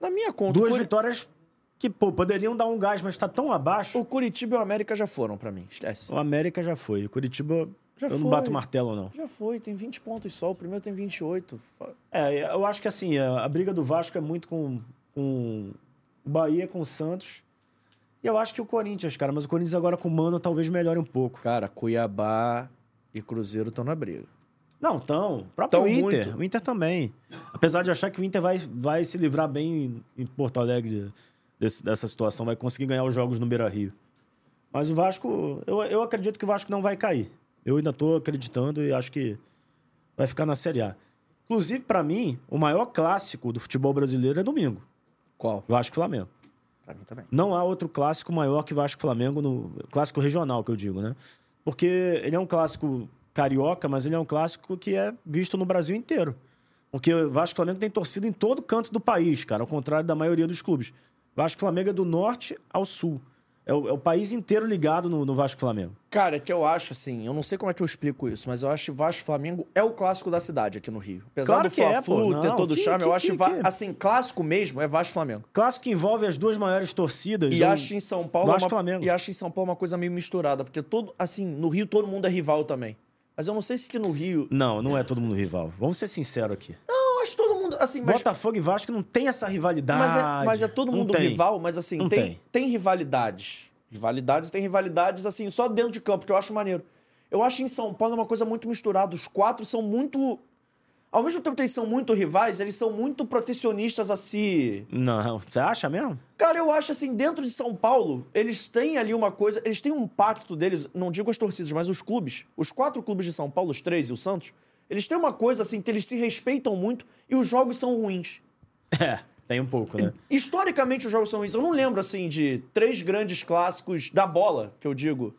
Na minha conta, Duas o, Curi- vitórias que, pô, poderiam dar um gás, mas tá tão abaixo. o Curitiba e o América já foram pra mim, esquece. O América já foi. O Curitiba, Já eu não foi. bato martelo, não. Já foi, tem 20 pontos só, o primeiro tem 28. Fa- É, eu acho que assim, a, a briga do Vasco é muito com, com o Bahia, com o Santos. E eu acho que o Corinthians, cara, mas o Corinthians agora com o Mano talvez melhore um pouco. Cara, Cuiabá e Cruzeiro estão na briga. Não, tão. O próprio Tão Inter. muito. O Inter também. Apesar de achar que o Inter vai, vai se livrar bem em, em Porto Alegre desse- dessa situação, vai conseguir ganhar os jogos no Beira Rio. Mas o Vasco, eu, eu acredito que o Vasco não vai cair. Eu ainda tô acreditando e acho que vai ficar na Série A. Inclusive, pra mim, o maior clássico do futebol brasileiro é domingo Qual? Vasco e Flamengo. Pra mim também. Não há outro clássico maior que Vasco e Flamengo, no clássico regional que eu digo, né? Porque ele é um clássico carioca, mas ele é um clássico que é visto no Brasil inteiro. Porque Vasco e Flamengo tem torcida em todo canto do país, cara, ao contrário da maioria dos clubes. Vasco e Flamengo é do norte ao sul. É o, é o país inteiro ligado no, no Vasco e Flamengo. Cara, é que eu acho assim, eu não sei como é que eu explico isso, mas eu acho que Vasco e Flamengo é o clássico da cidade aqui no Rio. Apesar Claro do que é, Fla-Flu pô, ter não, todo o que- charme, que- eu acho que, que- va- que- assim, clássico mesmo é Vasco e Flamengo. Clássico que envolve as duas maiores torcidas. E um- acho em São Paulo é Vasco e uma, Flamengo. e acho em São Paulo é uma coisa meio misturada, porque todo assim, no Rio todo mundo é rival também. Mas eu não sei se que no Rio, Não, não é todo mundo rival. Vamos ser sinceros aqui. não, acho todo mundo assim, mas Botafogo e Vasco não tem essa rivalidade. mas é, mas é todo Não mundo tem. rival, mas assim, Não tem, tem tem. rivalidades. Rivalidades, tem rivalidades assim, só dentro de campo que eu acho maneiro. Eu acho em São Paulo é uma coisa muito misturada, os quatro são muito Ao mesmo tempo que eles são muito rivais, eles são muito protecionistas a si. Não, você acha mesmo? Cara, eu acho assim, dentro de São Paulo, eles têm ali uma coisa, eles têm um pacto deles, não digo as torcidas, mas os clubes. Os quatro clubes de São Paulo, os três e o Santos, eles têm uma coisa assim, que eles se respeitam muito e os jogos são ruins. É, tem um pouco, né? Historicamente, os jogos são ruins. Eu não lembro, assim, de três grandes clássicos da bola, que eu digo,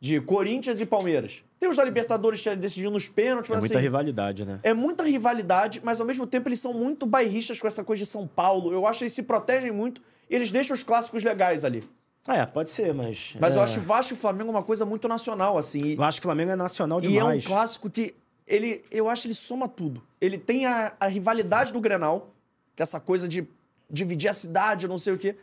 de Corinthians e Palmeiras. Tem os da Libertadores que é decidindo nos pênaltis, É mas muita assim, rivalidade, né? é muita rivalidade, mas ao mesmo tempo eles são muito bairristas com essa coisa de São Paulo. Eu acho que eles se protegem muito e eles deixam os clássicos legais ali. É, pode ser, mas. Mas eu é, acho Vasco e Flamengo uma coisa muito nacional, assim. E, Eu acho que o Flamengo é nacional e é um demais. clássico que ele, eu acho que ele soma tudo. Ele tem a, a rivalidade do Grenal, que é essa coisa de dividir a cidade, não sei o quê.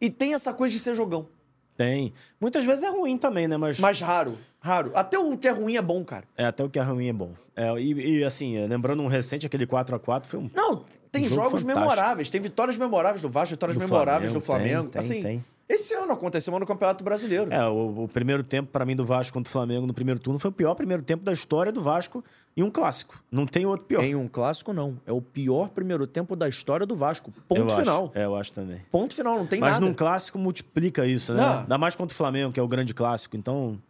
E tem essa coisa de ser jogão. Tem. Muitas vezes é ruim também, né? Mas, Mas raro, raro. Até o que é ruim é bom, cara. É, até o que é ruim é bom. É, e, e, assim, é, lembrando um recente, aquele 4x4 foi um. Não, tem Um jogo jogos fantástico. memoráveis, tem vitórias memoráveis do Vasco, vitórias Do memoráveis do Flamengo. Flamengo, tem, tem, assim, tem. esse ano aconteceu no Campeonato Brasileiro. É, o, o primeiro tempo, pra mim, do Vasco contra o Flamengo no primeiro turno foi o pior primeiro tempo da história do Vasco em um clássico. Não tem outro pior. Em um clássico, não. É o pior primeiro tempo da história do Vasco. Ponto Eu acho. final. É, eu acho também. Ponto final, não tem Mas nada. num clássico multiplica isso, né? Não. Ainda mais contra o Flamengo, que é o grande clássico. Então.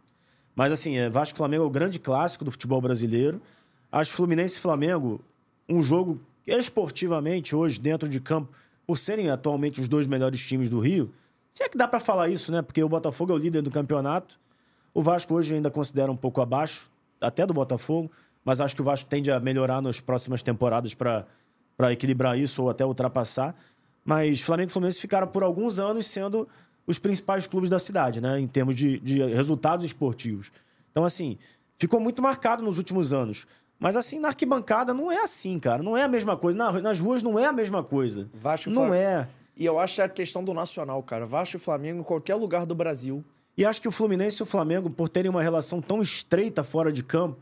Mas assim, é, Vasco e Flamengo é o grande clássico do futebol brasileiro. Acho Fluminense e Flamengo um jogo esportivamente, hoje, dentro de campo, por serem atualmente os dois melhores times do Rio. Se é que dá pra falar isso, né? Porque o Botafogo é o líder do campeonato. O Vasco hoje ainda considera um pouco abaixo, até do Botafogo, mas acho que o Vasco tende a melhorar nas próximas temporadas pra pra equilibrar isso ou até ultrapassar. Mas Flamengo e Fluminense ficaram por alguns anos sendo os principais clubes da cidade, né? Em termos de, de resultados esportivos. Então, assim, ficou muito marcado nos últimos anos. Mas, assim, na arquibancada não é assim, cara. Não é a mesma coisa. Na- nas ruas não é a mesma coisa. Vasco e Não Flamengo. é. E eu acho que é a questão do nacional, cara. Vasco e Flamengo, em qualquer lugar do Brasil. E acho que o Fluminense e o Flamengo, por terem uma relação tão estreita fora de campo,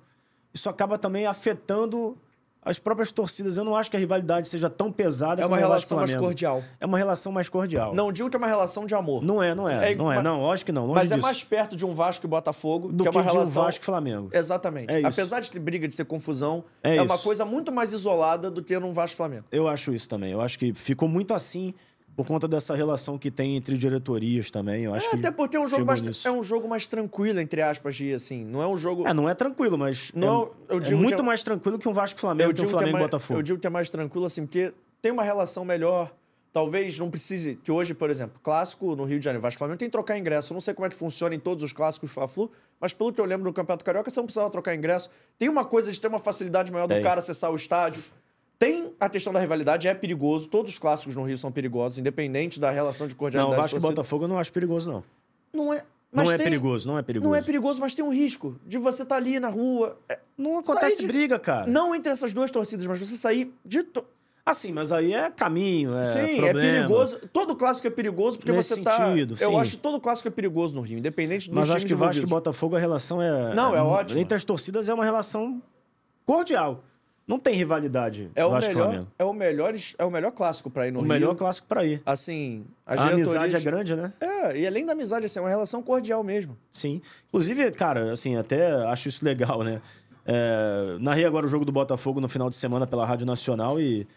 isso acaba também afetando as próprias torcidas. Eu não acho que a rivalidade seja tão pesada É como uma a relação mais Vasco-Flamengo. cordial. É uma relação mais cordial. Não digo que é uma relação de amor. Não é, não é. É, não é, mas- não, lógico que não. Longe mas é disso. mais perto de um Vasco e Botafogo do que é que, uma de um relação. Vasco e Flamengo. Exatamente. É isso. Apesar de ter briga, de ter confusão, É é, uma isso. coisa muito mais isolada do que num Vasco e Flamengo. Eu acho isso também. Eu acho que ficou muito assim por conta dessa relação que tem entre diretorias também. Eu acho É, que até porque é um jogo chegou mais, nisso. é um jogo mais tranquilo, entre aspas, de assim. Não é um jogo. É, não é tranquilo, mas Não, é, eu é digo que muito é- mais tranquilo que um Vasco e Flamengo, que um Flamengo e mais, Botafogo. Eu digo que é mais tranquilo, assim, porque tem uma relação melhor. Talvez não precise. Que hoje, por exemplo, clássico no Rio de Janeiro, Vasco e Flamengo tem que trocar ingresso. Eu não sei como é que funciona em todos os clássicos Fla-Flu, mas pelo que eu lembro do Campeonato Carioca, você não precisava trocar ingresso. Tem uma coisa de ter uma facilidade maior Tem. do cara acessar o estádio. Tem a questão da rivalidade, é perigoso. Todos os clássicos no Rio são perigosos, independente da relação de Não, cordialidade. Vasco e é torcida. Botafogo eu não acho perigoso, não. Não é, mas Não é tem- perigoso, não é perigoso. Não é perigoso, mas tem um risco de você estar ali na rua. é, Não acontece sair de- briga, cara. Não entre essas duas torcidas, mas você sair de. to- Assim, mas aí é caminho, é Sim, é problema. perigoso. Todo clássico é perigoso porque Nesse você tá. sentido, eu sim. acho que todo clássico é perigoso no Rio, independente dos Mas times acho que Vasco e envolvidos. Botafogo a relação é. Não, é ótima. Entre as torcidas é uma relação cordial. Não tem rivalidade. é o Vasco e melhor, Flamengo. é o melhor, é o melhor clássico pra ir no O Rio. melhor clássico pra ir. Assim, A, as amizade é diretorias... grande, né? é, e além da amizade, assim, é uma relação cordial mesmo. Sim. Inclusive, cara, assim, até acho isso legal, né? É, narrei agora o jogo do Botafogo no final de semana pela Rádio Nacional e.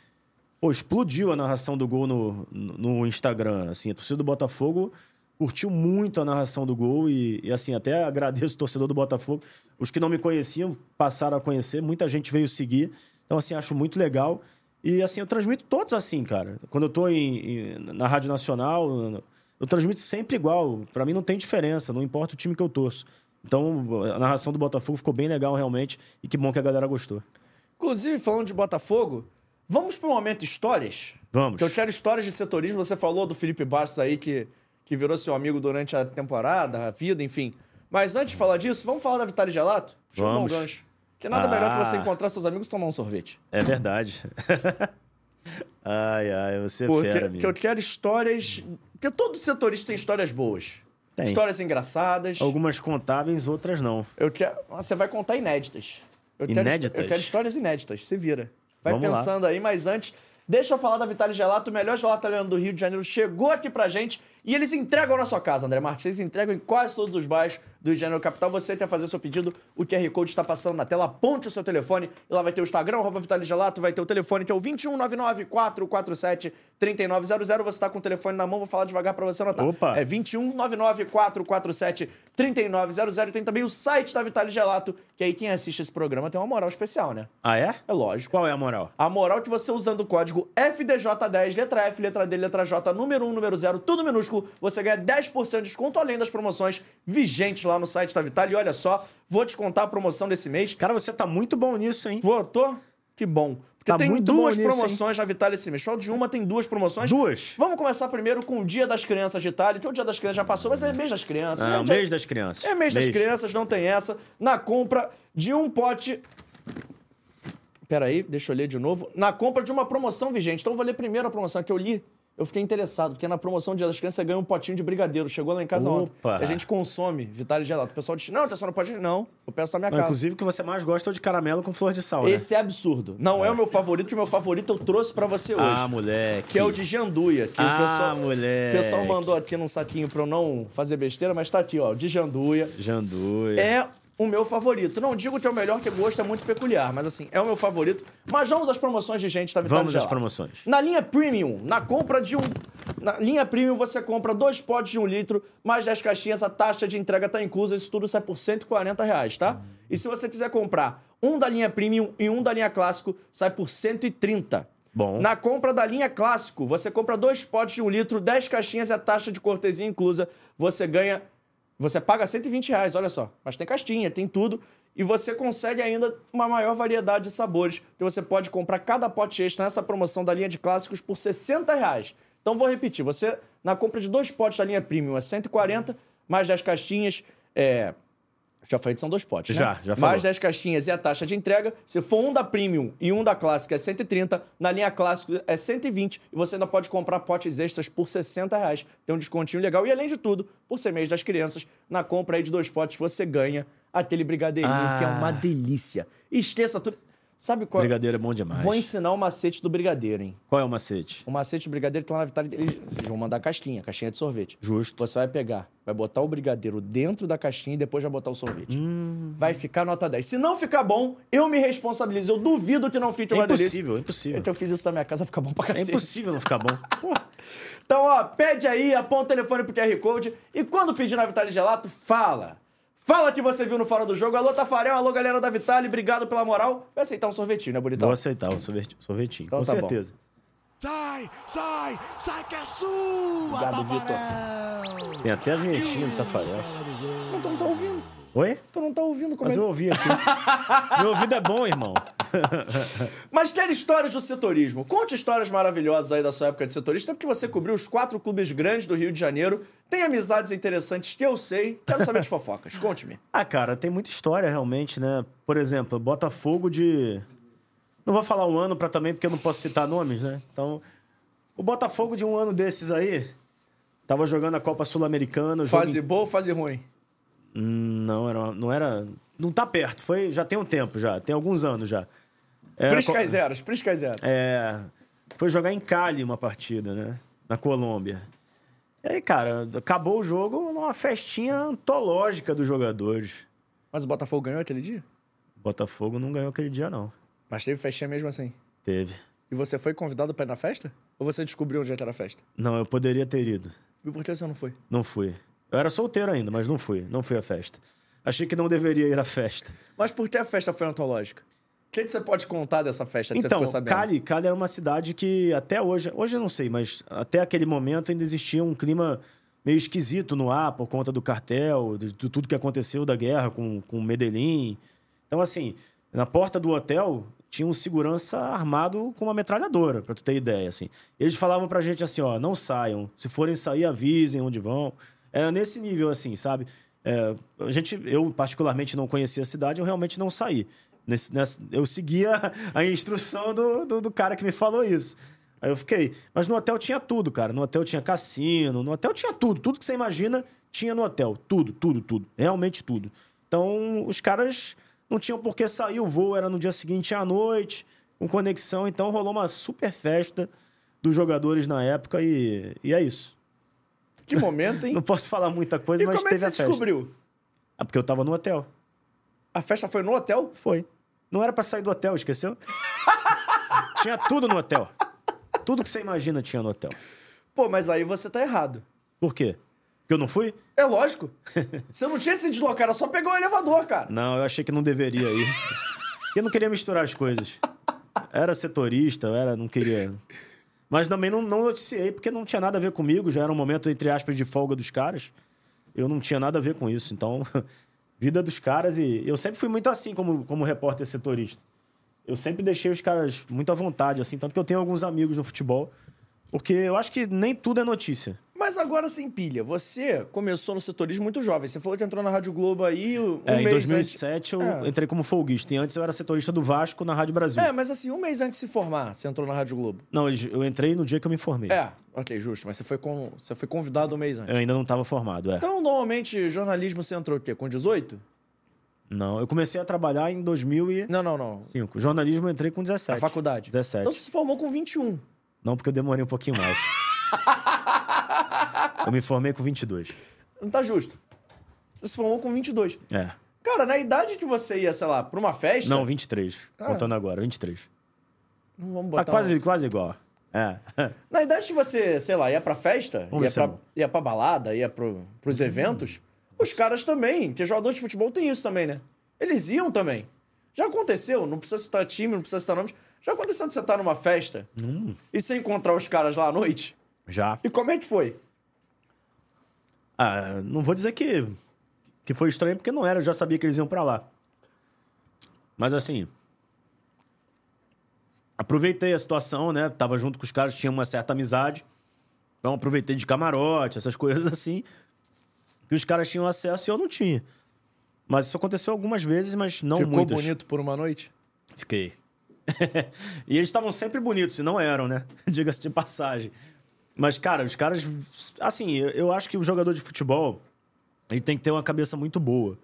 Pô, explodiu a narração do gol no, no Instagram. Assim, a torcida do Botafogo curtiu muito a narração do gol e, e, assim, até agradeço o torcedor do Botafogo. Os que não me conheciam passaram a conhecer, muita gente veio seguir. Então, assim, acho muito legal. E, assim, eu transmito todos assim, cara. Quando eu tô em- em- na Rádio Nacional, eu transmito sempre igual. Pra mim não tem diferença, não importa o time que eu torço. Então, a narração do Botafogo ficou bem legal, realmente. E que bom que a galera gostou. Inclusive, falando de Botafogo, vamos pro momento histórias? Vamos. Que eu quero histórias de setorismo. Você falou do Felipe Bastos aí, que, que virou seu amigo durante a temporada, a vida, enfim. Mas antes de falar disso, vamos falar da Vitale Gelato? Puxa, Vamos. Um bom gancho. Que nada Ah. melhor que você encontrar seus amigos e tomar um sorvete. É verdade. ai, ai, você é Porque fera, que amigo. eu quero histórias... Porque todo setorista tem histórias boas. Tem. Histórias engraçadas. Algumas contáveis, outras não. Eu quero... Você vai contar inéditas. Eu Inéditas? Quero, eu quero histórias inéditas. Se vira. Vai Vamos lá. pensando aí, mas antes... Deixa eu falar da Vitale Gelato, o melhor gelato italiano do Rio de Janeiro. Chegou aqui pra gente E eles entregam na sua casa, André Martins. Eles entregam em quase todos os bairros do Rio de Janeiro Capital. Você tem a fazer seu pedido. O QR Code está passando na tela. Aponte o seu telefone. E lá vai ter o Instagram, arroba Vitale Gelato. Vai ter o telefone que é o 2199-447-3900. Você está com o telefone na mão. Vou falar devagar para você anotar. Opa. É 2199-447-3900. E tem também o site da Vitale Gelato. Que aí quem assiste esse programa tem uma moral especial, né? Ah, é? É lógico. Qual é a moral? A moral é que você usando o código FDJ10, letra F, letra D, letra J, número 1, número 0, tudo minúsculo, você ganha 10% de desconto, além das promoções vigentes lá no site da Vitale. E olha só, vou descontar a promoção desse mês. Cara, você tá muito bom nisso, hein? Votou? Que bom. Porque Tá tem muito duas bom nisso, promoções na Vitale esse mês. Só de uma tem duas promoções. Duas? Vamos começar primeiro com o Dia das Crianças de Itália, que o Dia das Crianças já passou, mas é mês das crianças. é Ah, o dia- mês das crianças. é mês das crianças, não tem essa. Na compra de um pote. Peraí, deixa eu ler de novo. Na compra de uma promoção vigente. Então eu vou ler primeiro a promoção que eu li. Eu fiquei interessado, porque na promoção de Dia das Crianças você ganha um potinho de brigadeiro. Chegou lá em casa ontem. Opa! Que a gente consome Vitale Gelato. O pessoal diz: Não, tá só no potinho. Não, eu peço na minha Não, casa. inclusive, o que você mais gosta é o de caramelo com flor de sal, né? Esse é absurdo. Não é. o meu favorito, o meu favorito eu trouxe pra você hoje. Ah, moleque. Que é o de janduia. Que Ah, o pessoal, moleque. O pessoal mandou aqui num saquinho pra eu não fazer besteira, mas tá aqui, ó. De janduia. Janduia. é o meu favorito. Não digo que é o melhor, que o gosto é muito peculiar, mas assim, é o meu favorito. Mas vamos às promoções de gente, tá, Vitale Vamos às Gelato? promoções. Na linha Premium, na compra de um... Na linha Premium você compra dois potes de um litro, mais 10 caixinhas, a taxa de entrega tá inclusa, isso tudo sai por 140 reais, tá? E se você quiser comprar um da linha Premium e um da linha Clássico, sai por 130. Bom. Na compra da linha Clássico, você compra dois potes de um litro, 10 caixinhas e a taxa de cortesia inclusa, você ganha você paga 120 reais, olha só. Mas tem castinha, tem tudo. E você consegue ainda uma maior variedade de sabores. Então você pode comprar cada pote extra nessa promoção da linha de clássicos por 60 reais. Então vou repetir: você, na compra de dois potes da linha premium, é 140, mais 10 caixinhas. É. Já falei que são dois potes, Já, né? já falou. Mais 10 caixinhas e a taxa de entrega. Se for um da Premium e um da Clássica, é 130. Na linha Clássica, é 120. E você ainda pode comprar potes extras por 60 reais. Tem um descontinho legal. E, além de tudo, por ser mês das crianças, na compra aí de dois potes, você ganha aquele brigadeirinho, Ah. que é uma delícia. Esqueça tudo. Sabe qual... Brigadeiro é bom demais. Vou ensinar o macete do brigadeiro, hein? Qual é o macete? O macete do brigadeiro que lá na Vitale... Eles, vocês vão mandar casquinha, caixinha de sorvete. Justo. Você vai pegar, vai botar o brigadeiro dentro da caixinha e depois vai botar o sorvete. Hum. Vai ficar nota 10. Se não ficar bom, eu me responsabilizo. Eu duvido que não fique É uma delícia. impossível, é impossível. Um Então Tá. eu fiz isso na minha casa, fica bom pra É cacete. impossível não ficar bom. Pô, Então, ó, pede aí, aponta o telefone pro QR Code e quando pedir na Vitale Gelato, fala. Fala que você viu no Fora do Jogo. Alô, Tafarel, alô, galera da Vitale, obrigado pela moral. Vai aceitar um sorvetinho, né, bonitão? vou aceitar o sorveti- sorvetinho, Então com tá bom. certeza. Sai, sai, sai que é sua, Obrigado, Tafarel! Tem até a vinhetinha do Tafarel. Não, tu não tá ouvindo. Oi? Tu não tá ouvindo como Mas é eu ouvi aqui. Meu ouvido é bom, irmão. Mas quer histórias do setorismo? Conte histórias maravilhosas aí da sua época de setorista, porque você cobriu os quatro clubes grandes do Rio de Janeiro, tem amizades interessantes que eu sei, quero saber de fofocas. Conte-me. Ah, cara, tem muita história realmente, né? Por exemplo, Botafogo de. Não vou falar um ano pra também, porque eu não posso citar nomes, né? Então, o Botafogo de um ano desses aí, tava jogando a Copa Sul-Americana. o jogo Fase boa ou fase ruim? Hum, Não era, uma- não era. Não tá perto, foi. Já tem um tempo já, tem alguns anos já. Era É, co- Priscas eras, priscas eras. é, foi jogar em Cali uma partida, né? Na Colômbia. E aí, cara, acabou o jogo numa festinha antológica dos jogadores. Mas o Botafogo ganhou aquele dia? O Botafogo não ganhou aquele dia, não. Mas teve festinha mesmo assim. Teve. E você foi convidado pra ir na festa? Ou você descobriu onde é que era a festa? Não, eu poderia ter ido. E por que você não foi? Não fui. Eu era solteiro ainda, mas não fui. Não fui à festa. Achei que não deveria ir à festa. Mas por que a festa foi antológica? O que, que você pode contar dessa festa que você Então, ficou sabendo? Cali, Cali era uma cidade que até hoje, hoje eu não sei, mas até aquele momento ainda existia um clima meio esquisito no ar por conta do cartel, de, de tudo que aconteceu da guerra com, com Medellín. Então, assim, na porta do hotel tinha um segurança armado com uma metralhadora, pra tu ter ideia, assim. Eles falavam pra gente assim, ó, não saiam, se forem sair avisem onde vão. Era nesse nível, assim, sabe? É, a gente, eu particularmente não conhecia a cidade, eu realmente não saí. Nesse- nessa- eu seguia a instrução do, do, do cara que me falou isso. Aí eu fiquei. Mas no hotel tinha tudo, cara. No hotel tinha cassino, no hotel tinha tudo. Tudo que você imagina tinha no hotel. Tudo, tudo, tudo. Realmente tudo. Então os caras não tinham por que sair. O voo era no dia seguinte à noite, com conexão. Então rolou uma super festa dos jogadores na época e, e é isso. Que momento, hein? Não posso falar muita coisa, e mas como é que teve você a festa. descobriu? Ah, porque eu tava no hotel. A festa foi no hotel? Foi. Não era pra sair do hotel, esqueceu? tinha tudo no hotel. Tudo que você imagina tinha no hotel. Pô, mas aí você tá errado. Por quê? Porque eu não fui? É lógico. Você não tinha de se deslocar, era só pegar o elevador, cara. Não, eu achei que não deveria ir. eu não queria misturar as coisas. Era setorista, eu era, não queria. Mas também não, não noticiei, porque não tinha nada a ver comigo, já era um momento, entre aspas, de folga dos caras. Eu não tinha nada a ver com isso. Então, vida dos caras. E eu sempre fui muito assim como, como repórter setorista. Eu sempre deixei os caras muito à vontade, assim, tanto que eu tenho alguns amigos no futebol. Porque eu acho que nem tudo é notícia. Mas agora sem pilha. Você começou no setorismo muito jovem. Você falou que entrou na Rádio Globo aí um É, em mês antes. 2007 eu É. entrei como folguista. E antes eu era setorista do Vasco na Rádio Brasil. É, mas assim, um mês antes de se formar, você entrou na Rádio Globo. Não, eles- eu entrei no dia que eu me formei. É, ok, justo. Mas você foi, com... você foi convidado um mês antes. Eu ainda não estava formado, é. Então, normalmente, jornalismo você entrou o quê? Com 18? Não, eu comecei a trabalhar em 2005. Não, não, não. Jornalismo eu entrei com 17. Na faculdade. 17. Então você se formou com 21. Não, porque eu demorei um pouquinho mais. eu me formei com 22. Não tá justo. Você se formou com 22. É. Cara, na idade que você ia, sei lá, pra uma festa... Não, 23. Ah. um- Contando agora, 23. Não vamos Tá botar... quase, quase igual. É. Na idade que você, sei lá, ia pra festa, Vamos ver ia se é pra, bom. ia pra balada, ia pro, pros eventos, os caras também, porque jogadores de futebol tem isso também, né? Eles iam também. Já aconteceu, não precisa citar time, não precisa citar nomes, já aconteceu de você estar numa festa Hum. e você encontrar os caras lá à noite? Já. E como é que foi? Ah, não vou dizer que, que foi estranho, porque não era, eu já sabia que eles iam pra lá. Mas assim. Aproveitei a situação, né? Tava junto com os caras, tinha uma certa amizade. Então aproveitei de camarote, essas coisas assim. Que os caras tinham acesso e eu não tinha. Mas isso aconteceu algumas vezes, mas não Ficou muitas. bonito por uma noite? Fiquei. e eles estavam sempre bonitos, e não eram, né? Diga-se de passagem. Mas, cara, os caras. Assim, eu, eu acho que o jogador de futebol ele tem que ter uma cabeça muito boa.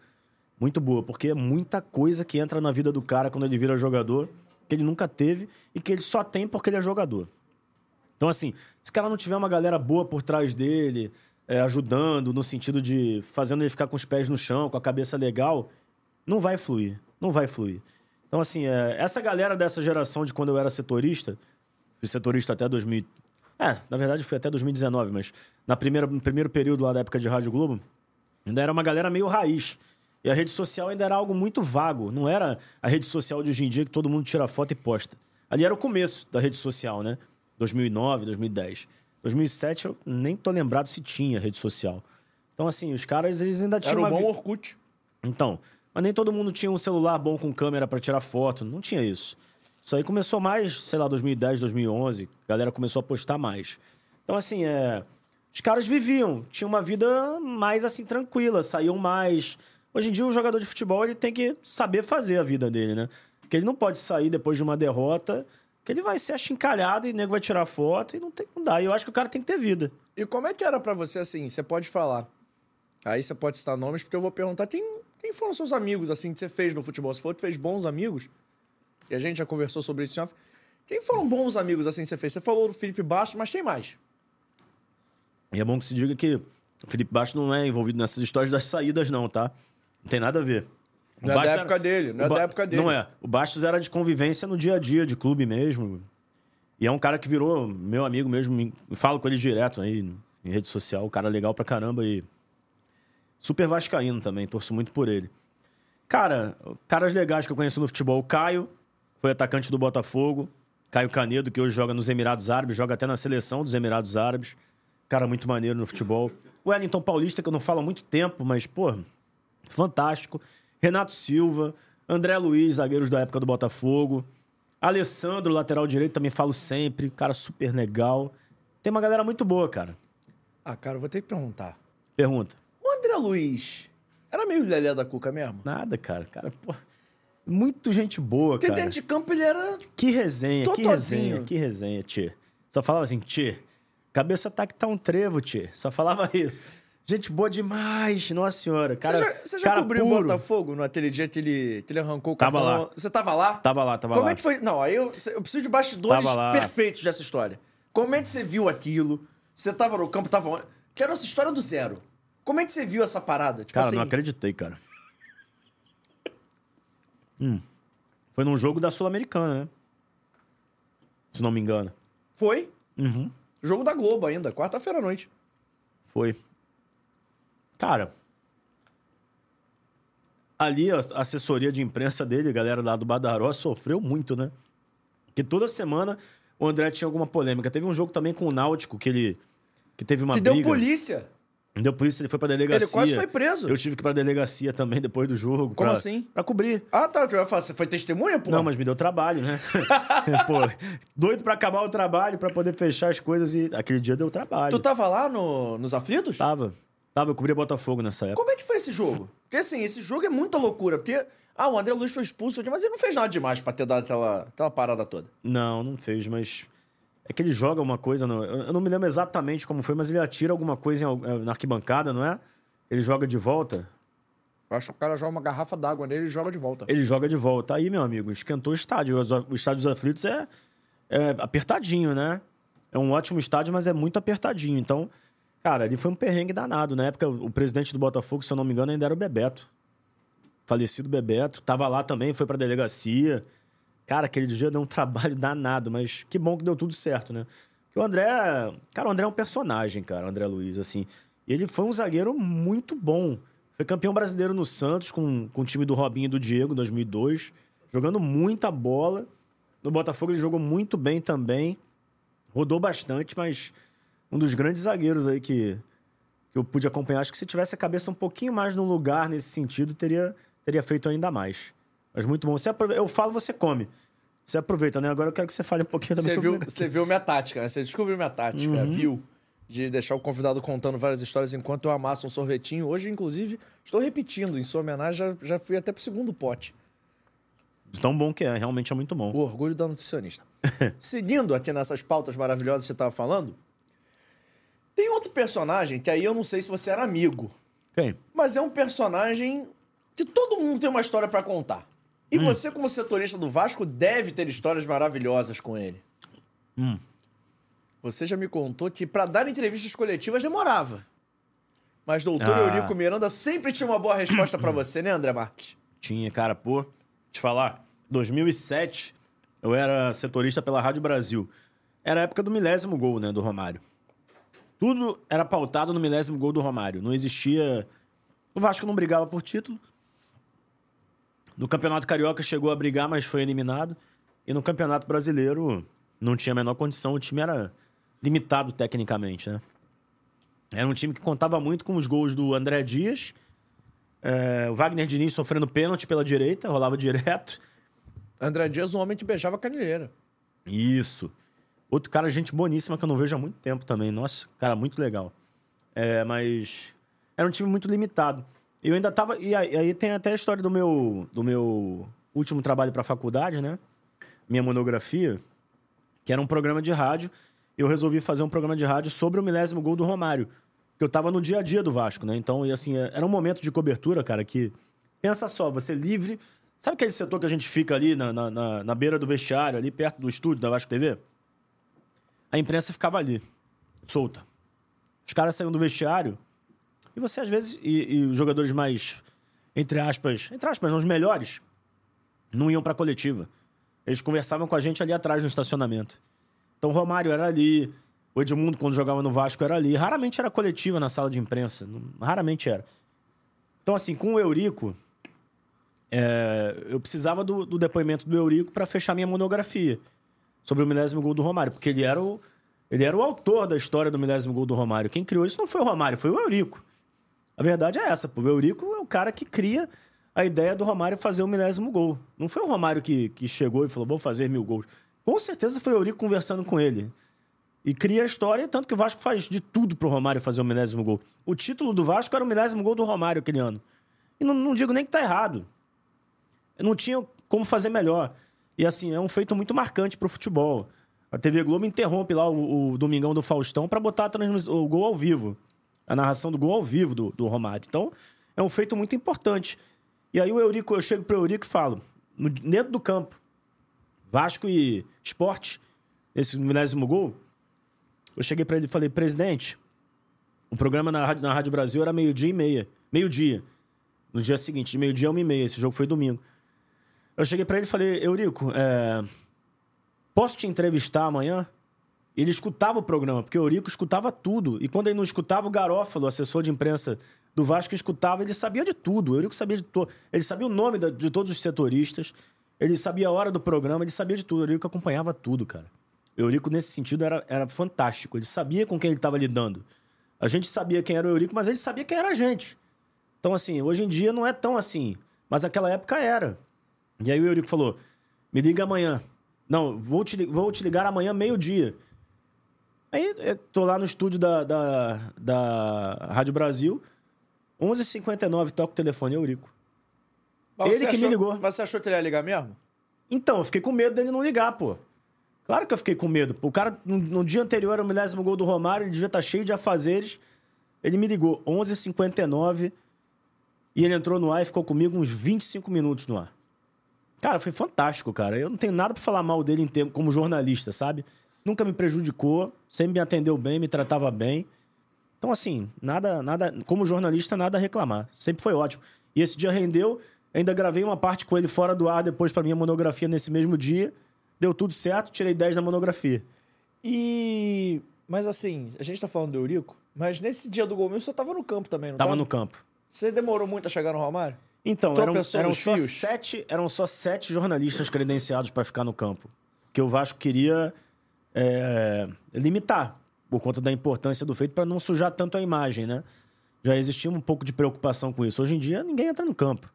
Muito boa, porque é muita coisa que entra na vida do cara quando ele vira jogador que ele nunca teve e que ele só tem porque ele é jogador. Então, assim, se o cara não tiver uma galera boa por trás dele, é, ajudando, no sentido de fazendo ele ficar com os pés no chão, com a cabeça legal, não vai fluir. Não vai fluir. Então, assim, é, essa galera dessa geração de quando eu era setorista, fui setorista até 2000. É, na verdade fui até 2019, mas na primeira, no primeiro período lá da época de Rádio Globo, ainda era uma galera meio raiz. E a rede social ainda era algo muito vago. Não era a rede social de hoje em dia que todo mundo tira foto e posta. Ali era o começo da rede social, né? 2009, 2010. 2007 eu nem tô lembrado se tinha rede social. Então, assim, os caras eles ainda tinham Era o uma bom vi- Orkut. então, mas nem todo mundo tinha um celular bom com câmera pra tirar foto. Não tinha isso. Isso aí começou mais, sei lá, 2010, 2011. A galera começou a postar mais. Então, assim, é... Os caras viviam. Tinham uma vida mais, assim, tranquila. Saíam mais. Hoje em dia, o jogador de futebol, ele tem que saber fazer a vida dele, né? Porque ele não pode sair depois de uma derrota... Que ele vai ser achincalhado e o nego vai tirar foto e não tem não dá. E eu acho que o cara tem que ter vida. E como é que era pra você, assim, você pode falar. Aí você pode citar nomes, porque eu vou perguntar quem, quem foram seus amigos, assim, que você fez no futebol. Você falou que fez bons amigos, e a gente já conversou sobre isso em off. Quem foram bons amigos, assim, que você fez? Você falou do Felipe Bastos, mas tem mais. E é bom que se diga que o Felipe Bastos não é envolvido nessas histórias das saídas, não, tá? Não tem nada a ver. O Não é da Bastos época dele, não é o Ba- da época dele. Não é. O Bastos era de convivência no dia a dia, de clube mesmo. E é um cara que virou meu amigo mesmo. me- Falo com ele direto aí em rede social. Um cara legal pra caramba e. Super Vascaíno também, torço muito por ele. Cara, caras legais que eu conheço no futebol. O Caio, foi atacante do Botafogo. Caio Canedo, que hoje joga nos Emirados Árabes, joga até na seleção dos Emirados Árabes. Cara muito maneiro no futebol. O Wellington Paulista, que eu não falo há muito tempo, mas, pô, fantástico. Renato Silva, André Luiz, zagueiros da época do Botafogo. Alessandro, lateral direito, também falo sempre. Cara super legal. Tem uma galera muito boa, cara. Ah, cara, eu vou ter que perguntar. Pergunta. O André Luiz era meio lelé da cuca mesmo? Nada, cara. Cara, pô. Muito gente boa, Porque cara. dentro de campo ele era... Que resenha, que Totozinho. resenha, que resenha, tchê. Só falava assim, tchê, cabeça tá que tá um trevo, tchê. Só falava isso. Gente boa demais, nossa senhora. Cara, você já, você já cara cobriu o puro. Botafogo no aquele dia que ele, que ele arrancou o Tava cartão? lá. Você tava lá? Tava lá, tava Como lá. é que foi? Não, aí eu, eu preciso de bastidores Tava lá. perfeitos dessa história. Como é que você viu aquilo? Você tava no campo, tava onde? Quero essa história do zero. Como é que você viu essa parada? Tipo Cara, assim, não acreditei, cara. Hum. Foi num jogo da Sul-Americana, né? Se não me engano. foi? Uhum. Jogo da Globo ainda, quarta-feira à noite. Foi. Cara. Ali a a assessoria de imprensa dele, a galera lá do Badaró, sofreu muito, né? Porque toda semana o André tinha alguma polêmica. Teve um jogo também com o Náutico que ele. Que teve uma que briga. deu polícia. Deu polícia, ele foi pra delegacia. Ele quase foi preso. Eu tive que ir pra delegacia também depois do jogo. Como pra- assim? Pra cobrir. Ah, tá. tu vai falar, Você foi testemunha, pô? Não, mas me deu trabalho, né? Pô, doido pra acabar o trabalho, pra poder fechar as coisas e... Aquele dia deu trabalho. Tu tá- tava lá no, nos aflitos? Tava. Tava, eu cobria Botafogo nessa época. Como é que foi esse jogo? Porque assim, esse jogo é muita loucura, porque. Ah, o André Luiz foi expulso, mas ele não fez nada demais pra ter dado aquela, aquela parada toda. Não, não fez, mas... É que ele joga uma coisa... No... Eu eu não me lembro exatamente como foi, mas ele atira alguma coisa em al- eh, na arquibancada, não é? Ele joga de volta? Eu acho que o cara joga uma garrafa d'água nele e joga de volta. Ele joga de volta. Aí, meu amigo, esquentou o estádio. Os- O estádio dos aflitos é, é apertadinho, né? É um ótimo estádio, mas é muito apertadinho. Então, cara, ali foi um perrengue danado. Na época, o o presidente do Botafogo, se eu não me engano, ainda era o Bebeto. Falecido Bebeto. Tava lá também, foi pra delegacia. Cara, aquele dia deu um trabalho danado, mas que bom que deu tudo certo, né? Porque o André. Cara, o André é um personagem, cara, o André Luiz, assim. E Ele foi um zagueiro muito bom. Foi campeão brasileiro no Santos, com, com o time do Robinho e do Diego, em 2002. Jogando muita bola. No Botafogo ele jogou muito bem também. Rodou bastante, mas um dos grandes zagueiros aí que, que eu pude acompanhar. Acho que se tivesse a cabeça um pouquinho mais no lugar nesse sentido, teria, teria feito ainda mais. Mas muito bom. Você aprove- Eu falo, você come. Você aproveita, né? Agora eu quero que você fale um pouquinho também. Uhum. Você que eu- viu, você viu minha tática, né? Você descobriu minha tática, viu? De deixar o convidado contando várias histórias enquanto eu amasso um sorvetinho. Hoje, inclusive, estou repetindo. Em sua homenagem, já, já fui até pro segundo pote. De Tão bom que é, realmente é muito bom. O orgulho da nutricionista. Seguindo aqui nessas pautas maravilhosas que você tava falando, tem outro personagem que aí eu não sei se você era amigo, Quem? mas é um personagem que todo mundo tem uma história pra contar. E você, como setorista do Vasco, deve ter histórias maravilhosas com ele. Hum. Você já me contou que pra dar entrevistas coletivas demorava. Mas doutor Ah. Eurico Miranda sempre tinha uma boa resposta pra você, né, André Marques? Tinha, cara, pô. Te falar, 2007, eu era setorista pela Rádio Brasil. Era a época do milésimo gol, né, do Romário. Tudo era pautado no milésimo gol do Romário. Não existia. O Vasco não brigava por título. No Campeonato Carioca chegou a brigar, mas foi eliminado. E no Campeonato Brasileiro não tinha a menor condição. O time era limitado tecnicamente, né? Era um time que contava muito com os gols do André Dias é, o Wagner Diniz sofrendo pênalti pela direita, rolava direto. André Dias, um homem que beijava a canilheira. Isso. Outro cara, gente boníssima, que eu não vejo há muito tempo também. Nossa, cara, muito legal. É, mas era um time muito limitado. Eu ainda tava. E aí, aí tem até a história do meu, do meu último trabalho para faculdade, né? Minha monografia, que era um programa de rádio. Eu resolvi fazer um programa de rádio sobre o milésimo gol do Romário. Porque eu tava no dia a dia do Vasco, né? Então, e assim, era um momento de cobertura, cara, que. Pensa só, você é livre. Sabe aquele setor que a gente fica ali na, na, na- na beira do vestiário, ali perto do estúdio da Vasco TV? A imprensa ficava ali, solta. Os caras saíam do vestiário e você, às vezes, e, e os jogadores mais, entre aspas, entre aspas, não, os melhores, não iam pra coletiva. Eles conversavam com a gente ali atrás no estacionamento. Então o Romário era ali, o Edmundo, quando jogava no Vasco, era ali. Raramente era coletiva na sala de imprensa, não- raramente era. Então, assim, com o Eurico, é, eu precisava do, do depoimento do Eurico pra fechar minha monografia sobre o milésimo gol do Romário, porque ele era o, ele era o autor da história do milésimo gol do Romário. Quem criou isso não foi o Romário, foi o Eurico. A verdade é essa, pô. O Eurico é o cara que cria a ideia do Romário fazer o milésimo gol. Não foi o Romário que, que chegou e falou, vou fazer mil gols. Com certeza foi o Eurico conversando com ele. E cria a história, tanto que o Vasco faz de tudo pro Romário fazer o milésimo gol. O título do Vasco era o milésimo gol do Romário aquele ano. E não, não digo nem que tá errado. Não tinha como fazer melhor. E assim, é um feito muito marcante pro futebol. A TV Globo interrompe lá o, o Domingão do Faustão pra botar a transmiss- o gol ao vivo. A narração do gol ao vivo do, do Romário. Então, é um feito muito importante. E aí o Eurico, eu chego pro Eurico e falo, no- dentro do campo, Vasco e Esporte, esse milésimo gol, eu cheguei pra ele e falei, presidente, O programa na Rádio, na Rádio Brasil era meio-dia e meia. Meio-dia. No dia seguinte, de meio-dia a uma e meia. Esse jogo foi domingo. Eu cheguei pra ele e falei, Eurico, é, posso te entrevistar amanhã? Ele escutava o programa, porque o Eurico escutava tudo. E quando ele não escutava, o Garófalo, assessor de imprensa do Vasco, escutava, ele sabia de tudo. O Eurico sabia de tudo. Ele sabia o nome da- de todos os setoristas, ele sabia a hora do programa, ele sabia de tudo. O Eurico acompanhava tudo, cara. O Eurico, nesse sentido, era, era fantástico. Ele sabia com quem ele estava lidando. A gente sabia quem era o Eurico, mas ele sabia quem era a gente. Então, assim, hoje em dia não é tão assim. Mas naquela época era. E aí o Eurico falou: me liga amanhã. Não, vou te, li- vou te ligar amanhã, meio-dia. Aí eu tô lá no estúdio da, da, da Rádio Brasil, 11h59, toca o telefone, Eurico. Mas Ele você que me achou- ligou. Mas você achou que ele ia ligar mesmo? Então, eu fiquei com medo dele não ligar, pô. Claro que eu fiquei com medo. O cara, no, no dia anterior, era o milésimo gol do Romário, ele devia estar cheio de afazeres. Ele me ligou 11h59 e ele entrou no ar e ficou comigo uns 25 minutos no ar. Cara, foi fantástico, cara. Eu não tenho nada pra falar mal dele em termo, como jornalista, sabe? Nunca me prejudicou, sempre me atendeu bem, me tratava bem. Então, assim, nada, nada, como jornalista, nada a reclamar. Sempre foi ótimo. E esse dia rendeu. Ainda gravei uma parte com ele fora do ar depois pra minha monografia nesse mesmo dia. Deu tudo certo, tirei 10 da monografia. E. Mas assim, a gente tá falando do Eurico, mas nesse dia do gol meu, você tava no campo também, não Tava no campo. Você demorou muito a chegar no Romário? Então, eram, Tropeçou eram nos só fios? sete, eram só sete jornalistas credenciados pra ficar no campo. Que o Vasco queria é, limitar, por conta da importância do feito, pra não sujar tanto a imagem, né? Já existia um pouco de preocupação com isso. Hoje em dia, ninguém entra no campo.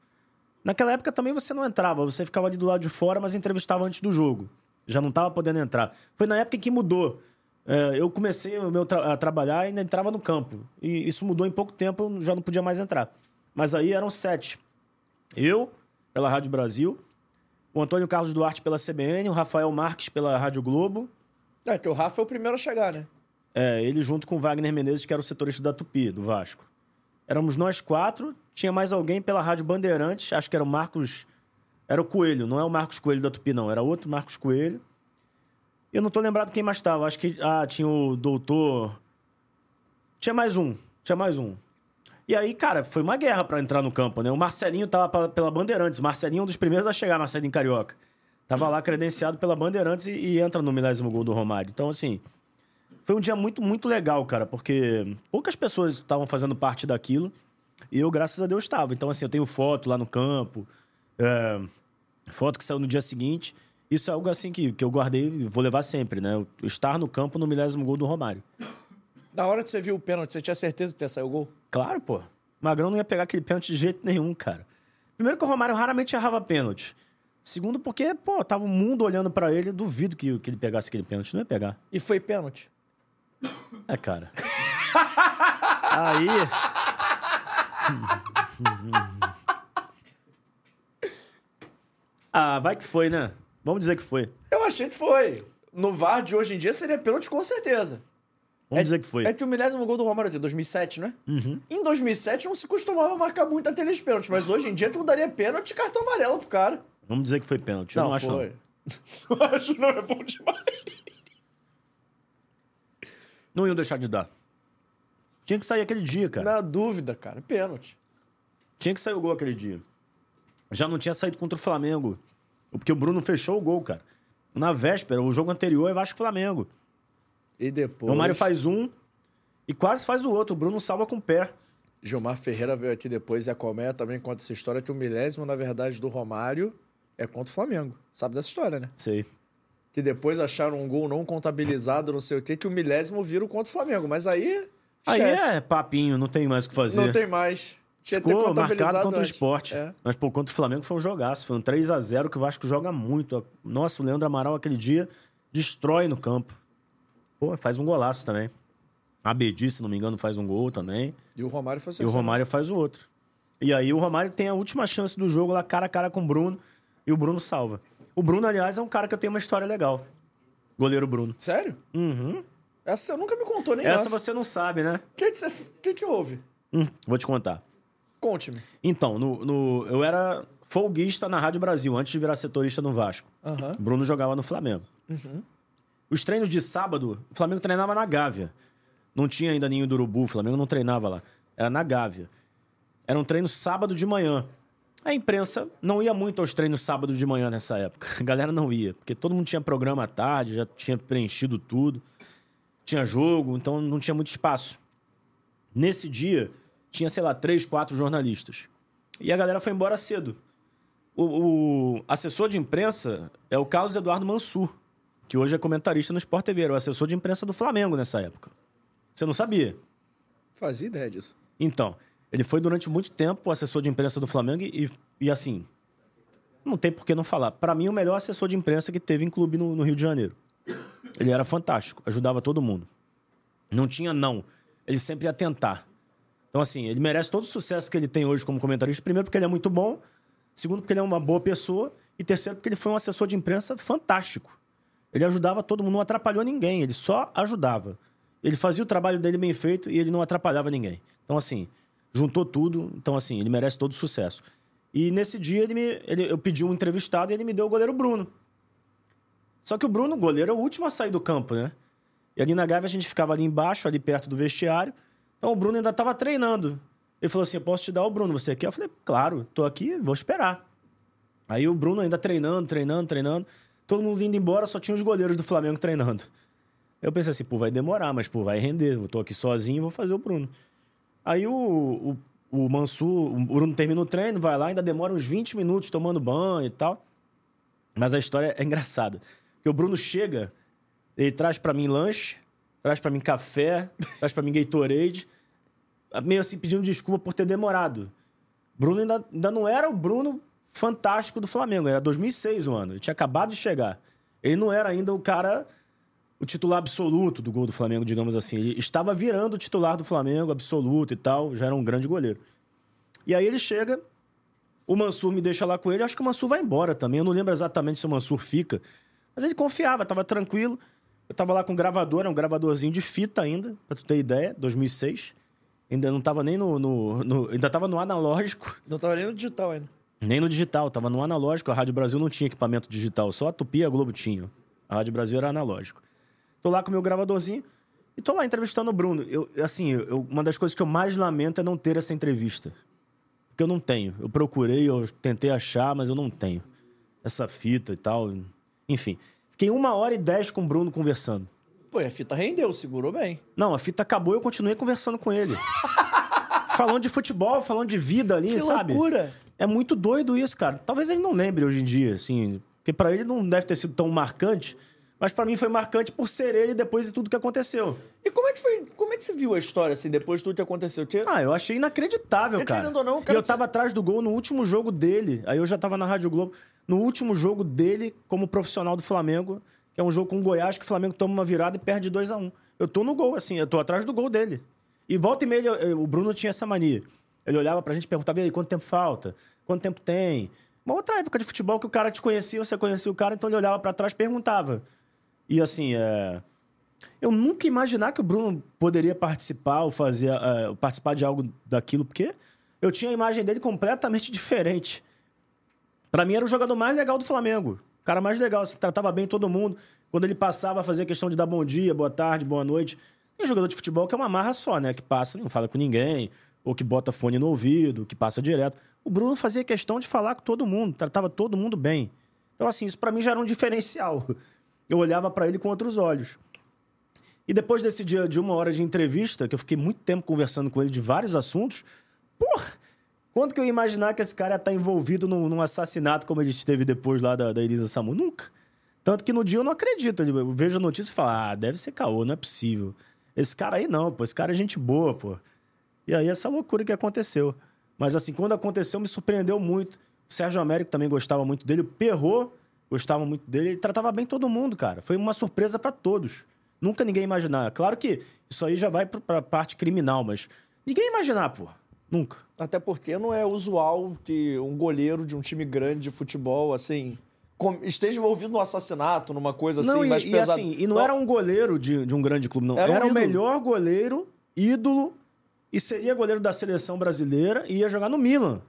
Naquela época também você não entrava, você ficava ali do lado de fora, mas entrevistava antes do jogo. Já não estava podendo entrar. Foi na época em que mudou. É, eu comecei o meu tra- a trabalhar e ainda entrava no campo. E isso mudou em pouco tempo, eu já não podia mais entrar. Mas aí eram sete. Eu, pela Rádio Brasil, o Antônio Carlos Duarte pela CBN, o Rafael Marques pela Rádio Globo, É, que o Rafa é o primeiro a chegar, né? é, ele junto com o Wagner Menezes, que era o setorista da Tupi, do Vasco. Éramos nós quatro, tinha mais alguém pela Rádio Bandeirantes, acho que era o Marcos. Era o Coelho, não é o Marcos Coelho da Tupi, não, era outro Marcos Coelho. Eu não tô lembrado quem mais tava, acho que. Ah, tinha o doutor. Tinha mais um, tinha mais um. E aí, cara, foi uma guerra pra entrar no campo, né? O Marcelinho tava pa- pela Bandeirantes, Marcelinho é um dos primeiros a chegar, Marcelinho Carioca. Tava lá credenciado pela Bandeirantes e, e entra no milésimo gol do Romário. Então, assim, foi um dia muito, muito legal, cara, porque poucas pessoas estavam fazendo parte daquilo e eu, graças a Deus, estava. Então, assim, eu tenho foto lá no campo, é, foto que saiu no dia seguinte. Isso é algo assim que, que eu guardei e vou levar sempre, né? Eu Estar no campo no milésimo gol do Romário. Na hora que você viu o pênalti, você tinha certeza que ia sair o gol? Claro, pô. Magrão não ia pegar aquele pênalti de jeito nenhum, cara. Primeiro que o Romário raramente errava pênalti. Segundo, porque, pô, tava o mundo olhando pra ele, duvido que, que ele pegasse aquele pênalti. Não ia pegar. E foi pênalti. É, cara. Aí. ah, vai que foi, né? Vamos dizer que foi. Eu achei que foi. No VAR de hoje em dia seria pênalti com certeza. Vamos dizer que foi. Uhum. É que o milésimo gol do Romário tem 2007, né? Em 2007 não se costumava marcar muito aqueles pênaltis, mas hoje em dia tu daria pênalti e cartão amarelo pro cara. Vamos dizer que foi pênalti. Eu não, acho, não. Não acho não, é bom demais. Não iam deixar de dar. Tinha que sair aquele dia, cara. Na dúvida, cara, pênalti. Tinha que sair o gol aquele dia. Já não tinha saído contra o Flamengo. Porque o Bruno fechou o gol, cara. Na véspera, o jogo anterior é Vasco e Flamengo. E depois... O Romário faz um e quase faz o outro. O Bruno salva com o pé. Gilmar Ferreira veio aqui depois e a Colmeia também conta essa história que o milésimo, na verdade, do Romário é contra o Flamengo. Sabe dessa história, né? Sei. Que depois acharam um gol não contabilizado, não sei o quê, que o milésimo vira o contra o Flamengo. Mas aí. Aí esquece. é papinho, não tem mais o que fazer. Não tem mais. Tinha que ter Ficou marcado contabilizado contra o antes. esporte. É. Mas, pô, contra o Flamengo foi um jogaço. Foi um 3 a 0 que o Vasco joga muito. Nossa, o Leandro Amaral aquele dia destrói no campo. Pô, faz um golaço também. Abedi, se não me engano, faz um gol também. E o Romário foi E o Romário faz o outro. E aí o Romário tem a última chance do jogo lá cara a cara com o Bruno. E o Bruno salva. O Bruno, aliás, é um cara que eu tenho uma história legal. Goleiro Bruno. Sério? Uhum. Essa você nunca me contou nem Essa off. você não sabe, né? Que que você- que, que houve? Hum, vou te contar. Conte-me. Então, no, no- eu era folguista na Rádio Brasil, antes de virar setorista no Vasco. Aham. O Bruno jogava no Flamengo. Os treinos de sábado, o Flamengo treinava na Gávea. Não tinha ainda ninho do urubu, o Flamengo não treinava lá. Era na Gávea. Era um treino sábado de manhã. A imprensa não ia muito aos treinos sábado de manhã nessa época. A galera não ia, porque todo mundo tinha programa à tarde, já tinha preenchido tudo. Tinha jogo, então não tinha muito espaço. Nesse dia, tinha, sei lá, três, quatro jornalistas. E a galera foi embora cedo. O, o assessor de imprensa é o Carlos Eduardo Mansur, que hoje é comentarista no Sport TV. Era o assessor de imprensa do Flamengo nessa época. Você não sabia? Fazia ideia disso. Então, ele foi durante muito tempo assessor de imprensa do Flamengo e, e assim, não tem por que não falar. Para mim, o melhor assessor de imprensa que teve em clube no, no Rio de Janeiro. Ele era fantástico, ajudava todo mundo. Não tinha não. Ele sempre ia tentar. Então, assim, ele merece todo o sucesso que ele tem hoje como comentarista. Primeiro, porque ele é muito bom. Segundo, porque ele é uma boa pessoa. E terceiro, porque ele foi um assessor de imprensa fantástico. Ele ajudava todo mundo, não atrapalhou ninguém, ele só ajudava. Ele fazia o trabalho dele bem feito e ele não atrapalhava ninguém. Então, assim, juntou tudo. Então, assim, ele merece todo o sucesso. E nesse dia ele me, ele- eu pedi um entrevistado e ele me deu o goleiro Bruno. Só que o Bruno, goleiro, é o último a sair do campo, né? E ali na Gávea a gente ficava ali embaixo, ali perto do vestiário. Então o Bruno ainda estava treinando. Ele falou assim: Eu posso te dar o Bruno, você quer? Eu falei: Claro, tô aqui, vou esperar. Aí o Bruno ainda treinando, treinando, treinando. Todo mundo indo embora, só tinha os goleiros do Flamengo treinando. Eu pensei assim: pô, vai demorar, mas pô, vai render. Eu tô aqui sozinho, vou fazer o Bruno. Aí o, o, o Mansur, o Bruno termina o treino, vai lá, ainda demora uns 20 minutos tomando banho e tal. Mas a história é engraçada. Porque o Bruno chega, ele traz pra mim lanche, traz pra mim café, traz pra mim Gatorade, meio assim pedindo desculpa por ter demorado. Bruno ainda, ainda não era o Bruno fantástico do Flamengo, era 2006 o ano, ele tinha acabado de chegar. Ele não era ainda o cara o titular absoluto do gol do Flamengo, digamos assim. Ele estava virando o titular do Flamengo, absoluto e tal, já era um grande goleiro. E aí ele chega, o Mansur me deixa lá com ele, acho que o Mansur vai embora também, eu não lembro exatamente se o Mansur fica, mas ele confiava, tava tranquilo. Eu tava lá com um gravador, era um gravadorzinho de fita ainda, pra tu ter ideia, 2006. Ainda não tava nem no- no- no ainda tava no analógico. Não tava nem no digital ainda. Nem no digital, tava no analógico. A Rádio Brasil não tinha equipamento digital, só a Tupi e a Globo tinham. A Rádio Brasil era analógico. Tô lá com o meu gravadorzinho e tô lá entrevistando o Bruno. Eu, assim, eu- eu- uma das coisas que eu mais lamento é não ter essa entrevista. Porque eu não tenho. Eu procurei, eu tentei achar, mas eu não tenho. Essa fita e tal. Enfim. Fiquei uma hora e dez com o Bruno conversando. Pô, e a fita rendeu, segurou bem. Não, a fita acabou e eu continuei conversando com ele. falando de futebol, falando de vida ali, Que sabe? loucura! É muito doido isso, cara. Talvez ele não lembre hoje em dia, assim. Porque pra ele não deve ter sido tão marcante. Mas pra mim foi marcante por ser ele depois de tudo que aconteceu. E como é que foi? Como é que você viu a história, assim, depois de tudo que aconteceu? Tinha- Ah, eu achei inacreditável, Porque, cara. querendo ou não, o e cara- eu tava atrás do gol no último jogo dele. Aí eu já tava na Rádio Globo. No último jogo dele, como profissional do Flamengo, que é um jogo com o Goiás, que o Flamengo toma uma virada e perde 2 a 1 Eu tô no gol, assim, eu tô atrás do gol dele. E volta e meia, eu- eu- o Bruno tinha essa mania. Ele olhava pra gente e perguntava: e aí, quanto tempo falta? Quanto tempo tem? Uma outra época de futebol que o cara te conhecia, você conhecia o cara, então ele olhava pra trás e perguntava. E assim, é. Eu nunca ia imaginar que o Bruno poderia participar ou fazer eh, participar de algo daquilo, porque eu tinha a imagem dele completamente diferente. Pra mim era o jogador mais legal do Flamengo. O cara mais legal, assim, tratava bem todo mundo. Quando ele passava, fazia questão de dar bom dia, boa tarde, boa noite. Tem jogador de futebol que é uma marra só, né? Que passa, não fala com ninguém, ou que bota fone no ouvido, que passa direto. O Bruno fazia questão de falar com todo mundo, tratava todo mundo bem. Então, assim, isso pra mim já era um diferencial. Eu olhava pra ele com outros olhos. E depois desse dia de uma hora de entrevista, que eu fiquei muito tempo conversando com ele de vários assuntos, porra, quando que eu ia imaginar que esse cara ia estar envolvido num, num assassinato como ele esteve depois lá da, da Elisa Samu? Nunca. Tanto que no dia eu não acredito. Eu vejo a notícia e falo, ah, deve ser caô, não é possível. Esse cara aí não, pô, esse cara é gente boa, pô. E aí essa loucura que aconteceu. Mas assim, quando aconteceu, me surpreendeu muito. O Sérgio Américo também gostava muito dele, o Perro gostava muito dele, ele tratava bem todo mundo, cara. Foi uma surpresa pra todos. Nunca ninguém imaginava. Claro que isso aí já vai pra- pra parte criminal, mas ninguém ia imaginar, pô. Nunca. Até porque não é usual que um goleiro de um time grande de futebol, assim, com- esteja envolvido num assassinato, numa coisa assim, não, e, mais e pesada. assim, e não era um goleiro de, de um grande clube, não. Era Era, um o ídolo. melhor goleiro, ídolo, e seria goleiro da seleção brasileira e ia jogar no Milan.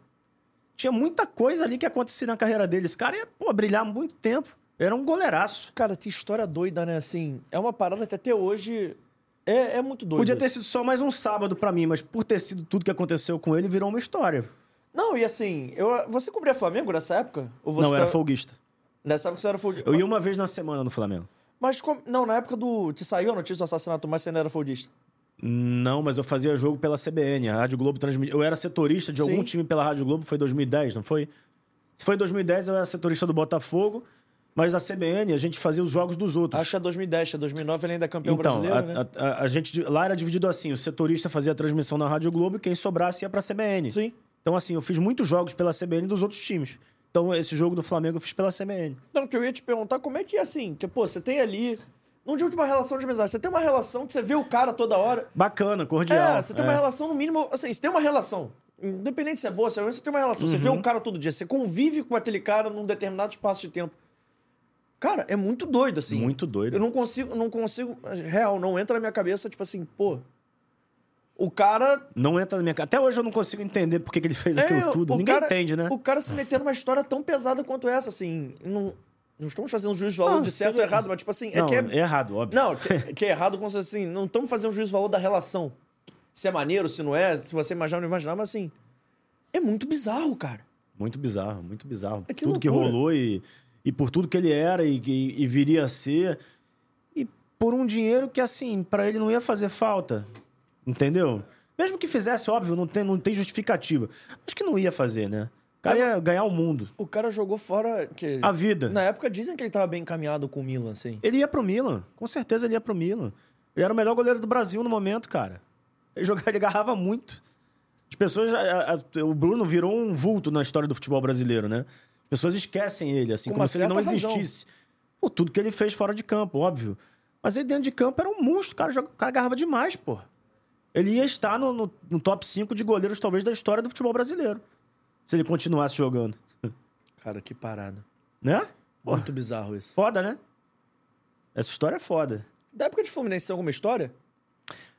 Tinha muita coisa ali que acontecia na carreira dele. Esse cara ia pô, brilhar muito tempo. Era um goleiraço. Cara, que história doida, né? Assim, é uma parada que até hoje É, é muito doido. Podia isso. ter sido só mais um sábado pra mim, mas por ter sido tudo que aconteceu com ele, virou uma história. Não, e assim, eu, você cobria Flamengo nessa época? Ou você não, eu era tá- folguista. Nessa época você era folguista. Eu ia uma vez na semana no Flamengo. Mas como- não, na época do. que saiu a notícia do assassinato, mas você ainda era foldista. Não, mas eu fazia jogo pela CBN, a Rádio Globo transmitia. Eu era setorista de Sim. algum time pela Rádio Globo, foi 2010, não foi? Se foi 2010, eu era setorista do Botafogo, mas na CBN a gente fazia os jogos dos outros. Acho que é 2010, é 2009, ele ainda é campeão Então, brasileiro, né? a, a- a- a gente di- lá era dividido assim: o setorista fazia a transmissão na Rádio Globo e quem sobrasse ia pra CBN. Sim. Então, assim, eu fiz muitos jogos pela CBN dos outros times. Então, esse jogo do Flamengo eu fiz pela CBN. Não, que eu ia te perguntar como é que é assim, que, pô, você tem ali. Não digo de uma relação de amizade, você tem uma relação que você vê o cara toda hora. Bacana, cordial. É, você tem uma relação, no mínimo, assim, você tem uma relação. Independente se é boa, se é ruim, você tem uma relação. Você vê Uhum. o cara todo dia, você convive com aquele cara num determinado espaço de tempo. Cara, é muito doido, assim. Muito doido. Eu não consigo, não consigo. Real, não entra na minha cabeça, tipo assim, pô. O cara. Não entra na minha cara. Até hoje eu não consigo entender por que, que ele fez É, aquilo tudo. o Ninguém cara- entende, né? O cara se meter numa história tão pesada quanto essa, assim. Não, não estamos fazendo um juízo de valor Não, de certo sim. ou errado, mas, tipo assim, é Não, que é. é errado, óbvio. Não, que, que é errado como se assim, não estamos fazendo um juízo de valor da relação. Se é maneiro, se não é, se você imaginar ou não imaginar, mas assim. É muito bizarro, cara. Muito bizarro, muito bizarro. É que tudo que loucura. rolou e, e por tudo que ele era e, e- e viria a ser. E por um dinheiro que, assim, pra ele não ia fazer falta. Entendeu? Mesmo que fizesse, óbvio, não tem, não tem justificativa. Mas que não ia fazer, né? O cara É, ia ganhar o mundo, O cara jogou fora. Que, a vida. na época dizem que ele tava bem encaminhado com o Milan, assim. Ele ia pro Milan, com certeza ele ia pro Milan. Ele era o melhor goleiro do Brasil no momento, cara. Ele jogava, ele agarrava muito. As pessoas. a- a- o Bruno virou um vulto na história do futebol brasileiro, né? As pessoas esquecem ele, assim, Com como uma se ele não certa razão. existisse. Por tudo que ele fez fora de campo, óbvio. Mas ele dentro de campo era um monstro, cara. joga- O cara agarrava demais, pô. Ele ia estar no, no- no top 5 de goleiros, talvez, da história do futebol brasileiro. Se ele continuasse jogando. Cara, que parada. Né? Pô, Muito bizarro isso. foda, né? Essa história é foda. Da época de Fluminense tem alguma história?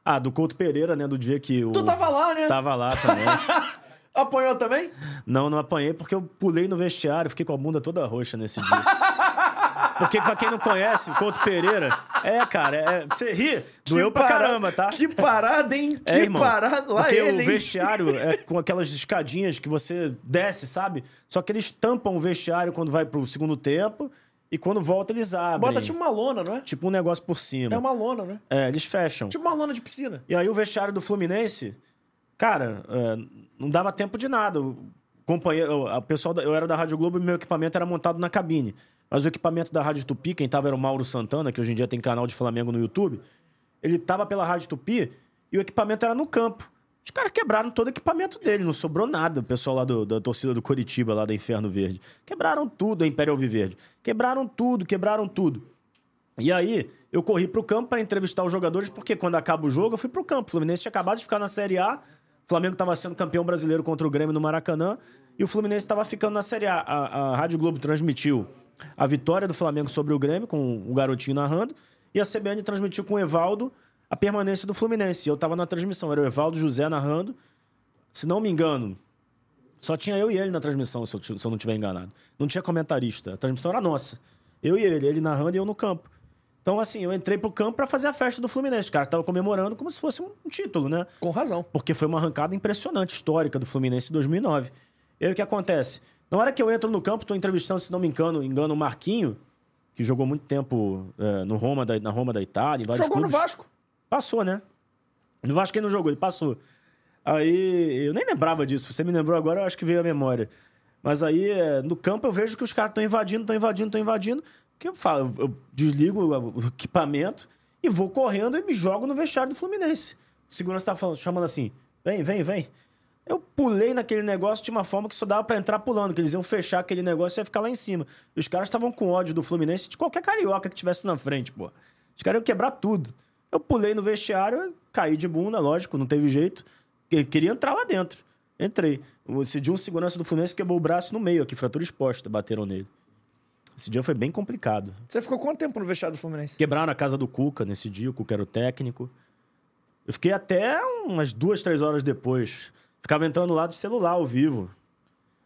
Ah, do Couto Pereira, né? Do dia que o. Tu tava lá, né? Tava lá também. Apanhou também? não, não apanhei porque eu pulei no vestiário, fiquei com a bunda toda roxa nesse dia. Porque, pra quem não conhece, o Couto Pereira. É, cara, é- você ri, doeu pra parada- caramba, tá? Que parada, hein? É, que irmão, parada lá porque ele, o hein? vestiário é com aquelas escadinhas que você desce, sabe? Só que eles tampam o vestiário quando vai pro segundo tempo e quando volta eles abrem. Bota tipo uma lona, não é? Tipo um negócio por cima. É uma lona, né? É, eles fecham. Tipo uma lona de piscina. E aí o vestiário do Fluminense, cara, é, não dava tempo de nada. O companheiro, o- a pessoal, da- eu era da Rádio Globo e meu equipamento era montado na cabine. Mas o equipamento da Rádio Tupi, quem tava era o Mauro Santana, que hoje em dia tem canal de Flamengo no YouTube. Ele tava pela Rádio Tupi e o equipamento era no campo. Os caras quebraram todo o equipamento dele, não sobrou nada. O pessoal lá do- da torcida do Curitiba, lá da Inferno Verde. Quebraram tudo, a Império Alviverde. Quebraram tudo, quebraram tudo. E aí, eu corri pro campo pra entrevistar os jogadores, porque quando acaba o jogo, eu fui pro campo. O Fluminense tinha acabado de ficar na Série A, o Flamengo tava sendo campeão brasileiro contra o Grêmio no Maracanã, e o Fluminense tava ficando na Série A. A, a Rádio Globo transmitiu a vitória do Flamengo sobre o Grêmio, com o garotinho narrando, e a CBN transmitiu com o Evaldo a permanência do Fluminense. E eu tava na transmissão, era o Evaldo José narrando. Se não me engano, só tinha eu e ele na transmissão, se eu, ti- se eu não estiver enganado. Não tinha comentarista. A transmissão era nossa. Eu e ele, ele narrando e eu no campo. Então, assim, eu entrei pro campo pra fazer a festa do Fluminense. O cara tava comemorando como se fosse um um título, né? Com razão. Porque foi uma arrancada impressionante, histórica do Fluminense em 2009. E aí o que acontece? Na hora que eu entro no campo, tô entrevistando, se não me engano, engano o Marquinho, que jogou muito tempo eh, no Roma, da- na Roma da Itália, em vários Jogou clubes. no Vasco. Passou, né? No Vasco ele não jogou, ele passou. Aí eu nem lembrava disso. Você me lembrou agora, eu acho que veio a memória. Mas aí é, no campo eu vejo que os caras estão invadindo, estão invadindo, estão invadindo. O que eu falo? Eu desligo o o equipamento e vou correndo e me jogo no vestiário do Fluminense. O segurança tá falando, chamando assim: vem, vem, vem. Eu pulei naquele negócio de uma forma que só dava pra entrar pulando, que eles iam fechar aquele negócio e ia ficar lá em cima. E os caras estavam com ódio do Fluminense de qualquer carioca que tivesse na frente, pô. Os caras iam quebrar tudo. Eu pulei no vestiário, caí de bunda, lógico, não teve jeito. Eu queria entrar lá dentro. Entrei. Esse dia um segurança do Fluminense quebrou o braço no meio aqui, fratura exposta, bateram nele. Esse dia foi bem complicado. Você ficou quanto tempo no vestiário do Fluminense? Quebraram a casa do Cuca nesse dia, o Cuca era o técnico. Eu fiquei até umas duas, três horas depois. Ficava entrando lá de celular ao vivo,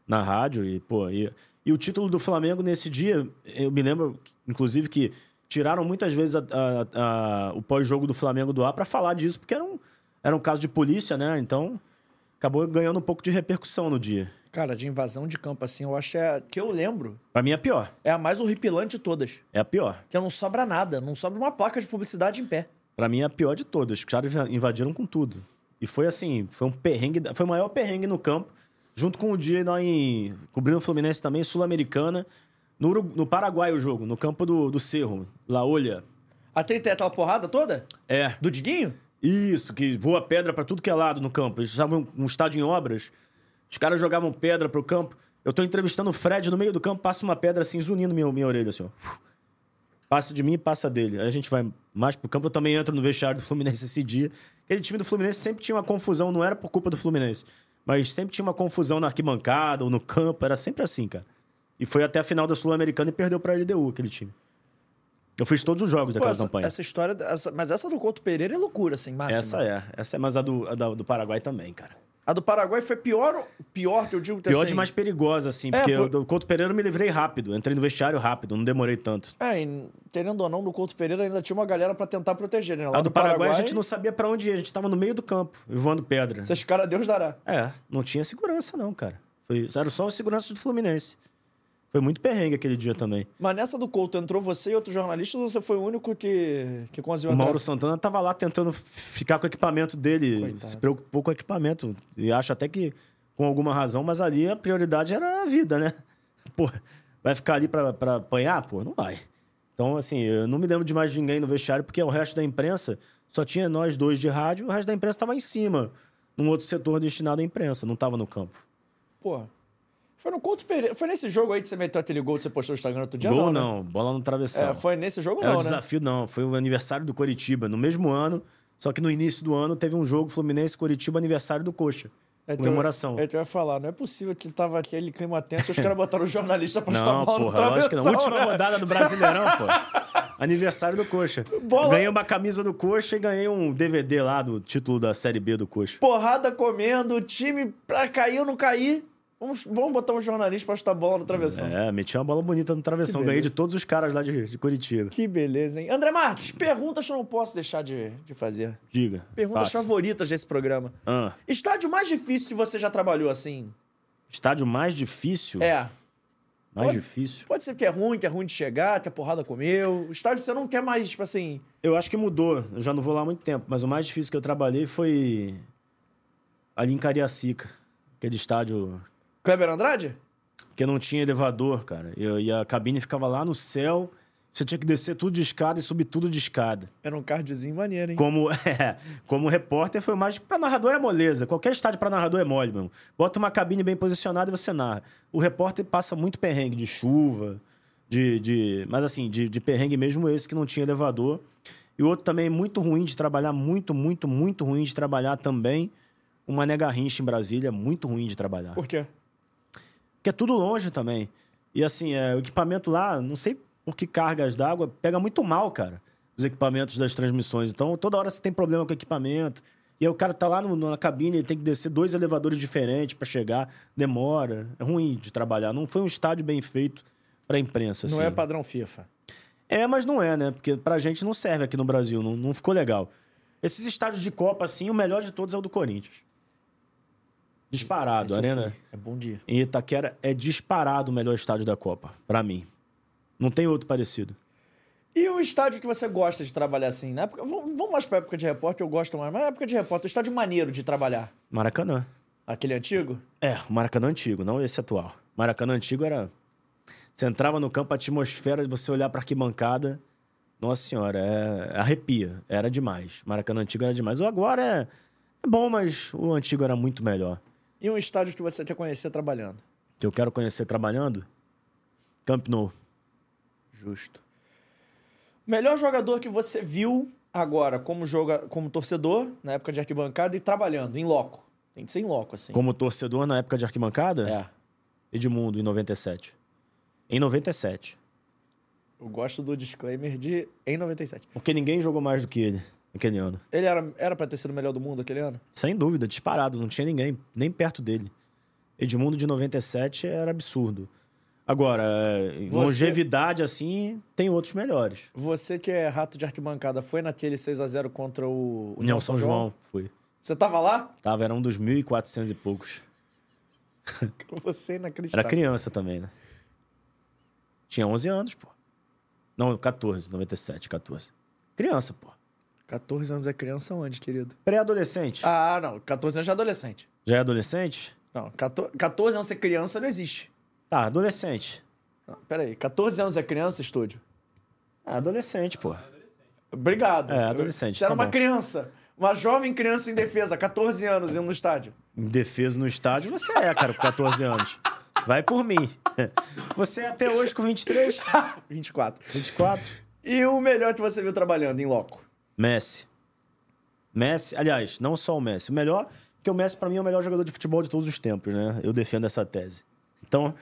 na rádio, e, pô, e, e o título do Flamengo nesse dia, eu me lembro, inclusive, que tiraram muitas vezes a- a- a- o pós-jogo do Flamengo do ar pra falar disso, porque era um, era um caso de polícia, né? Então acabou ganhando um pouco de repercussão no dia. Cara, de invasão de campo, assim, eu acho que é. Que eu lembro, Pra mim é a pior. é a mais horripilante de todas. É a pior. Que não sobra nada, não sobra uma placa de publicidade em pé. Pra mim é a pior de todas. Os caras inva- invadiram com tudo. E foi assim, foi um perrengue, da- foi o maior perrengue no campo, junto com o dia lá em. cobrindo o Fluminense também, Sul-Americana. No, Urugu- no Paraguai o jogo, no campo do, do Cerro, La Olha. A treta é aquela porrada toda? É. Do Diguinho? Isso, que voa pedra pra tudo que é lado no campo. Eles estavam um estádio em obras, os caras jogavam pedra pro campo. Eu tô entrevistando o Fred no meio do campo, passa uma pedra assim, zunindo minha, minha orelha, assim, ó. Passa de mim e passa dele. Aí a gente vai mais pro campo. Eu também entro no vestiário do Fluminense esse dia. Aquele time do Fluminense sempre tinha uma confusão, não era por culpa do Fluminense, mas sempre tinha uma confusão na arquibancada ou no campo, era sempre assim, cara. E foi até a final da Sul-Americana e perdeu pra LDU aquele time. Eu fiz todos os jogos Pô, daquela essa, campanha. essa história. essa- mas essa do Couto Pereira é loucura, assim, máxima. Essa é. Essa é, mas a do, a da- do Paraguai também, cara. A do Paraguai foi pior, pior que eu digo que Pior assim, de mais perigosa, assim, É, porque pô- eu, do Couto Pereira eu me livrei rápido. Entrei no vestiário rápido, não demorei tanto. É, e, querendo ou não, no Couto Pereira ainda tinha uma galera pra tentar proteger, né? Lá A do Paraguai, a gente não sabia pra onde ia, a gente tava no meio do campo, voando pedra. Esses caras, Deus dará. É, não tinha segurança, não, cara. Foi, era só o segurança do Fluminense. Foi muito perrengue aquele dia também. Mas nessa do Couto, entrou você e outro jornalista ou você foi o único que, que conseguiu O entrar? Mauro Santana tava lá tentando ficar com o equipamento dele, se preocupou com o equipamento. E acho até que com alguma razão, mas ali a prioridade era a vida, né? Pô, vai ficar ali pra, pra apanhar? Pô, não vai. Então, assim, eu não me lembro de mais ninguém no vestiário, porque o resto da imprensa só tinha nós dois de rádio, o resto da imprensa tava em cima, num outro setor destinado à imprensa, não tava no campo. Pô. Foi no Couto Pereira. Foi nesse jogo aí que você meteu aquele gol que você postou no Instagram outro dia? Gol né? não, bola no travessão. É, foi nesse jogo Era não, né? o desafio, não. Foi o aniversário do Coritiba, no mesmo ano. Só que no início do ano teve um jogo Fluminense-Coritiba, aniversário do Coxa. É que eu- comemoração. É que eu ia falar, não é possível que tava aquele clima tenso e os caras botaram o jornalista pra chutar a Não, tá bola no porra, travessão. lógico que não. Última né? rodada do Brasileirão, pô. Aniversário do Coxa. Bola- Ganhei uma camisa do Coxa e ganhei um DVD lá do título da Série B do Coxa. Porrada comendo, o time pra cair ou não cair. Vamos, vamos botar um jornalista pra chutar a bola no travessão. É, meti uma bola bonita no travessão. Que Ganhei de beleza. todos os caras lá de, de Curitiba. Que beleza, hein? André Marques, perguntas que eu não posso deixar de, de fazer. Diga. Perguntas faça. favoritas desse programa. Ah, Estádio mais difícil que você já trabalhou assim? estádio mais difícil? É. Pode- Mais difícil? Pode ser que é ruim, que é ruim de chegar, que a porrada comeu. O estádio você não quer mais, tipo assim. Eu acho que mudou. Eu já não vou lá há muito tempo. Mas o mais difícil que eu trabalhei foi ali em Cariacica. Aquele estádio Kleber Andrade? que não tinha elevador, cara. E, e a cabine ficava lá no céu. Você tinha que descer tudo de escada e subir tudo de escada. Era um cardzinho maneiro, hein? Como, é, como repórter foi mais... Pra narrador é moleza. Qualquer estádio pra narrador é mole, mano. Bota uma cabine bem posicionada e você narra. O repórter passa muito perrengue de chuva, de... de mas assim, de, de perrengue mesmo esse que não tinha elevador. E o outro também muito ruim de trabalhar, muito, muito, muito ruim de trabalhar também. Uma negarrincha em Brasília, muito ruim de trabalhar. Por quê? Porque é tudo longe também. E assim, é, o equipamento lá, não sei por que cargas d'água, pega muito mal, cara, os equipamentos das transmissões. Então, toda hora você tem problema com o equipamento. E aí o cara tá lá no- na cabine, ele tem que descer dois elevadores diferentes pra chegar, demora. É ruim de trabalhar. Não foi um estádio bem feito pra imprensa. Não assim. é padrão FIFA. É, mas não é, né? Porque pra gente não serve aqui no Brasil, não, não ficou legal. Esses estádios de Copa, assim, o melhor de todos é o do Corinthians. Disparado, Esse eu Arena. fui. É bom dia. Em Itaquera é disparado o melhor estádio da Copa, pra mim. Não tem outro parecido. E o estádio que você gosta de trabalhar assim? Na época, vamos vamos mais pra época de repórter, eu gosto mais. Mas na época de repórter, o estádio maneiro de trabalhar. Maracanã. Aquele antigo? É, o Maracanã antigo, não esse atual. Maracanã antigo era. Você entrava no campo, a atmosfera de você olhar pra arquibancada. Nossa senhora, é... arrepia. Era demais. Maracanã antigo era demais. O agora é... é bom, mas o antigo era muito melhor. E um estádio que você quer conhecer trabalhando. Que eu quero conhecer trabalhando? Camp Nou. Justo. Melhor jogador que você viu agora como, joga, como torcedor, na época de arquibancada, e trabalhando, em loco. Tem que ser em loco, assim. Como torcedor na época de arquibancada? É. Edmundo, em 97. Em 97. Eu gosto do disclaimer de em 97. Porque ninguém jogou mais do que ele naquele ano. Ele era, era pra ter sido o melhor do mundo aquele ano? Sem dúvida, disparado, não tinha ninguém, nem perto dele. Edmundo de 97 era absurdo. Agora, é, em Você- longevidade, assim, tem outros melhores. Você que é rato de arquibancada, foi naquele 6 a 0 contra o, o União São João, fui. Você tava lá? Tava, era um dos 1.400 e poucos. Você é Era inacreditável. criança também, né? Tinha 11 anos, pô. Não, 14, 97, 14. Criança, pô. 14 anos é criança onde, querido? Pré-adolescente. Ah, não. 14 anos já é adolescente. Já é adolescente? Não, 14, 14 anos é criança não existe. Tá, adolescente. Não, pera aí. 14 anos é criança, estúdio? Ah, adolescente, pô. Obrigado. É, adolescente, Você era tá uma bom. criança. Uma jovem criança indefesa, 14 anos, indo no estádio. Indefeso no estádio, você é, cara, com 14 anos. Vai por mim. Você é até hoje com 23, 24. 24. E o melhor que você viu trabalhando em loco? Messi. Messi, aliás, não só o Messi. O melhor, porque o Messi pra mim é o melhor jogador de futebol de todos os tempos, né? Eu defendo essa tese. Então,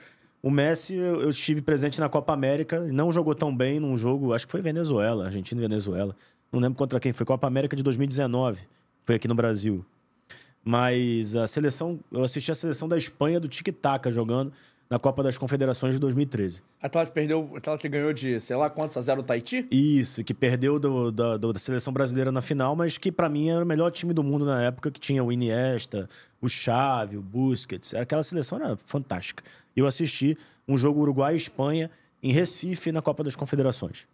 o Messi, eu, eu estive presente na Copa América, não jogou tão bem num jogo, acho que foi Venezuela, Argentina e Venezuela. Não lembro contra quem foi, Copa América de 2019. Foi aqui no Brasil. Mas a seleção, eu assisti a seleção da Espanha do Tic Taca jogando na Copa das Confederações de 2013. Atlético perdeu, Atlético ganhou de sei lá quantos a zero o Tahiti? Isso, que perdeu do- da, do- da seleção brasileira na final, mas que pra mim era o melhor time do mundo na época, que tinha o Iniesta, o Xavi, o Busquets. Aquela seleção era fantástica. E Eu assisti um jogo Uruguai e Espanha em Recife na Copa das Confederações.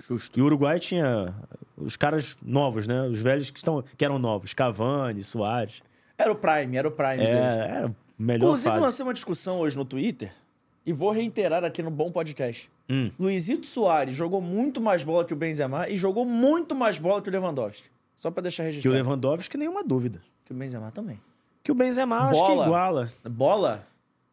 Justo. E o Uruguai tinha os caras novos, né? Os velhos que, estão, que eram novos, Cavani, Soares. Era o Prime, era o Prime É, deles. era a melhor Inclusive, fase. lancei uma discussão hoje no Twitter e vou reiterar aqui no Bom Podcast. Hum. Luizito Soares jogou muito mais bola que o Benzema e jogou muito mais bola que o Lewandowski. Só pra deixar Que o registrado. Lewandowski, nenhuma dúvida. Que o Benzema também. Que o Benzema acho que Bola. iguala. Bola?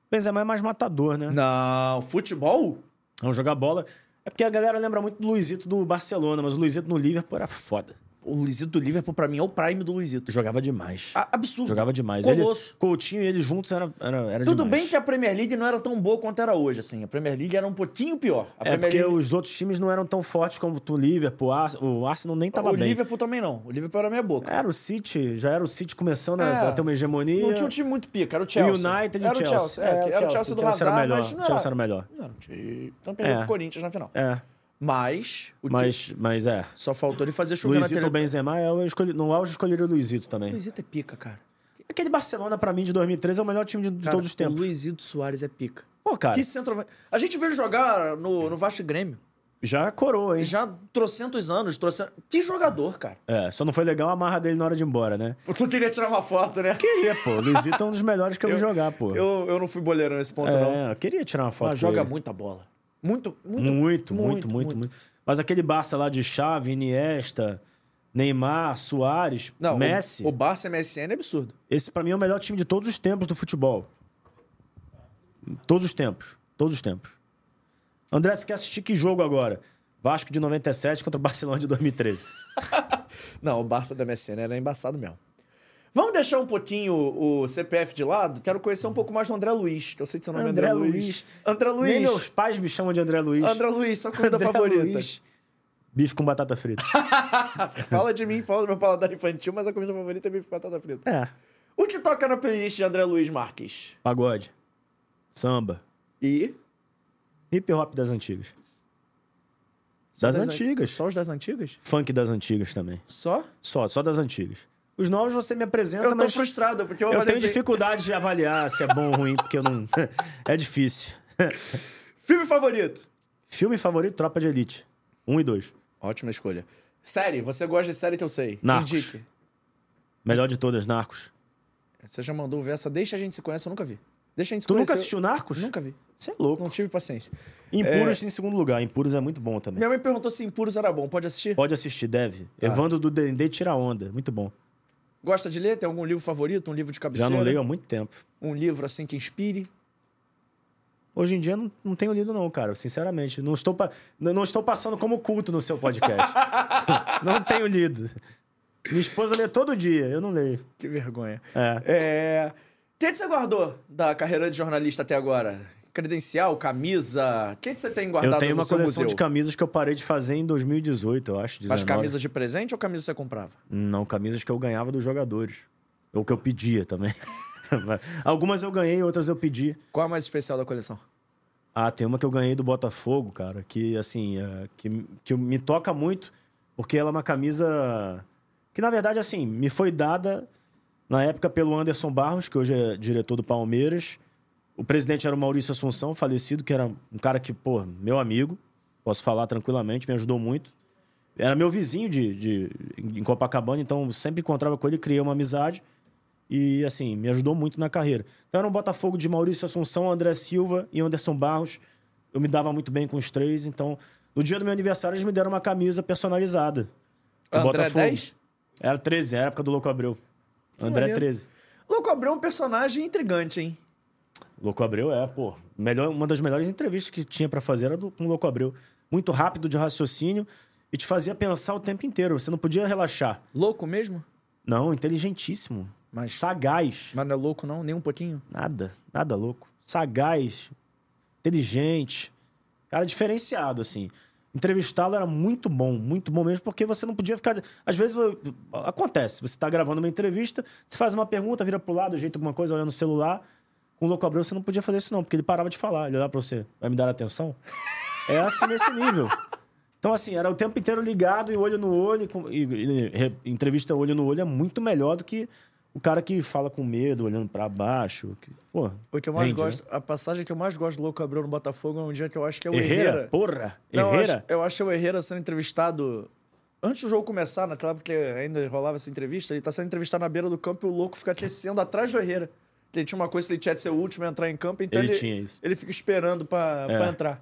O Benzema é mais matador, né? Não. Futebol? Vamos jogar bola. É porque a galera lembra muito do Luizito do Barcelona, mas o Luizito no Liverpool era foda. O Luizito do Liverpool, pra mim, é o Prime do Luizito. Jogava demais. A- absurdo. Jogava demais. Ele, Ah, Colosso. Coutinho e eles juntos era, era, era Tudo demais. bem que a Premier League não era tão boa quanto era hoje, assim. A Premier League era um pouquinho pior. A É Premier porque League... os outros times não eram tão fortes como o Liverpool, o Ars- o Arsenal nem tava o bem. Liverpool também não. O Liverpool era meia boca. Era o City, já era o City começando É. a, a ter uma hegemonia. Não tinha um time muito pica, era o o Chelsea. United e era o Chelsea. É, É, que era o Chelsea do Chelsea Lazar, era melhor. mas não era... Chelsea era melhor. Não, era um time... Então perdeu É. pro Corinthians na final. É, Mas, o time mas, mas é. só faltou ele fazer chover na Luizito tele. ou Benzema, eu escolhi, no auge eu escolheria o Luizito O também. Luizito é pica, cara. Aquele Barcelona, pra mim, de 2013, é o melhor time de, de Cara, todos os tempos. O Luizito Soares é pica. Pô, cara, Que centroavante. A gente vê ele jogar no, no Vasco e Grêmio. já coroa, hein? Já trocentos anos, trocent... Que jogador, cara. É, só não foi legal a marra dele na hora de ir embora, né? Tu queria tirar uma foto, né? Queria, pô. O Luizito é um dos melhores que eu, vi jogar, pô. Eu, eu não fui boleirão nesse ponto, não. é, eu queria tirar uma foto. Mas joga com ele. muita bola. Muito, muito. Muito muito muito, muito, Mas aquele Barça lá de Xavi, Iniesta, Neymar, Soares, Não, Messi, O, o Barça MSN é absurdo. esse pra mim é o melhor time de todos os tempos do futebol. Todos os tempos. Todos os tempos. André, você quer assistir que jogo agora? Vasco de 97 contra o Barcelona de 2013. Não, o Barça da MSN era embaçado mesmo. Vamos deixar um pouquinho o CPF de lado? Quero conhecer um pouco mais do André Luiz, que eu sei que seu nome André é André Luiz. Luiz. André Luiz. Nem meus pais me chamam de André Luiz. André Luiz, sua comida André favorita. Luiz. Bife com batata frita. Fala de mim, fala do meu paladar infantil, mas a comida favorita é bife com batata frita. é. O que toca na playlist de André Luiz Marques? Pagode. Samba. E? Hip hop das antigas. das antigas. Só os das antigas? Funk das antigas também. Só? Só, só das antigas. Os novos você me apresenta, Eu tô mas frustrado, porque eu, eu assim- tenho avalizei- dificuldade de avaliar se é bom ou ruim, porque eu não. é difícil. Filme favorito? Filme favorito: Tropa de Elite. Um e dois. Ótima escolha. Série, você gosta de série que eu sei. Narcos. Indique. Melhor de todas, Narcos. Você já mandou ver essa Deixa a gente se conhece, eu nunca vi. Deixa a gente se conhecer. Tu é. nunca assistiu Narcos? Nunca vi. Você é louco. Não tive paciência. Impuros em segundo lugar. Impuros é muito bom também. Minha mãe perguntou se Impuros era bom. Pode assistir? Pode assistir, deve. Evandro do D&D Tira Onda. Muito bom. Gosta de ler? Tem algum livro favorito? Um livro de Já cabeceira? não leio há muito tempo. Um livro assim que inspire? Hoje em dia não, não tenho lido, não, cara. Sinceramente. Não estou, pa- não, não estou passando como culto no seu podcast. não tenho lido. Minha esposa lê todo dia, eu não leio. Que vergonha. É. É... O que que você guardou da carreira de jornalista até agora? Credencial, camisa? O que que você tem guardado Eu tenho no uma seu coleção museu? de camisas que eu parei de fazer em 2018, eu acho. 19. Mas camisas de presente ou camisas que você comprava? Não, camisas que eu ganhava dos jogadores. Ou que eu pedia também. Algumas eu ganhei, outras eu pedi. Qual a mais especial da coleção? Ah, tem uma que eu ganhei do Botafogo, cara, que assim, é, que, que me toca muito, porque ela é uma camisa que, na verdade, assim, me foi dada na época pelo Anderson Barros, que hoje é diretor do Palmeiras. O presidente era o Maurício Assunção, falecido, que era um cara que, pô, meu amigo, posso falar tranquilamente, me ajudou muito. Era meu vizinho de, de, em Copacabana, então sempre encontrava com ele, criei uma amizade e, assim, me ajudou muito na carreira. Então era um Botafogo de Maurício Assunção, André Silva e Anderson Barros. Eu me dava muito bem com os três, então no dia do meu aniversário eles me deram uma camisa personalizada. do André 10? Era 13, era a época do Louco Abreu. André maneiro. 13. Louco Abreu é um personagem intrigante, hein? Louco Abreu é, pô. Melhor, uma das melhores entrevistas que tinha pra fazer era do, com o Louco Abreu. Muito rápido de raciocínio e te fazia pensar o tempo inteiro. Você não podia relaxar. Louco mesmo? Não, inteligentíssimo. Mas- sagaz. Mas não é louco, não, nem um pouquinho. Nada, nada louco. Sagaz, inteligente. Cara diferenciado, assim. Entrevistá-lo era muito bom, muito bom mesmo, porque você não podia ficar. Às vezes eu- acontece, você está gravando uma entrevista, você faz uma pergunta, vira pro lado, ajeita alguma coisa, olha no celular. Com o Louco Abreu você não podia fazer isso, não, porque ele parava de falar, ele olhava pra você, vai me dar atenção? É assim nesse nível. Então, assim, era o tempo inteiro ligado e olho no olho. e com- E, e re- entrevista olho no olho é muito melhor do que o cara que fala com medo, olhando pra baixo. que- pô, O que eu mais rende, né? gosto, a passagem que eu mais gosto do Louco Abreu no Botafogo é um dia que eu acho que é o Né? Herrera, Herrera. porra. Não, eu acho, Herrera. eu acho que o Herrera sendo entrevistado. Antes do jogo começar, naquela época que ainda rolava essa entrevista, ele tá sendo entrevistado na beira do campo e o louco fica aquecendo atrás do Herrera. Ele tinha uma coisa que ele tinha de ser o último a entrar em campo, então Ele ele, tinha isso. ele fica esperando pra, É. pra entrar.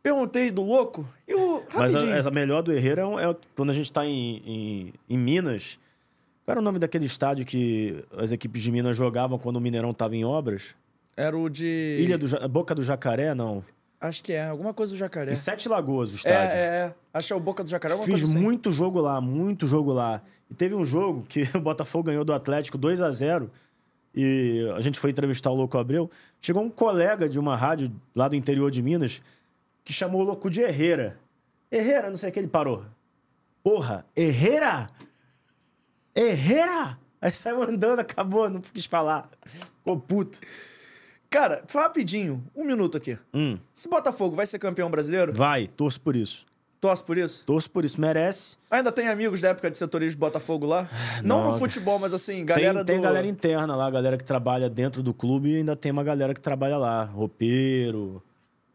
Perguntei do louco e o. Mas a, rapidinho. essa melhor do Herrera é um- é, quando a gente tá em, em, em Minas. Qual era o nome daquele estádio que as equipes de Minas jogavam quando o Mineirão tava em obras? Era o de. Ilha do Ja- Boca do Jacaré, não. Acho que é, alguma coisa do jacaré. Em Sete Lagoas, o É, estádio. é, é. Acho que é o Boca do Jacaré, alguma Fiz coisa assim. muito jogo lá, muito jogo lá. E teve um jogo que o Botafogo ganhou do Atlético 2 a 0 e a gente foi entrevistar o Louco Abreu. Chegou um colega de uma rádio lá do interior de Minas que chamou o Louco de Herrera. Herrera, não sei o que, ele parou. Porra, Herrera? Herrera? Aí saiu andando, acabou, não quis falar. Ficou puto. Cara, foi rapidinho, um minuto aqui. Hum, Se Botafogo vai ser campeão brasileiro, vai, torço por isso. torce por isso. Torço por isso, merece. Ainda tem amigos da época de setorismo de Botafogo lá? Não, no futebol, mas assim, galera tem, tem do... galera interna lá, galera que trabalha dentro do clube e ainda tem uma galera que trabalha lá, roupeiro,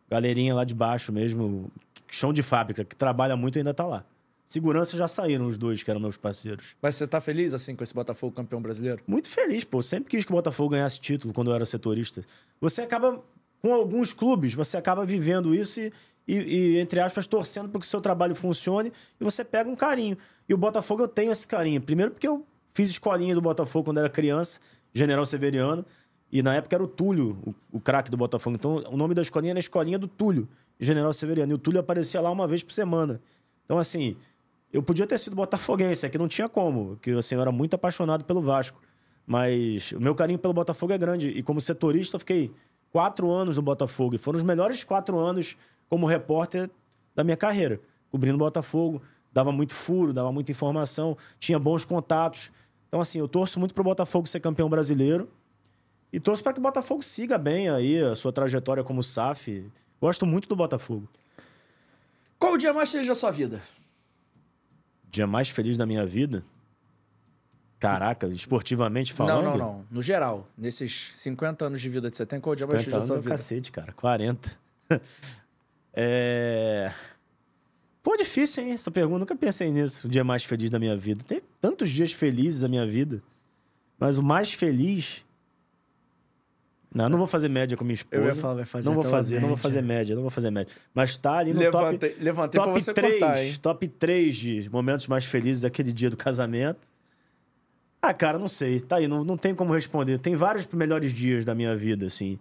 galerinha lá de baixo mesmo, chão de fábrica, que trabalha muito e ainda tá lá. Segurança já saíram os dois, que eram meus parceiros. Mas você tá feliz, assim, com esse Botafogo campeão brasileiro? Muito feliz, pô. Eu sempre quis que o Botafogo ganhasse título quando eu era setorista. Você acaba, com alguns clubes, você acaba vivendo isso e, e- e, entre aspas, torcendo para que o seu trabalho funcione e você pega um carinho. E o Botafogo, eu tenho esse carinho. Primeiro porque eu fiz escolinha do Botafogo quando era criança, General Severiano, e na época era o Túlio, o, o craque do Botafogo. Então, o nome da escolinha era Escolinha do Túlio, General Severiano. E o Túlio aparecia lá uma vez por semana. Então, assim, eu podia ter sido botafoguense, é que não tinha como, que assim, eu era muito apaixonado pelo Vasco. Mas o meu carinho pelo Botafogo é grande. E como setorista, eu fiquei quatro anos no Botafogo. E foram os melhores quatro anos como repórter da minha carreira. Cobrindo o Botafogo, dava muito furo, dava muita informação, tinha bons contatos. Então, assim, eu torço muito pro Botafogo ser campeão brasileiro. E torço para que o Botafogo siga bem aí a sua trajetória como SAF. Gosto muito do Botafogo. Qual o dia mais feliz da sua vida? dia mais feliz da minha vida? Caraca, esportivamente falando? Não, não, não. No geral, nesses 50 anos de vida que você tem, qual o dia mais 50 feliz da anos é sua o vida? cacete, cara. 40. é... Pô, difícil, hein, essa pergunta. Nunca pensei nisso, o dia mais feliz da minha vida. Tem tantos dias felizes da minha vida, mas o mais feliz... Não, não vou fazer média com minha esposa. Eu ia falar, vai fazer Não vou aquela fazer, não vou média. fazer média, não vou fazer média. Mas tá ali no Levantei, top... levantei Top pra você 3, cortar, hein? top 3 de momentos mais felizes aquele dia do casamento. Ah, cara, não sei. Tá aí, não, não tem como responder. Tem vários melhores dias da minha vida, assim.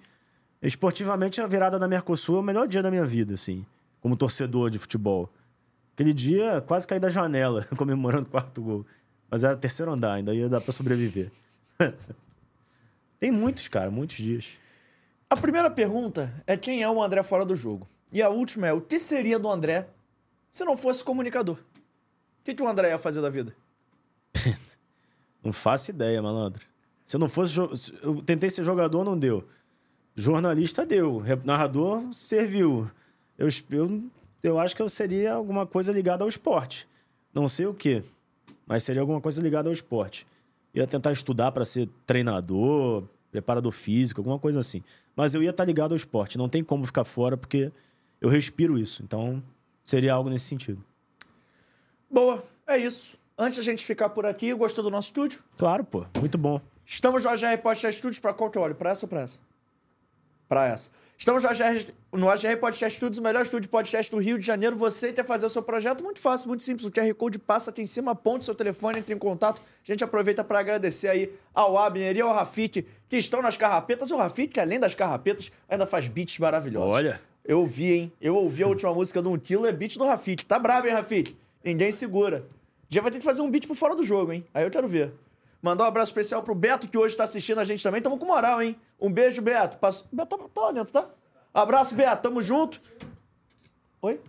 Esportivamente, a virada da Mercosul é o melhor dia da minha vida, assim. Como torcedor de futebol. Aquele dia, quase caí da janela, comemorando o quarto gol. Mas era terceiro andar, ainda ia dar pra sobreviver. tem muitos, cara, muitos dias. A primeira pergunta é quem é o André fora do jogo. E a última é o que seria do André se não fosse comunicador? O que, que o André ia fazer da vida? Não faço ideia, malandro. Se eu não fosse. jo- se- Eu tentei ser jogador, não deu. Jornalista deu, rep- narrador serviu. Eu, es- eu, eu acho que eu seria alguma coisa ligada ao esporte. Não sei o quê, mas seria alguma coisa ligada ao esporte. Ia tentar estudar para ser treinador, preparador físico, alguma coisa assim. Mas eu ia estar ligado ao esporte. Não tem como ficar fora porque eu respiro isso. Então seria algo nesse sentido. Boa, é isso. Antes da gente ficar por aqui, gostou do nosso estúdio? Claro, pô. Muito bom. Estamos no AGR Podcast Studios para qual que eu olho? Para essa ou para essa? Para essa. Estamos no AGR, no AGR Podcast Studios, o melhor estúdio de podcast do Rio de Janeiro. Você quer fazer o seu projeto? Muito fácil, muito simples. O QR Code passa aqui em cima, aponte seu telefone, entre em contato. A gente aproveita para agradecer aí ao Abner e ao Rafik, que estão nas carrapetas. O Rafik, além das carrapetas, ainda faz beats maravilhosos. Olha. Eu ouvi, hein? Eu ouvi a última música do 1kg, é beat do Rafik. Tá brabo, hein, Rafik? Ninguém segura. Já vai ter que fazer um beat pro fora do jogo, hein? Aí eu quero ver. Mandar um abraço especial pro Beto, que hoje tá assistindo a gente também. Tamo com moral, hein? Um beijo, Beto. Passo... Beto tá, tá lá dentro, tá? Abraço, Beto. Tamo junto. Oi?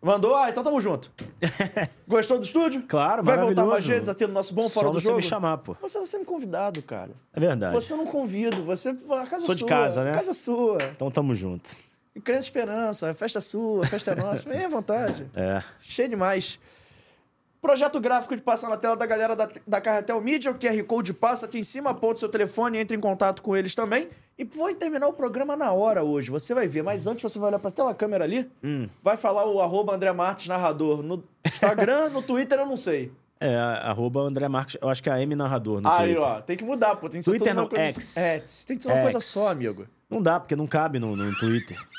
Mandou? Ah, então tamo junto. Gostou do estúdio? Claro, Vai voltar mais maravilhoso. vezes a ter o nosso bom fora Só do você jogo? me chamar, pô. Você tá sempre convidado, cara. É verdade. Você eu não convido. Você... A casa sua. Sou de casa, né? Casa sua. Então tamo junto. E Crença e Esperança, a festa é sua, a festa é nossa. Vem à vontade. É. Cheio demais. Projeto gráfico de passa na tela da galera da, da Carretel Media, o QR Code passa aqui em cima, aponta o seu telefone, entre em contato com eles também. E vou terminar o programa na hora hoje, você vai ver. Mas antes você vai olhar pra aquela câmera ali, Hum. vai falar o arroba André Martins narrador no Instagram, no Twitter, eu não sei. É, arroba André Marques, eu acho que é a M narrador no Aí, Twitter. ó, tem que mudar, pô. Tem que ser Twitter tudo uma não, coisa... X. É, tem que ser uma X. coisa só, amigo. Não dá, porque não cabe no, no Twitter.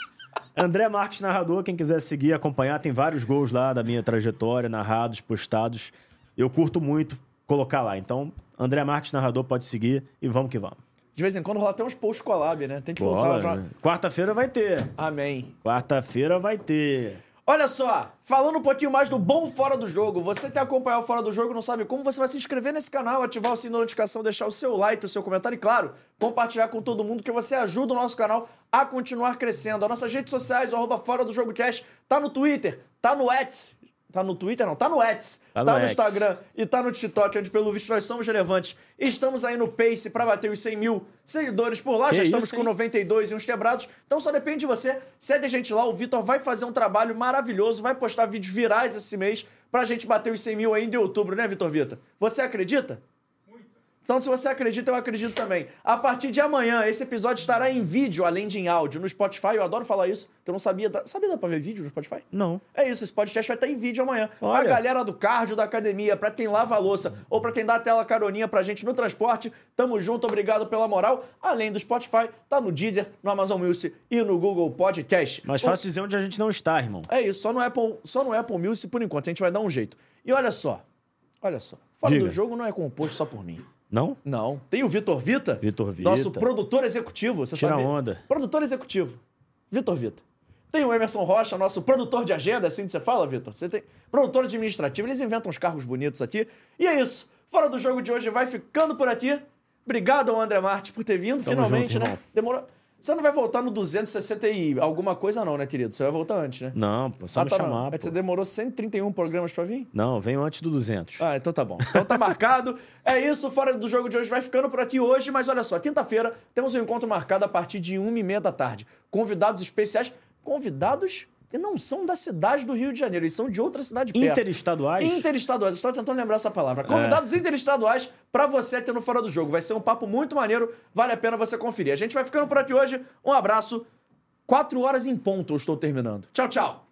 André Marques Narrador, quem quiser seguir, acompanhar, tem vários gols lá da minha trajetória, narrados, postados. Eu curto muito colocar lá. Então, André Marques Narrador pode seguir e vamos que vamos. De vez em quando rola até uns posts collab, né? Tem que voltar. Bora, já- né? Quarta-feira vai ter. Amém. Quarta-feira vai ter. Olha só, falando um pouquinho mais do bom Fora do Jogo, você que acompanhar o Fora do Jogo e não sabe como, você vai se inscrever nesse canal, ativar o sininho da notificação, deixar o seu like, o seu comentário e, claro, compartilhar com todo mundo que você ajuda o nosso canal a continuar crescendo. As nossas redes sociais, o arroba Fora do Jogo Cash, tá no Twitter, tá no X, tá no Twitter não, tá no X, tá Tá no, no X. Instagram e tá no TikTok, onde pelo visto nós somos relevantes. Estamos aí no Pace pra bater os 100 mil seguidores por lá, já estamos isso, com hein? 92 e uns quebrados. Então só depende de você. Segue a gente lá. O Vitor vai fazer um trabalho maravilhoso, vai postar vídeos virais esse mês pra gente bater os 100 mil ainda em outubro, né, Vitor Vita? Você acredita? Então, se você acredita, eu acredito também. A partir de amanhã, esse episódio estará em vídeo, além de em áudio, no Spotify. Eu adoro falar isso, que eu não sabia. da- Sabia dar pra ver vídeo no Spotify? Não. É isso, esse podcast vai estar em vídeo amanhã. Olha. A galera do cardio, da academia, pra quem lava a louça ou pra quem dá aquela caroninha pra gente no transporte, tamo junto, obrigado pela moral. Além do Spotify, tá no Deezer, no Amazon Music e no Google Podcast. Mas Ou- fácil dizer onde a gente não está, irmão. É isso, só no, Apple, só no Apple Music por enquanto, a gente vai dar um jeito. E olha só, olha só, Fora Diga. do Jogo não é composto só por mim. Não? Não. Tem o Vitor Vita. Vitor Vita. Nosso produtor executivo, você Tira sabe? onda. Produtor executivo. Vitor Vita. Tem o Emerson Rocha, nosso produtor de agenda, assim que você fala, Vitor. Você tem produtor administrativo, eles inventam uns carros bonitos aqui. E é isso. Fora do jogo de hoje vai ficando por aqui. Obrigado ao André Martins por ter vindo, Tamo finalmente, junto, né? irmão. Demorou. Você não vai voltar no 260 e alguma coisa não, né, querido? Você vai voltar antes, né? Não, pô, só me tá, não. chamar. É que pô. Você demorou 131 programas pra vir? Não, venho antes do 200. Ah, então tá bom. Então tá marcado. É isso, fora do jogo de hoje vai ficando por aqui hoje, mas olha só, quinta-feira temos um encontro marcado a partir de 1h30 da tarde. Convidados especiais, convidados que não são da cidade do Rio de Janeiro, eles são de outra cidade perto. Interestaduais? Interestaduais, estou tentando lembrar essa palavra. Convidados interestaduais pra você aqui no Fora do Jogo. Vai ser um papo muito maneiro, vale a pena você conferir. A gente vai ficando por aqui hoje. Um abraço. Quatro horas em ponto eu estou terminando. Tchau, tchau.